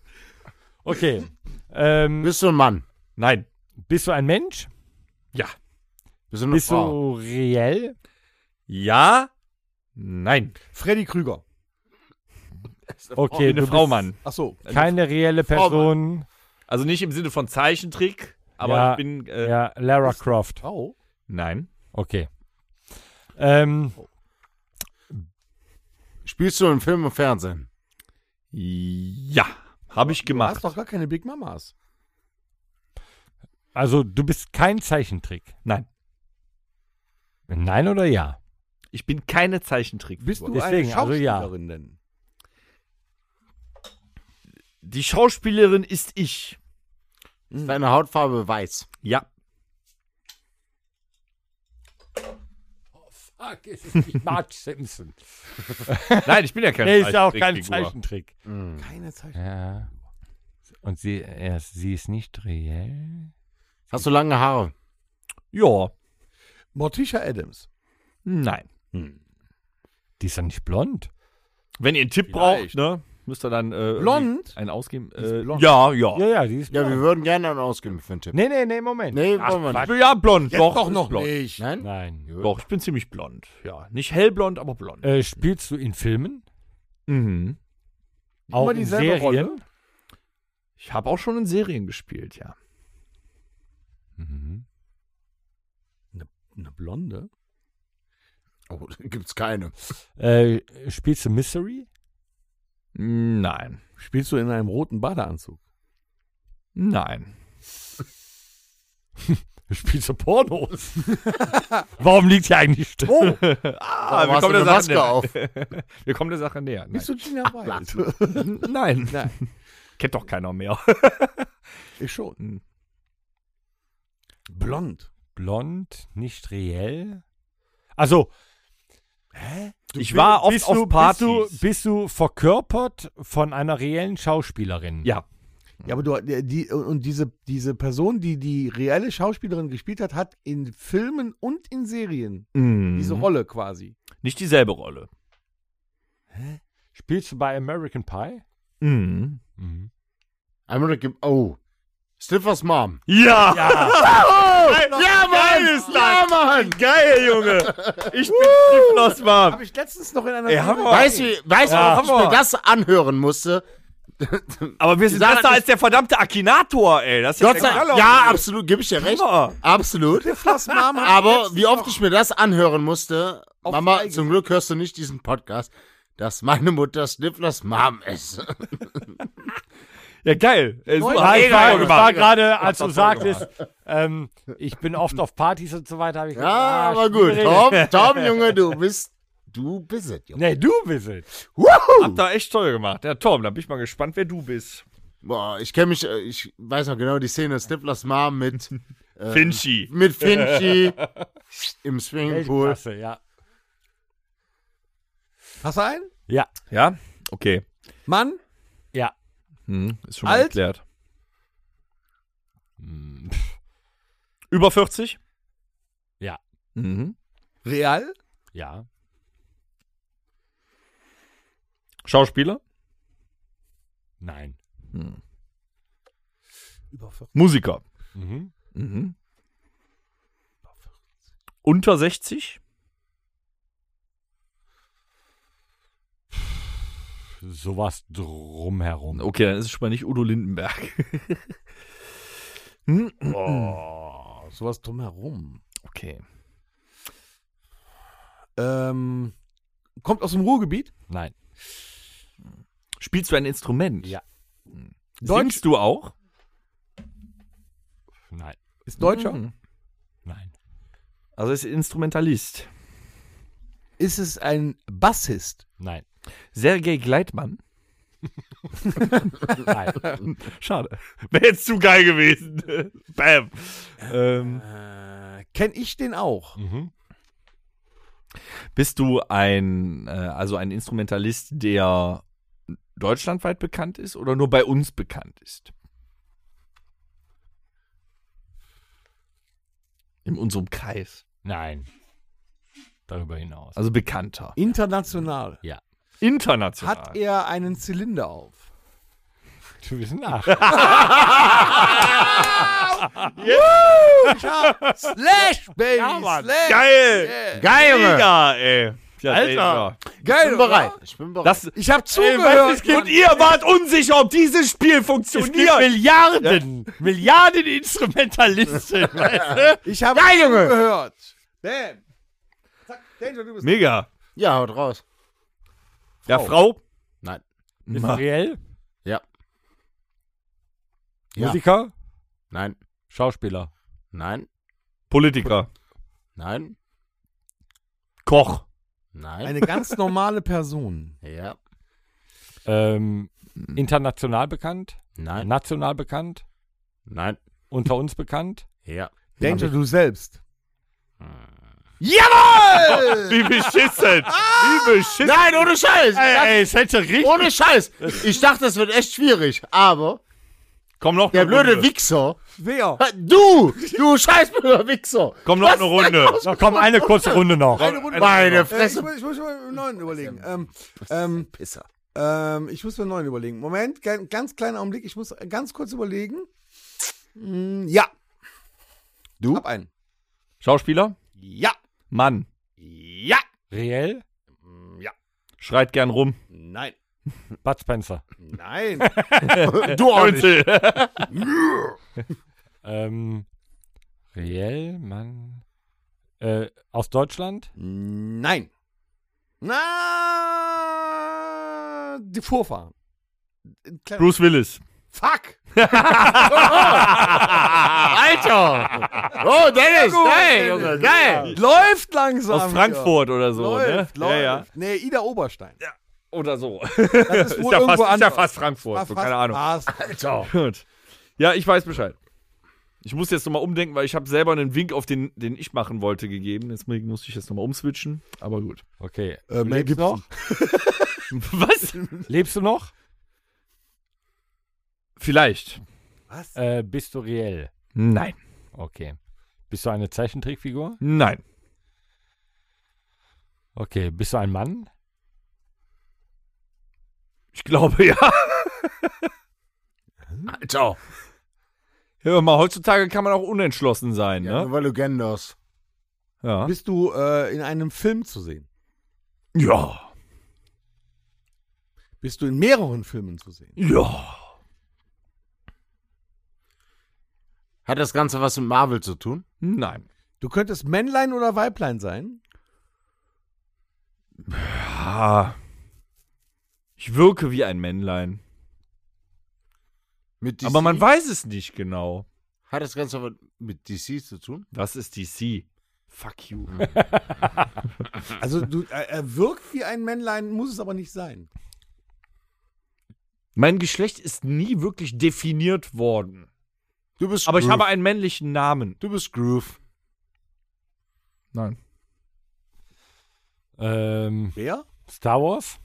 Okay.
Du
Ähm,
bist du ein Mann?
Nein.
bist du ein Mensch?
Bist du eine
Bist
Frau?
du reell?
Ja. Nein.
Freddy Krüger.
Okay,
eine
du
Frau,
bist
Mann.
Achso.
keine reelle Person.
Also nicht im Sinne von Zeichentrick, aber
Ja,
ich bin. Äh,
Ja, Lara Croft.
Frau?
Nein.
Okay. Ähm,
Spielst du im Film und Fernsehen?
Ja. Habe ich
Du
gemacht.
hast doch gar keine Big Mamas.
also, du bist kein Zeichentrick.
Nein.
Nein oder ja?
Ich bin keine Zeichentrick.
Bist du
Deswegen,
eine
also ja.
Schauspielerin denn?
Die Schauspielerin ist ich.
Ist deine Hautfarbe weiß?
Ja.
Fuck, es ist nicht Marge Simpson.
Nein, ich bin ja keine
Nee, ist ja auch kein
Zeichentrickfigur. Hm.
Zeichentrick.
Keine Zeichen.
Ja. Und sie, er, sie ist nicht reell?
Hast du lange Haare?
Ja.
Morticia Adams.
Nein.
Die ist ja nicht blond.
Wenn ihr einen Tipp braucht,
Vielleicht.
ne, müsst ihr dann äh, irgendwie
Blond?
einen ausgeben.
ist
Äh,
blond.
ja, ja.
Ja, ja, die ist
Ja,
blond.
wir würden gerne einen ausgeben für einen Tipp.
nee, nee, nee, Moment.
Nee, wollen wir nicht.
Ja, blond. doch, ist blond.
nicht.
Nein?
Nein.
Doch, ich bin ziemlich blond. Ja, nicht hellblond, aber blond.
Äh, spielst du in Filmen?
Mhm.
Auch
Immer
in
dieselbe
Serien?
Rolle?
Ich habe auch schon in Serien gespielt, ja.
Mhm.
Eine Blonde?
Oh, da gibt's keine.
Äh, spielst du Mystery?
Nein.
Spielst du in einem roten Badeanzug?
Nein.
Spielst du Pornos? Warum liegt hier eigentlich Stroh?
Ah,
Warum hast du eine Maske auf?
näher. Wir kommen der Sache näher. Nein.
Bist du Gina Wild?
Nein. Kennt doch keiner mehr.
ich schon. Blond.
Blond, nicht reell? Also,
ich war oft
bist,
auf
du, bist,
Partys.
du, bist du verkörpert von einer reellen Schauspielerin?
ja.
Ja, aber du, äh, die, und diese, diese Person, die die reelle Schauspielerin gespielt hat, hat in Filmen und in Serien
Mhm.
diese
Mhm.
Rolle quasi.
Nicht dieselbe Rolle.
Spielst du bei American Pie? Mhm.
American. Oh. Stiffers Mom.
Ja!
Ja,
Ja, Mann! Ist das. Ja, Mann!
Geil, Junge! Ich bin Stiflos, Mann!
Habe ich letztens noch in einer
Ey, haben wir-
Weißt du, weißt
Ja,
du, ob ich mir
Hammer.
das anhören musste?
Aber wir sind
Sarah,
besser
ich-
als der verdammte Akinator, ey. Das ist
Gott
der
sei
Knaller.
Dank. Ja, absolut, gebe ich dir recht.
Hammer.
Absolut. Aber wie oft ich mir das anhören musste, Mama,
Feige.
zum Glück hörst du nicht diesen Podcast, dass meine Mutter Snifflers Mom ist.
Ja, geil. Ey, super.
ja ich
Mega
war,
geil
ich
gemacht.
war gerade, als du sagtest, ähm, ich bin oft auf Partys und so weiter, habe ich
Ja,
gedacht, ah,
aber gut.
schwierig.
Tom, Tom, Junge, du bist, du bist es, Junge.
Nee, du bist es.
Wuhu!
Habt da echt toll gemacht. Ja, Tom, da bin ich mal gespannt, wer du bist.
Boah, ich kenne mich, äh, ich weiß noch genau die Szene Snifflers Mom mit,
Äh.
äh,
Finchi.
mit Finchi im Swimmingpool.
Weltklasse, ja.
Hast du einen?
Ja,
Ja? Okay.
Mann?
ja.
Hm, ist schon
Alt?
erklärt. Hm. Über 40?
Ja.
Mhm.
Real?
Ja.
Schauspieler?
Nein.
Über 40.
Musiker?
Mhm.
Mhm. Unter 60?
Sowas drumherum.
Okay, dann ist es schon mal nicht Udo Lindenberg.
Sowas drumherum.
Okay.
Ähm, kommt aus dem Ruhrgebiet.
Nein.
Spielst du ein Instrument?
Ja.
Singst du auch?
Nein.
Ist Deutscher.
Mhm.
Nein.
Also ist Instrumentalist.
Ist es ein Bassist?
Nein.
Sergei Gleitmann.
Nein.
Schade. Wäre jetzt zu geil gewesen. Bam. Ähm,
Äh, Kenne ich den auch?
mhm.
bist du ein, äh, also ein Instrumentalist, der deutschlandweit bekannt ist oder nur bei uns bekannt ist? In unserem Kreis.
Nein. Darüber hinaus.
Also bekannter.
International.
International.
Hat er einen Zylinder auf?
du bist nach.
Slash, Baby! Slash.
Geil!
Geil, Junge.
Mega, ey. Ja,
Alter.
ey,
Geil,
bereit. Ich bin bereit.
Das,
Ich habe
ey, weißt,
zugehört.
es gibt, und ihr wart unsicher, ob dieses Spiel
Es gibt
funktioniert.
Milliarden, Milliarden Instrumentalisten. weißt du?
ich habe zugehört. Dan. Zack, Danger, du bist
Mega.
ja, haut raus.
Ja, Frau. eh-
Nein.
Ist er reell?
Ja. Ja.
Musiker?
Nein.
Schauspieler.
Nein.
Politiker.
Nein.
Koch.
Nein.
eine ganz normale Person.
ja.
Ähm, international bekannt?
Nein.
National bekannt?
Nein.
Unter uns bekannt?
Ja. Hm.
Danger, du selbst.
Wie beschissen. Wie beschissen.
Ah! Nein, ohne Scheiß.
Ey, es hätte
Das-
richtig.
ohne Scheiß. Ich dachte, das wird echt schwierig, aber
Komm noch
der
eine
blöde
Runde.
Wichser.
Wer?
Du, du scheiß blöder Wichser.
Komm noch
Was
eine Runde.
Na komm, eine kurze Runde noch.
Eine Runde.
Meine
Äh, ich,
Fresse.
muss- ich muss mir einen neuen überlegen. Ähm, ähm,
Pisser.
Ähm, ich muss mir einen neuen überlegen. Moment, ge- ganz kleiner Augenblick. Ich muss ganz kurz überlegen. Mm,
Hm,
ja.
Du?
Hab einen.
Schauspieler?
Ja.
Mann.
Ja.
Reell?
Schreit gern rum.
Nein.
Bud Spencer.
Nein.
Du auch nicht.
Hölzel.
Ähm, reell, Mann. Äh, aus Deutschland?
Nein. Na, die Vorfahren. Kleiner-
Bruce Willis.
Fuck.
Alter. Oh, Dennis. Geil, Junge. Geil.
Läuft langsam.
Aus Frankfurt oder
Ja.
so,
Läuft,
ne?
läuft.
Ja, ja.
Nee, Ida Oberstein. Ja,
Oder so. Ist,
das wohl
ja,
irgendwo
fast, ist ja
anders.
fast Frankfurt.
War
so,
fast-
keine Ahnung.
war's.
Gut. Ja, ich weiß Bescheid. Ich muss jetzt nochmal umdenken, weil ich habe selber einen Wink auf den, den ich machen wollte, gegeben. Deswegen muss ich jetzt nochmal umswitchen. Aber gut.
Okay.
Äh, mehr gibt's noch?
Was?
Lebst du noch?
Vielleicht.
Äh, bist du reell?
Nein.
Okay. Bist du eine Zeichentrickfigur?
Nein.
Okay. Bist du ein Mann?
Ich glaube ja.
Alter.
Hör mal, heutzutage kann man auch unentschlossen sein,
Ja,
ne?
nur weil du genders.
Ja.
Bist du äh, in einem Film zu sehen?
Ja.
Bist du in mehreren Filmen zu sehen?
Ja.
Hat das Ganze was mit Marvel zu tun?
Nein.
Du könntest Männlein oder Weiblein sein.
Ah. Ich wirke wie ein Männlein.
Mit
Aber man weiß es nicht genau.
Hat das Ganze was mit DC zu tun?
Das ist DC. Fuck you.
Also du, äh, er wirkt wie ein Männlein, muss es aber nicht sein.
Mein Geschlecht ist nie wirklich definiert worden.
Du bist
Aber ich
Groove.
habe einen männlichen Namen.
Du bist Groove.
Nein.
Ähm,
Wer?
Star Wars?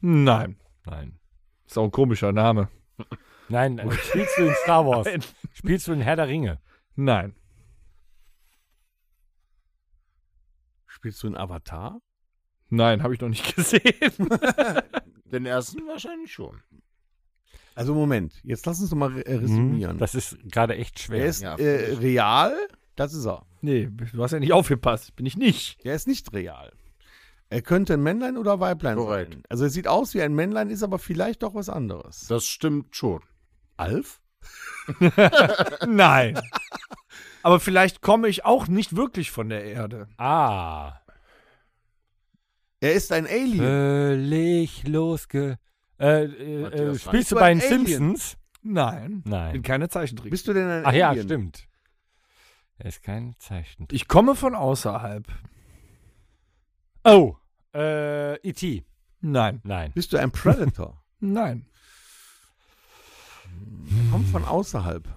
Nein.
Nein.
Ist auch ein komischer Name.
Nein, äh, spielst du in Star Wars? Spielst du in Herr der Ringe?
Nein.
Spielst du in Avatar?
Nein, habe ich noch nicht gesehen.
Den ersten wahrscheinlich schon.
Also Moment, jetzt lass uns nochmal äh, resümieren.
Mhm. Das ist gerade echt
der
schwer.
ist
ja,
äh, real, das ist er.
Nee, du hast ja nicht aufgepasst. Bin ich nicht.
Der ist nicht real. Er könnte ein Männlein oder Weiblein
Korrekt.
sein. Also er sieht aus wie ein Männlein, ist aber vielleicht doch was anderes.
Das stimmt schon.
Alf?
Nein. Aber vielleicht komme ich auch nicht wirklich von der Erde.
Ah.
Er ist ein Alien.
Völlig losge. Äh, äh, äh,
Matthias
spielst du
Reich.
bei den
Bist du ein
Simpsons?
Nein.
Nein.
Bin keine Zeichentrick.
Bist du denn ein
Ach ja,
Alien?
stimmt. Er ist kein Zeichentrick.
Ich komme von außerhalb.
Oh, äh, E.T.
Nein.
Nein.
Bist du ein Predator?
Nein.
Kommt von außerhalb.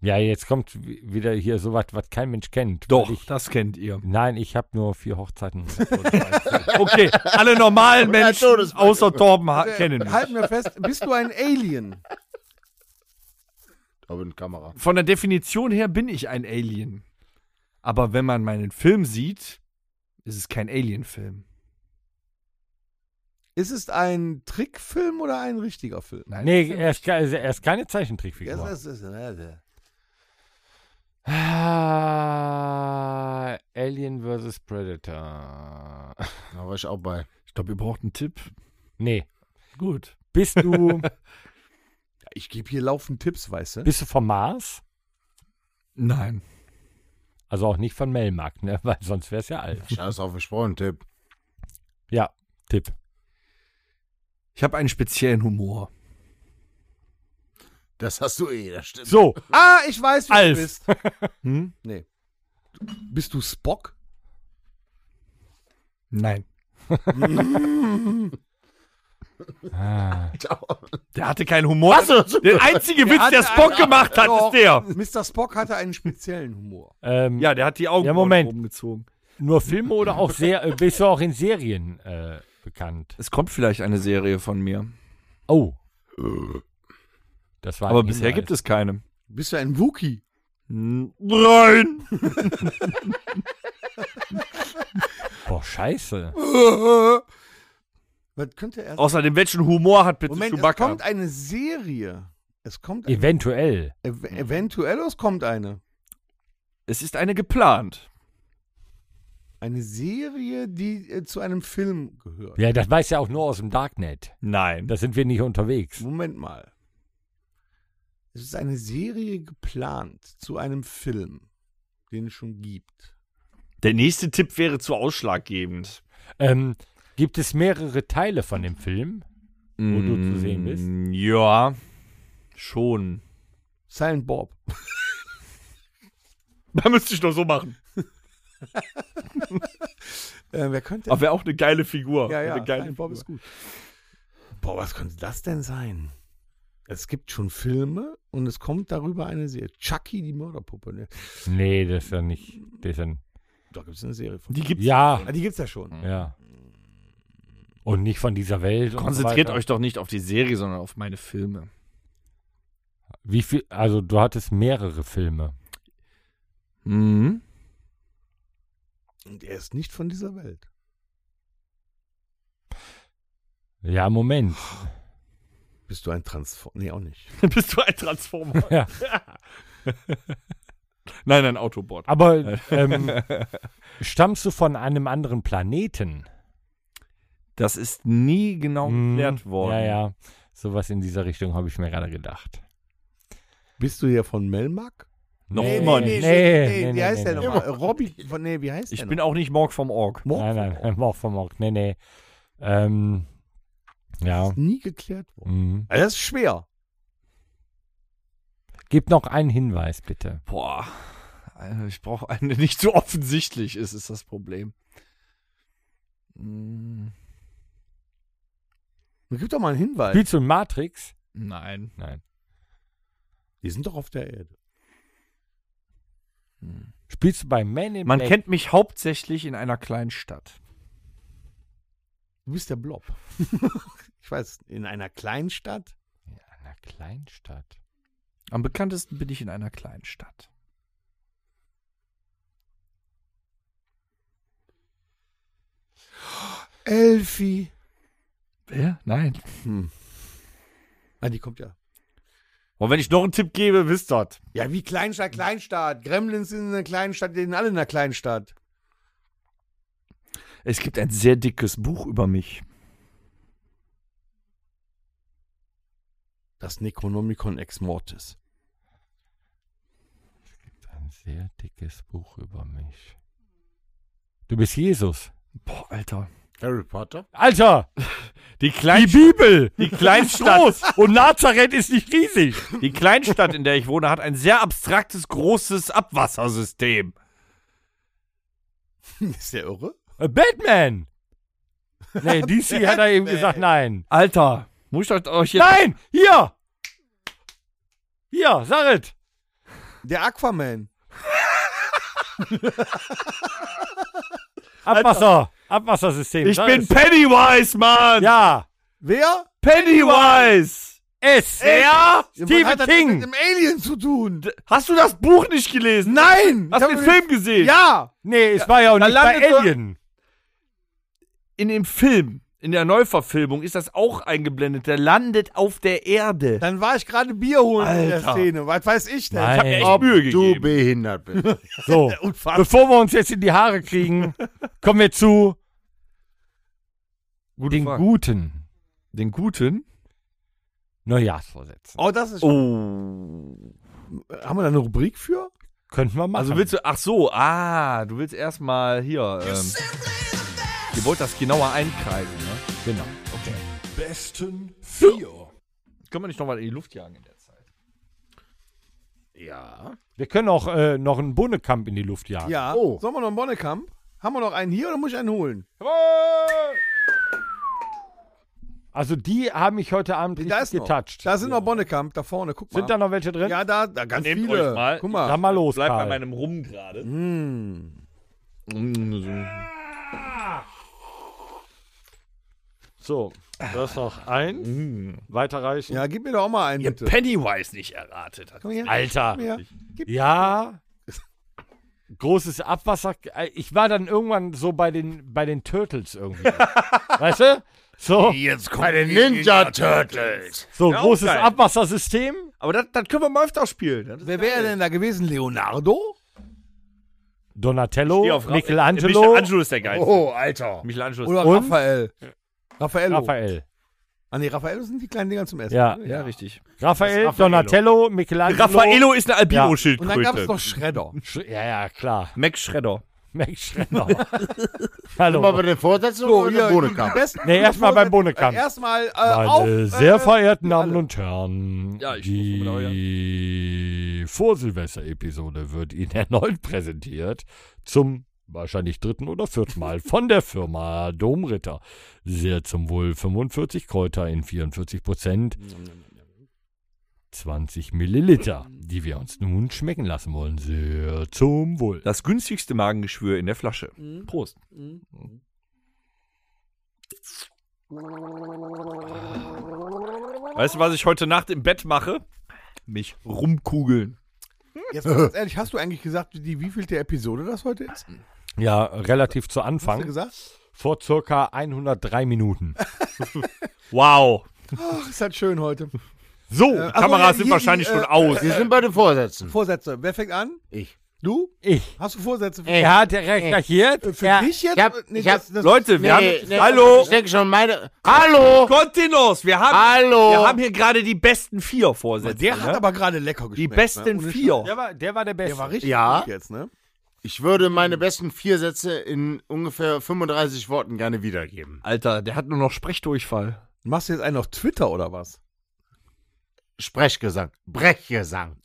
Ja, jetzt kommt w- wieder hier so was, was kein Mensch kennt.
Doch,
Weil Ich,
das kennt ihr.
nein, ich habe nur vier Hochzeiten.
Okay, alle normalen
ein
Menschen
Todesfall.
außer Torben ha- kennen
Äh,
Halt
ihn.
Halten wir fest, bist du ein Alien?
Aber eine Kamera.
Von der Definition her bin ich ein Alien. Aber wenn man meinen Film sieht, ist es kein Alien-Film.
Ist es ein Trickfilm oder ein richtiger Film?
Nein.
nee, er ist, ke- also er ist keine
Das
Zeichentrickfigur.
ist, das ist, äh,
Ah, Alien vs. Predator.
Da war ich auch bei.
Ich glaube, ihr braucht einen Tipp.
Nee.
Gut.
Bist du,
ich gebe hier laufend Tipps, weißt du?
bist du vom Mars?
Nein.
Also auch nicht von Melmark, ne? Weil sonst wäre es ja alt.
Scheiß auf, ich brauche einen Tipp.
Ja, Tipp.
Ich habe einen speziellen Humor.
Das hast du eh, das stimmt.
So,
Ah, ich weiß, wie
Alf.
du bist.
Hm?
Bist du Spock?
Nein. Der hatte keinen Humor.
Was? Was?
Der einzige Witz, der
hatte
Spock
einen-
gemacht hat,
Doch.
ist der.
Mr. Spock hatte einen speziellen Humor.
ähm,
Ja, der hat die Augen
Ja, Moment.
oben gezogen.
nur Filme oder auch sehr, äh, bist du auch in Serien äh, bekannt?
Es kommt vielleicht eine Serie von mir.
Oh. Das war
Aber
ein
bisher
Hinweis.
gibt es keine.
Bist du ein Wookie?
Nein!
Boah, scheiße.
Was könnte er
Außerdem, welchen Humor hat bitte
Moment, es
Chewbacca?
kommt eine Serie. Es kommt ein,
Eventuell.
ev eventuell es kommt eine.
Es ist eine geplant.
Eine Serie, die äh, zu einem Film gehört.
Ja, das weiß ja auch nur aus dem Darknet.
Nein.
Da sind wir nicht unterwegs.
Moment mal. Es ist eine Serie geplant zu einem Film, den es schon gibt.
Der nächste Tipp wäre zu ausschlaggebend.
Ähm, gibt es mehrere Teile von dem Film?
Wo
du zu sehen bist?
Mm, Ja, schon.
Silent Bob.
Da müsste ich doch so machen.
Äh, wer könnte?
Aber wäre auch eine geile Figur.
ja, ja,
eine geile
Silent Bob
Figur.
ist gut. Boah, was könnte das denn sein? Es gibt schon Filme und es kommt darüber eine Serie. Chucky, die Mörderpuppe. Ne?
Nee, das ist ja nicht. Das ist ja, n-
Da gibt es eine Serie von.
Die gibt's.
ja,
Ah, die gibt es ja schon.
ja. Und nicht von dieser Welt. und so
Konzentriert
weiter.
euch doch nicht auf die Serie, sondern auf meine Filme.
Wie viel? Also du hattest mehrere Filme.
Mhm.
Und er ist nicht von dieser Welt.
Ja, Moment.
Bist du ein Transform? Nee, auch nicht.
bist du ein Transformer.
Ja.
Nein, ein Autobot.
Aber ähm, stammst du von einem anderen Planeten?
Das ist nie genau
Hm,
geklärt worden.
Ja, ja. Sowas in dieser Richtung habe ich mir gerade gedacht.
Bist du hier von Melmark?
Noch
Nee,
immer
nee,
nicht.
Nee,
nee,
nee,
wie
nee,
heißt der
nee,
nochmal? Robby, von, nee, wie heißt
Ich
der
bin
noch?
auch nicht Morg vom Org.
Morg
Nein,
von Org.
nein, Mauch vom Mauch. Nee, nee. Ähm, ja.
Nie geklärt worden.
Mhm.
Also das ist schwer.
Gib noch einen Hinweis, bitte.
Boah. Äh, Ich brauche eine, die nicht so offensichtlich ist, ist das Problem. Hm,
Gib doch mal einen Hinweis.
Spielst du in Matrix?
Nein.
Nein.
Die sind doch auf der Erde.
Spielst du bei Man in
Man
Black?
kennt mich hauptsächlich in einer kleinen Stadt.
Du bist der Blob. ich weiß, in einer Kleinstadt.
In einer Kleinstadt.
Am bekanntesten bin ich in einer kleinen Stadt.
Elfi.
Wer? Nein.
Ah, die kommt ja.
Und wenn ich noch einen Tipp gebe, wisst ihr.
Ja, wie Kleinstadt, Kleinstadt. Gremlins sind in einer Kleinstadt, die sind alle in einer Kleinstadt.
Es gibt ein sehr dickes Buch über mich.
Das Necronomicon Ex Mortis.
Ein sehr dickes Buch über mich. Du bist Jesus.
Boah, Alter.
Harry Potter?
Alter,
Die,
die
Klein
Bibel
die Kleinstadt,
und Nazareth ist nicht riesig.
die Kleinstadt, in der ich wohne, hat ein sehr abstraktes, großes Abwassersystem.
Ist der irre?
Äh, Batman. Nee, DC hat er eben gesagt, nein.
Alter, muss ich euch jetzt...
Nein, hier. Hier, sag es.
Der Aquaman.
Abwasser. Abwassersystem.
Ich
sag
bin
es.
Pennywise, Mann!
Ja.
Wer?
Pennywise!
Es.
Ja?
Was
Stephen
hat das
King.
mit dem Alien zu tun?
Hast du das Buch nicht gelesen?
Nein!
Hast du den Film gesehen?
Ja!
Nee, es war ja auch nicht bei
landet so-
Alien.
In dem Film, in der Neuverfilmung, ist das auch eingeblendet. Der landet auf der Erde.
Dann war ich gerade Bier holen in der
Alter.
Szene. Was weiß ich denn?
Nein.
Ich hab-
Ey,
Ob
Mühe
du
gegeben.
behindert bist.
So,
Unfassbar.
bevor wir uns jetzt in die Haare kriegen, kommen wir zu
Gute
den
Frage.
guten
Den guten?
Neujahrsvorsätzen.
Oh, das ist.
Oh.
Haben wir da eine Rubrik für?
Könnten wir machen.
Also willst du, ach so, ah, du willst erstmal hier, ähm, ihr wollt das genauer einkreisen, ne?
Genau.
Besten vier.
Können wir nicht nochmal in die Luft jagen in der Zeit?
Wir können auch äh, noch einen Bohnekamp in die Luft jagen.
Ja.
Oh.
Sollen wir noch einen Bonnekamp? Haben wir noch einen hier oder muss ich einen holen?
Also die haben mich heute Abend
da ist
richtig
noch.
getoucht.
Da sind noch Bonnekamp, da vorne. Guck mal.
Sind da noch welche drin?
ja, da, da ganz
Nehmt
viele.
euch mal.
Guck
Sag
mal.
mal los,
Bleib bei
Karl.
meinem Rum gerade.
So, das ist noch eins. Weiterreichen.
Ja, gib mir doch auch mal einen, bitte.
Pennywise nicht erratet hat.
Komm her.
Alter.
Komm her.
Ja. Großes Abwasser. Äh, Ich war dann irgendwann so bei den, bei den Turtles irgendwie. weißt du? So,
Jetzt kommt Bei
Äh,
den Ninja Turtles.
so
auch
großes
geil.
Abwassersystem.
Aber das, das können wir mal öfter spielen. Das ist
Wer wäre denn da gewesen? Leonardo?
Donatello,
Steh auf Ra-
Michelangelo,
Michelangelo ist der Geilste.
Oh, Alter.
Michelangelo ist
Oder
Und?
Raphael? Raffaello.
Raphael.
Ah, nee, Raffaello sind die kleinen Dinger zum Essen.
Ja.
ne?
ja, richtig.
Raphael, Donatello, Michelangelo.
Raffaello ist eine
Und dann gab es
Albino-Schildkröte.
noch Schredder.
Sch- Ja, ja, klar.
Max Schredder.
Max Schrenner.
Mal bei
Hallo.
den Vorsätzen
So,
oder
hier,
den
die
Bodenkampf?
besten-
Nee, erst mal beim Bohnekamp.
Äh, Erstmal äh, auf.
Meine
äh,
sehr verehrten Damen und Herren,
Ja, ich muss mal wieder-
die Vorsilvester-Episode wird Ihnen erneut präsentiert zum wahrscheinlich dritten oder vierten Mal von der Firma Domritter. Sehr zum Wohl 45 Kräuter in 44 Prozent. 20 Milliliter, die wir uns nun schmecken lassen wollen. Sehr zum Wohl.
Das günstigste Magengeschwür in der Flasche. Prost. Weißt du, was ich heute Nacht im Bett mache? Mich rumkugeln.
Jetzt mal ganz ehrlich, hast du eigentlich gesagt, die wievielte Episode das heute ist? Hast
Ja, relativ zu
du
Anfang,
gesagt?
vor circa 103 Minuten.
Wow.
Ach, ist halt schön heute.
So,
Äh, ach so,
Kameras
ja,
sind
hier
wahrscheinlich
die,
schon
äh,
aus.
Wir sind bei den Vorsätzen.
Vorsätze. Wer fängt an?
Ich.
Du?
Ich.
Hast du Vorsätze für,
Er hat recherchiert.
äh, für
er,
dich jetzt?
ich hab-
Nee,
ich hab-
das- das-
Leute, wir
Nee,
haben.
nee,
hallo!
Ich denke schon, meine. Hallo!
Continuous! Wir haben,
Hallo!
wir haben hier gerade die besten vier Vorsätze.
der hat
ne?
aber gerade lecker
die
geschmeckt.
besten
ne? Ohne
vier.
Der war, der war der Beste.
Der war richtig
Ja.
gut jetzt, ne?
Ich würde meine besten vier Sätze in ungefähr 35 Worten gerne wiedergeben.
Alter, der hat nur noch Sprechdurchfall.
Machst du jetzt einen auf Twitter oder was?
Sprechgesang. Brechgesang.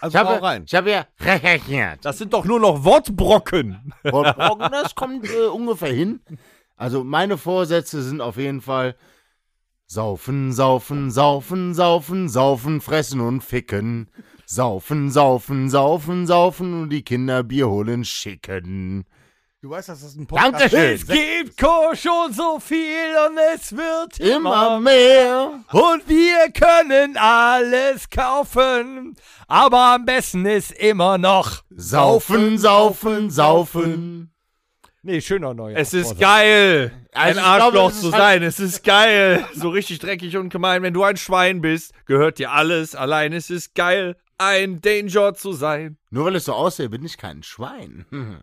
Also
Ich
hau
habe,
rein.
ich habe ja recherchiert.
Das sind doch nur noch Wortbrocken.
Vor Morgen, das kommt äh, ungefähr hin. Also meine Vorsätze sind auf jeden Fall saufen, saufen, saufen, saufen, saufen, fressen und ficken. Saufen, saufen, saufen, saufen und die Kinder Bier holen schicken.
Du weißt, dass das ein
Dankeschön.
ist.
gibt Co schon so viel und es wird
Immer mehr.
Und wir können alles kaufen, aber am besten ist immer noch.
Saufen, saufen, saufen.
Nee, schöner neuer.
Es ist
Vorsatz.
geil, ein
Also ich
Arschloch
glaube, es
zu
ist halt-
sein. Es ist geil. So richtig dreckig und gemein. Wenn du ein Schwein bist, gehört dir alles. Allein es ist geil. ein Danger zu sein.
Nur weil ich so aussehe, bin ich kein Schwein. Hm.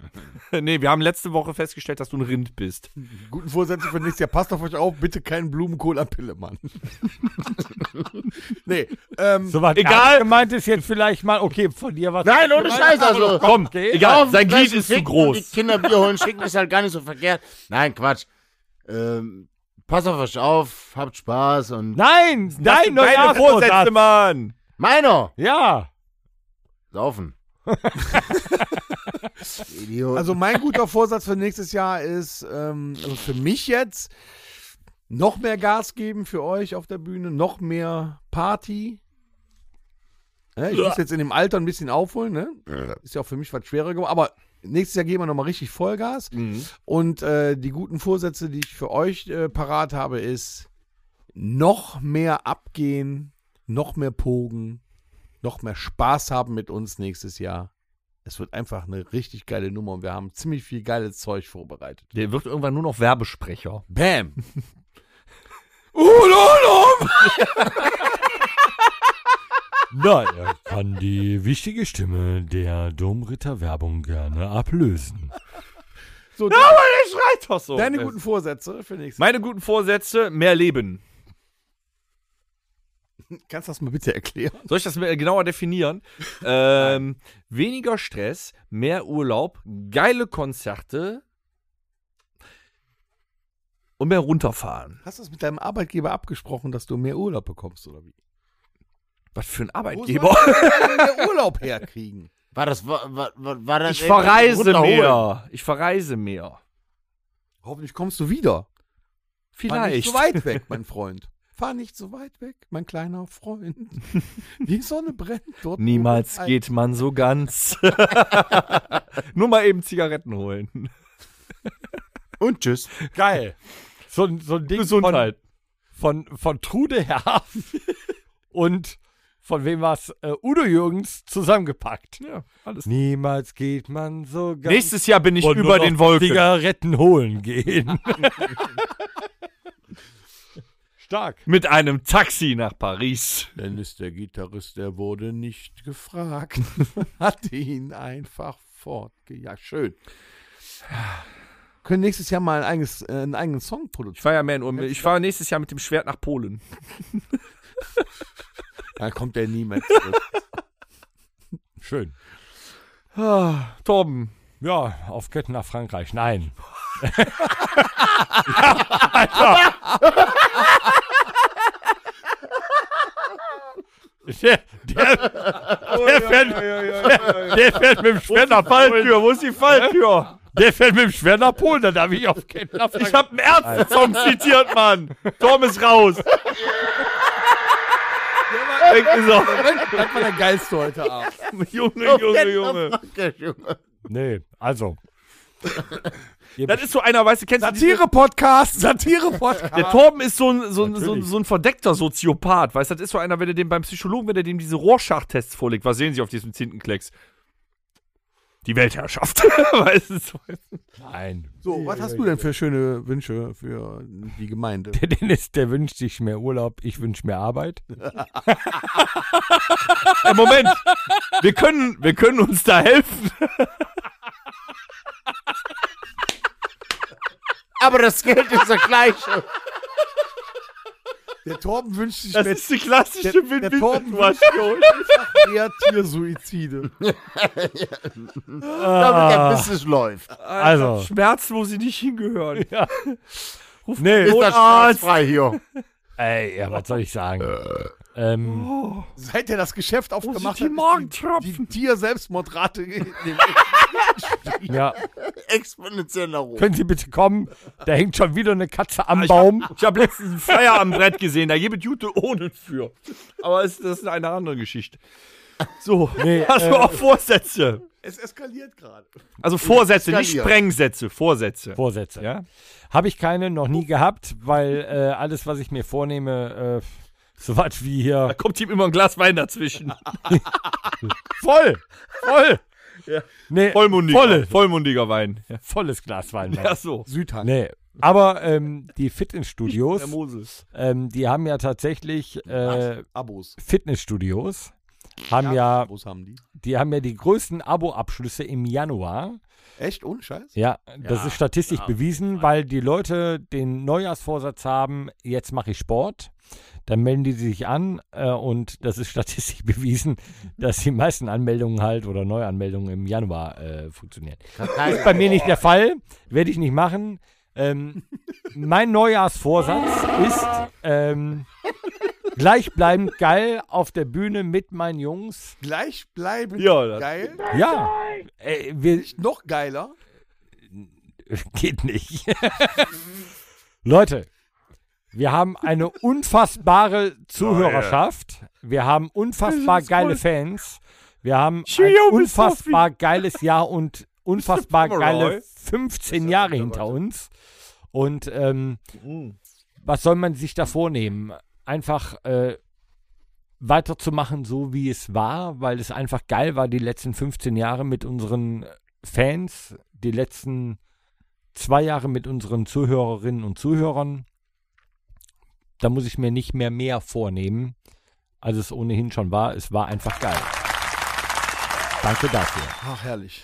nee, wir haben letzte Woche festgestellt, dass du ein Rind bist.
Guten Vorsätze für nächstes Jahr. Passt auf euch auf. Bitte keinen Blumenkohl an Pillemann. nee, ähm,
So was
Egal.
ernst gemeint ist jetzt vielleicht mal, okay, von dir was.
Nein, ohne Scheiß, also.
Komm,
okay.
egal, sein Glied
Flaschen
ist zu
trinken und Die
groß.
Kinderbier holen, schicken ist halt gar nicht so verkehrt. Nein, Quatsch. Ähm, pass auf euch auf, habt Spaß und.
Nein, nein,
Deine Vorsätze,
Neujahrsvorsatz.
Mann.
Meiner!
Ja.
Saufen. Idiot.
also mein guter Vorsatz für nächstes Jahr ist, ähm, also für mich jetzt, noch mehr Gas geben für euch auf der Bühne, noch mehr Party. Ne, ich muss jetzt in dem Alter ein bisschen aufholen, ne? Ist ja auch für mich was schwerer geworden, aber nächstes Jahr geben wir nochmal richtig Vollgas.
Mhm.
Und äh, die guten Vorsätze, die ich für euch äh, parat habe, ist noch mehr abgehen, noch mehr pogen, noch mehr Spaß haben mit uns nächstes Jahr. Es wird einfach eine richtig geile Nummer und wir haben ziemlich viel geiles Zeug vorbereitet.
Der wird irgendwann nur noch Werbesprecher.
Bam! Ulolum!
Nein, er kann die wichtige Stimme der Domritter-Werbung gerne ablösen.
So,
Der schreit doch so.
deine guten Vorsätze für nächstes
Meine guten Vorsätze, mehr Leben.
Kannst du das mal bitte erklären?
Soll ich das mir genauer definieren? ähm, weniger Stress, mehr Urlaub, geile Konzerte und mehr runterfahren.
Hast du es mit deinem Arbeitgeber abgesprochen, dass du mehr Urlaub bekommst oder wie?
Was für ein
Wo
Arbeitgeber.
soll man denn mehr Urlaub herkriegen?
war das. War, war, war war das
Ich verreise
runterholen?
mehr. Ich verreise mehr.
Hoffentlich kommst du wieder. Fahr
Vielleicht.
nicht so weit weg, mein Freund. Fahr nicht so weit weg, mein kleiner Freund. Die Sonne brennt dort.
Niemals
oben.
geht man so ganz. Nur mal eben Zigaretten holen.
Und tschüss.
Geil. So, ein- so ein Ding
Gesundheit.
Von, von, von Trude Herhafen und von wem war's? Äh, Udo Jürgens zusammengepackt.
Ja, alles.
Niemals geht man so ganz
Nächstes Jahr bin ich
und nur
über
noch
den Wolken.
Zigaretten holen gehen. Stark.
Mit einem Taxi nach Paris.
Denn ist der Gitarrist, der wurde nicht gefragt. Hat ihn einfach fortgejagt. Schön. Können nächstes Jahr mal ein eigenes, äh, einen eigenen Song
Ich
produzieren.
fahre ja mehr in Urlaub. Ich fahre nächstes Jahr mit dem Schwert nach Polen.
Dann kommt der niemals zurück.
Schön.
Ah, Torben.
Ja, auf Ketten nach Frankreich. Nein. Der, der, der, fährt, der, der fährt mit dem Schwert nach Polen.
Wo ist die Falltür?
Der fährt mit dem Schwert nach Polen. Dann darf ich auf Ketten nach Frankreich.
Ich hab einen Ärzte-Song zitiert, Mann. Torben ist raus. Weg ist er.
Das war der geilste heute Abend.
Junge, Junge, Junge.
Okay, Junge.
Nee, also.
Das ist so einer, weißt du, kennst du diese-
Satire-Podcast, Satire-Podcast.
Der Torben ist so ein, so, ein, so, ein, so ein verdeckter Soziopath, weißt du? Das ist so einer, wenn du dem beim Psychologen, wenn er dem diese Rorschach-Tests vorlegt, was sehen sie auf diesem Zintenklecks? Die Weltherrschaft. weißt du, so.
Nein.
So, was hast du denn für schöne Wünsche für die Gemeinde?
Der Dennis, der wünscht sich mehr Urlaub. Ich wünsche mehr Arbeit.
Ey, Äh, Moment, wir können, wir können uns da helfen.
Aber das Geld ist das gleiche.
Der Torben wünscht sich
Das ist die klassische
der Torben wünscht
Win-Win-Situation.
einfach mehr Tiersuizide.
Damit
Ah.
der Business läuft.
Also.
Schmerzen, wo sie nicht hingehören.
Nee.
Ist das schmerzfrei hier?
Ey, ja, was soll ich sagen?
Äh.
Ähm,
Seit er das Geschäft
Mach
aufgemacht
die
hat,
Morgentropfen.
die Tier-Selbstmordrate in dem
ja.
Exponentiell nach oben.
Können Sie bitte kommen? Da hängt schon wieder eine Katze am
Ah, Ich
Baum.
hab, ich hab letztens ein Feier am Brett gesehen, da gibt Jute ohne für. Aber es, das ist eine andere Geschichte. So,
Nee,
hast du
äh,
auch Vorsätze?
Es eskaliert gerade.
Also Vorsätze, nicht
Eskaliert.
Sprengsätze, Vorsätze.
Vorsätze.
Ja?
Habe ich keine, noch nie gehabt, weil äh, alles, was ich mir vornehme, äh, so was wie
Da
hier.
kommt ihm immer ein Glas Wein dazwischen.
Voll! Voll!
Ja.
Nee,
Vollmundiger,
Volle.
vollmundiger Wein. Ja.
volles Glas Wein.
ne?
Mann.
Ja, so.
Südhang.
Nee. Aber ähm, die Fitnessstudios,
Der Moses.
ähm, die haben ja tatsächlich äh,
Abos.
Fitnessstudios. haben ja,
Abos haben die.
die haben ja die größten Abo-Abschlüsse im Januar.
Echt? Ohne Scheiß?
Ja, das ist statistisch bewiesen, weil die Leute den Neujahrsvorsatz haben, jetzt mache ich Sport. Dann melden die sich an äh, und das ist statistisch bewiesen, dass die meisten Anmeldungen halt oder Neuanmeldungen im Januar äh, funktionieren. Ist bei mir nicht der Fall, werde ich nicht machen. Ähm, mein Neujahrsvorsatz ist ähm, gleichbleibend geil auf der Bühne mit meinen Jungs.
Gleich bleiben.
Ja, das-
Geil.
Ja, äh, wir,
Noch geiler.
Geht nicht. Leute, wir haben eine unfassbare Zuhörerschaft. Wir haben unfassbar geile Fans. Wir haben ein
Cheerio, Miss
unfassbar geiles Jahr und unfassbar
Pomeroy.
geile 15 Jahre hinter uns. Und ähm, was soll man sich da vornehmen? Einfach äh, weiterzumachen, so wie es war, weil es einfach geil war, die letzten 15 Jahre mit unseren Fans, die letzten zwei Jahre mit unseren Zuhörerinnen und Zuhörern. Da muss ich mir nicht mehr mehr vornehmen, als es ohnehin schon war. Es war einfach geil. Danke dafür.
Ach, herrlich.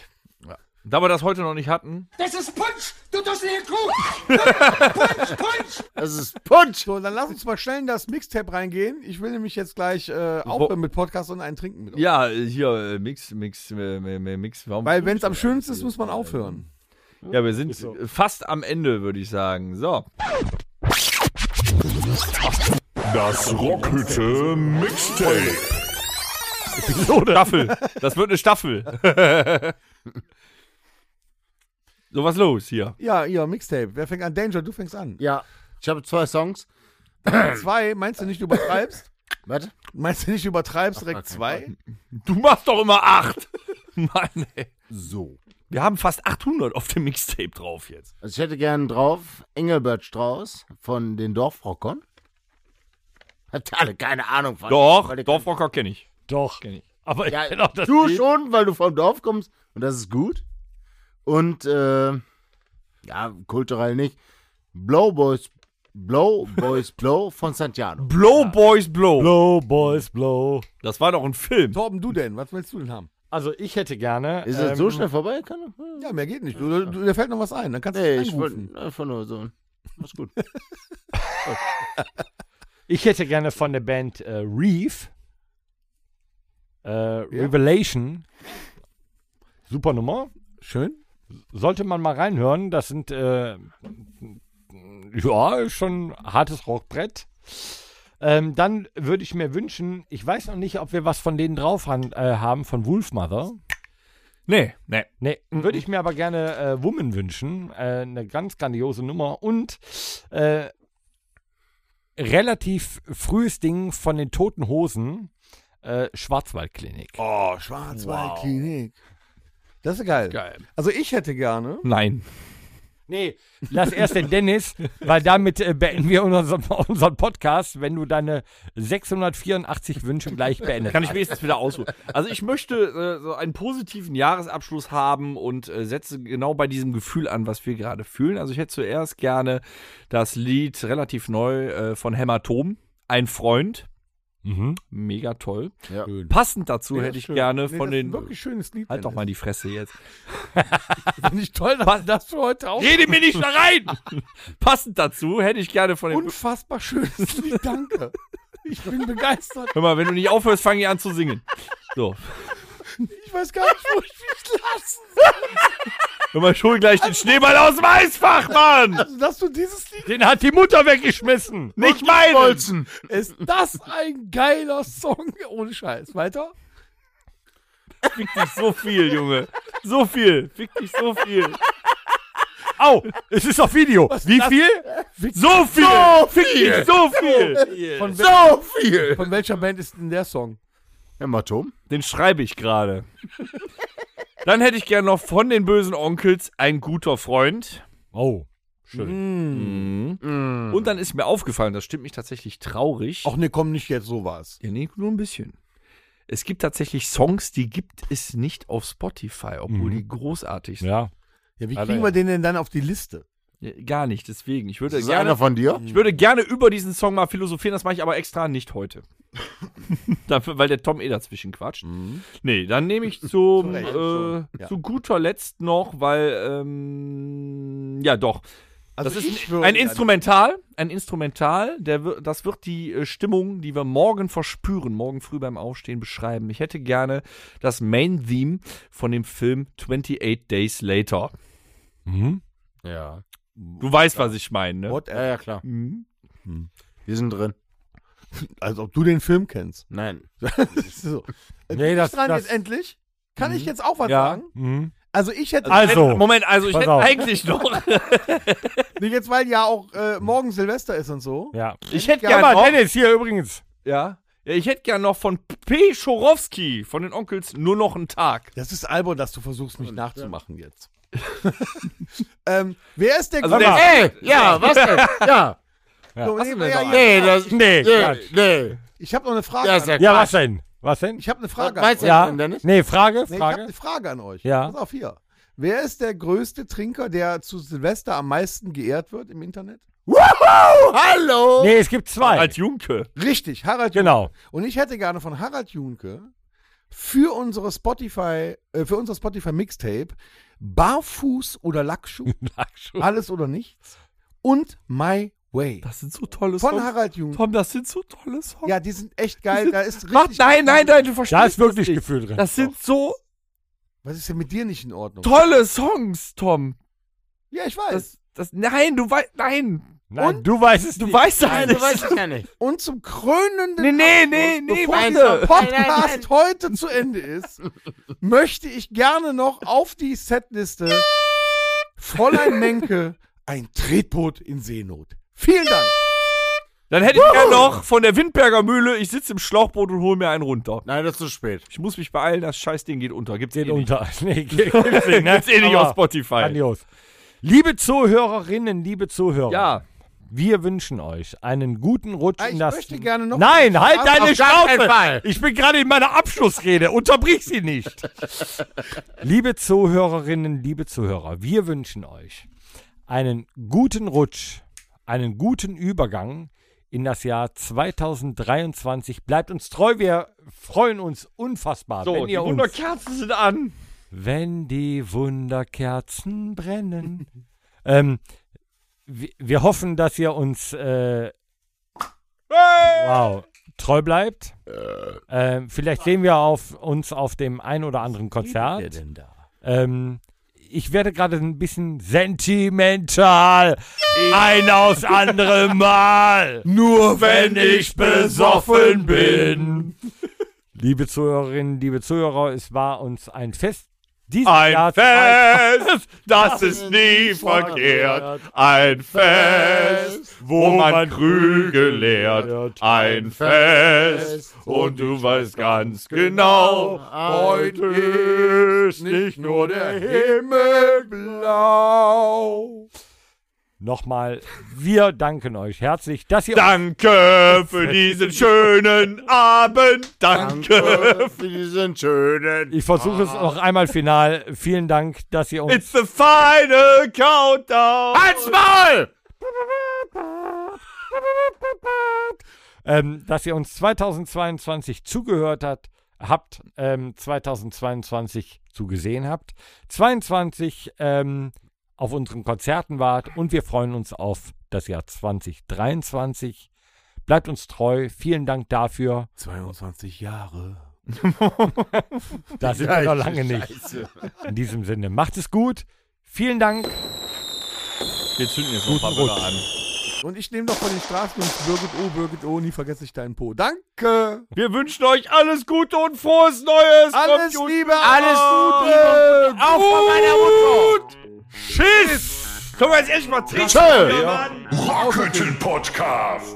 Da wir das heute noch nicht hatten,
Das ist Punsch.
So, dann lass uns mal schnell in das Mixtape reingehen. Ich will nämlich jetzt gleich äh, aufhören mit Podcast und einen trinken mit euch.
ja, hier, äh, Mix, Mix, äh, Mix, Mix. Warum
Weil wenn es am schönsten ist, muss man aufhören.
Ja, wir sind äh, fast am Ende, würde ich sagen. So.
Das Rockhütte Mixtape.
Staffel. Das wird eine Staffel. so, was los hier?
Ja, ja, Mixtape. Wer fängt an? Danger, du fängst an.
Ja, ich habe zwei Songs.
Zwei, meinst du nicht, du übertreibst?
Warte.
meinst du nicht, du übertreibst direkt zwei?
Du machst doch immer acht. Mann, ey.
So.
Wir haben fast 800 auf dem Mixtape drauf jetzt.
Also ich hätte gern drauf Engelbert Strauß von den Dorfrockern. Hat alle keine Ahnung von.
Doch, Genau,
Weil die-
Dorfrocker kenne ich.
Doch. Aber ich
Ja,
bin auch das
du
Lied.
schon, weil du vom Dorf kommst und das ist gut. Und äh, ja, kulturell nicht. Blow Boys, Blow Boys, Blow von Santiano.
Blow Boys Blow.
Blow, Boys, blow.
Das war doch ein Film.
Torben, du denn? Was willst du denn haben?
Also ich hätte gerne.
Ist
ähm,
das so schnell vorbei? Kann
Ja, mehr geht nicht. Du, du, dir fällt noch was ein. Dann kannst du
nee,
es
ich
anrufen.
wollte einfach nur so. Mach's gut.
Ich hätte gerne von der Band äh, Reef. Äh, Revelation. Super Nummer.
Schön.
Sollte man mal reinhören. Das sind, äh, ja, ist schon ein hartes Rockbrett. Ähm, dann würde ich mir wünschen, ich weiß noch nicht, ob wir was von denen drauf han, äh, haben, von Wolfmother.
Nee, nee.
Nee, würde ich mir aber gerne äh, Woman wünschen. Äh, eine ganz grandiose Nummer und äh, relativ frühes Ding von den Toten Hosen. Äh, Schwarzwaldklinik.
Oh, Schwarzwaldklinik. Das ist geil.
Geil.
Also ich hätte gerne.
Nein.
Nee, lass erst den Dennis, weil damit äh, beenden wir unseren, unseren Podcast, wenn du deine 684 Wünsche gleich beendet
Kann ich wenigstens wieder ausruhen. Also ich möchte äh, so einen positiven Jahresabschluss haben und äh, setze genau bei diesem Gefühl an, was wir gerade fühlen. Also ich hätte zuerst gerne das Lied relativ neu äh, von Hämatom, Ein Freund.
Mhm.
Mega toll.
Ja.
Passend dazu
das
hätte
ist
ich
schön.
gerne
Nee,
von
das ist
den.
ein wirklich schönes Lied.
Halt doch mal die Fresse jetzt.
Finde ich toll, dass du das für heute auch.
Rede mir nicht da rein! Passend dazu hätte ich gerne von den.
Unfassbar schönes Lied. Danke. Ich bin begeistert.
Hör mal, wenn du nicht aufhörst, fange ich an zu singen. So.
Ich weiß gar nicht, wo ich mich lassen.
Hör mal, ich hol gleich den Schneeball aus dem Eisfach, Mann!
soll. Dass du dieses Lied.
Den hat die Mutter weggeschmissen.
Nicht meinen!
Bolzen.
Ist das ein geiler Song? Ohne Scheiß. Weiter.
Fick dich so viel, Junge. So viel. Fick dich so viel.
Au, es ist auf Video. Wie viel?
So viel! So Fick dich so viel!
Von, wel
So viel.
von welcher Band ist denn der Song?
Hämatom.
Den schreibe ich gerade. Dann hätte ich gern noch von den bösen Onkels ein guter Freund.
Oh, schön.
Und dann ist mir aufgefallen, das stimmt mich tatsächlich traurig.
Mhm. Ach nee, komm nicht jetzt sowas.
Ja, nee, nur ein bisschen. Es gibt tatsächlich Songs, die gibt es nicht auf Spotify, obwohl
Mhm.
die großartig sind.
Ja.
Ja, wie
Alter,
kriegen
ja.
wir den denn dann auf die Liste?
Ja, Gar nicht, deswegen. Ich würde
Ist das einer
gerne,
von dir?
ich würde gerne über diesen Song mal philosophieren, das mache ich aber extra nicht heute. Dafür, weil der Tom eh dazwischen quatscht. Nee, dann nehme ich zum,
Recht,
äh,
Mhm. schon. Ja.
zu guter Letzt noch, weil, ähm, ja doch.
Also
das
ich
ist ein,
würde
ein
gerne-
Instrumental, ein Instrumental, der, wir- das wird die äh, Stimmung, die wir morgen verspüren, morgen früh beim Aufstehen beschreiben. Ich hätte gerne das Main-Theme von dem Film 28 Days Later.
Mhm.
Ja.
Du weißt, was ich meine, ne?
What,
Ja, ja, klar.
Mhm.
Wir sind drin.
als ob du den Film kennst.
Nein.
so.
Äh,
Nee, das-
dran
das-
jetzt endlich? Kann ich jetzt auch was
Ja.
sagen?
Mhm.
Also ich hätte
Also,
Moment, also ich
Pass
hätte
auf.
eigentlich noch.
Nee, jetzt weil ja auch äh, morgen Silvester ist und so.
ja.
Ich hätte
Ja,
gerne noch.
Dennis hier übrigens.
Ja. ja ich hätte gern noch von P. Schorowski von den Onkels nur noch einen Tag.
Das ist albern, dass du versuchst, mich nachzumachen jetzt. ähm, wer ist der
Also
Gründer?
der-
Ey, ja, was denn? Ja.
So, nee, ja, ja,
Nee, das,
Nee,
nee,
Quatsch.
nee.
Ich habe noch eine Frage.
Ja,
an-
ist ja
Ja,
Quatsch.
was denn? Was denn?
ich habe eine
Was
Frage. an
meinst
euch.
du
Ja.
denn, Dennis?
Nee, Frage,
nee, ich habe
Frage.
eine Frage an euch.
Ja.
Pass auf hier. Wer ist der größte Trinker, der zu Silvester am meisten geehrt wird im Internet?
Wuhu, hallo!
Nee, es gibt zwei.
Als Junke.
Richtig, Harald
Genau.
Und ich hätte gerne von Harald Junke für unsere Spotify, äh, für unser Spotify Mixtape Barfuß oder Lackschuh, alles oder nichts und My Way
Das sind so tolle
von Harald Junke.
Tom, das sind so tolle Songs.
Ja, die sind echt geil. Da ist
Ach,
richtig.
nein, nein, nein, du verstehst
Da ist
das
wirklich
nicht.
Gefühl drin.
Das sind so
Was ist denn mit dir nicht in Ordnung?
tolle Songs, Tom.
Ja, ich weiß.
Das, das, nein, du weißt, nein.
Nein, du weißt es
Du
nicht.
weißt das
Nein,
nicht.
du weißt es ja nicht.
und zum krönenden
Nee, nee, nee, nee,
bevor
warte.
dieser Podcast heute zu Ende ist, möchte ich gerne noch auf die Setliste Fräulein Menke ein Tretboot in Seenot. Vielen Dank.
Dann hätte ich ja noch von der Windberger Mühle, ich sitze im Schlauchboot und hole mir einen runter.
Nein, das ist zu spät.
Ich muss mich beeilen, das Scheißding geht unter. Gibt's
Geht
eh nicht.
unter. Nee, geht- gibt's nicht, ne?
Gibt's eh nicht
Aber
auf Spotify.
Grandios. Liebe Zuhörerinnen, liebe Zuhörer.
Ja.
Wir wünschen euch einen guten Rutsch
Ah,
in
ich
das.
möchte gerne noch-
Nein, halt
Auf
deine
gar keinen
Schnauze!
Fall.
Ich bin gerade in meiner Abschlussrede. Unterbrich sie nicht. liebe Zuhörerinnen, liebe Zuhörer, wir wünschen euch einen guten Rutsch, einen guten Übergang in das Jahr 2023. Bleibt uns treu, wir freuen uns unfassbar,
So,
wenn
die
ihr uns
100 Kerzen sind an.
wenn die Wunderkerzen brennen. ähm, wir, wir hoffen, dass ihr uns äh, wow, treu bleibt.
Äh.
Ähm, vielleicht sehen wir auf, uns auf dem ein oder anderen Konzert. Ähm, ich werde gerade ein bisschen sentimental. Ein aus anderem Mal. Nur wenn ich besoffen bin. Liebe Zuhörerinnen, liebe Zuhörer, es war uns ein Fest. Dieses
Ein
Jahr
Fest, das ist nie verkehrt. Ein Fest, wo man Krüge leert. Ein Fest, und du weißt ganz genau, heute ist nicht nur der Himmel blau.
Nochmal, wir danken euch herzlich, dass ihr
Danke für diesen schönen Abend. Danke.
Danke für diesen schönen.
Ich versuche es noch einmal final. Vielen Dank, dass ihr uns.
It's the final countdown.
Halt's Maul!
ähm, dass ihr uns 2022 zugehört hat, habt, ähm, 2022 zugesehen habt, 22 ähm, auf unseren Konzerten wart und wir freuen uns auf das Jahr 2023. Bleibt uns treu. Vielen Dank dafür.
22 Jahre.
Da sind wir noch lange nicht. In diesem Sinne, macht es gut. Vielen Dank.
Wir zünden jetzt noch ein paar Böller an.
Und ich nehme noch von den Straßenjungs Birgit O, Birgit O, nie vergesse ich deinen Po. Danke.
Wir wünschen euch alles Gute und frohes Neues.
Alles
Kommt gut
Liebe.
Alles
Gute. Auf von meiner Mutter.
Schiss! Können wir jetzt echt mal trinken?
Tschö!
Rockhütten Podcast.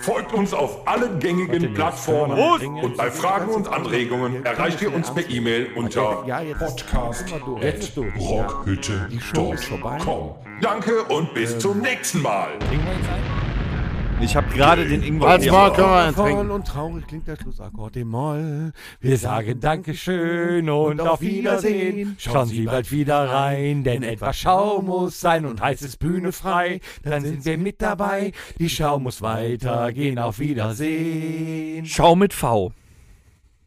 Folgt uns auf allen gängigen Plattformen
Prost!
und bei Fragen und Anregungen erreicht ihr uns per E-Mail unter
Ja, jetzt ist- Jetzt durch. Die Show ist vorbei. Ähm.
podcast.rockhütte.com. Danke und bis zum nächsten Mal.
Bringen wir jetzt ein.
Ich habe gerade den Ingwer.
Als
Ja.
Wort können wir einen
Voll
trinken.
und traurig klingt der Schlussakkord im Moll.
Wir sagen Dankeschön und auf Wiedersehen. Schauen Sie bald wieder rein, denn etwas Schaum muss sein und heißt es Bühne frei. Dann sind wir mit dabei. Die Schau muss weitergehen. Auf Wiedersehen.
Schau mit V.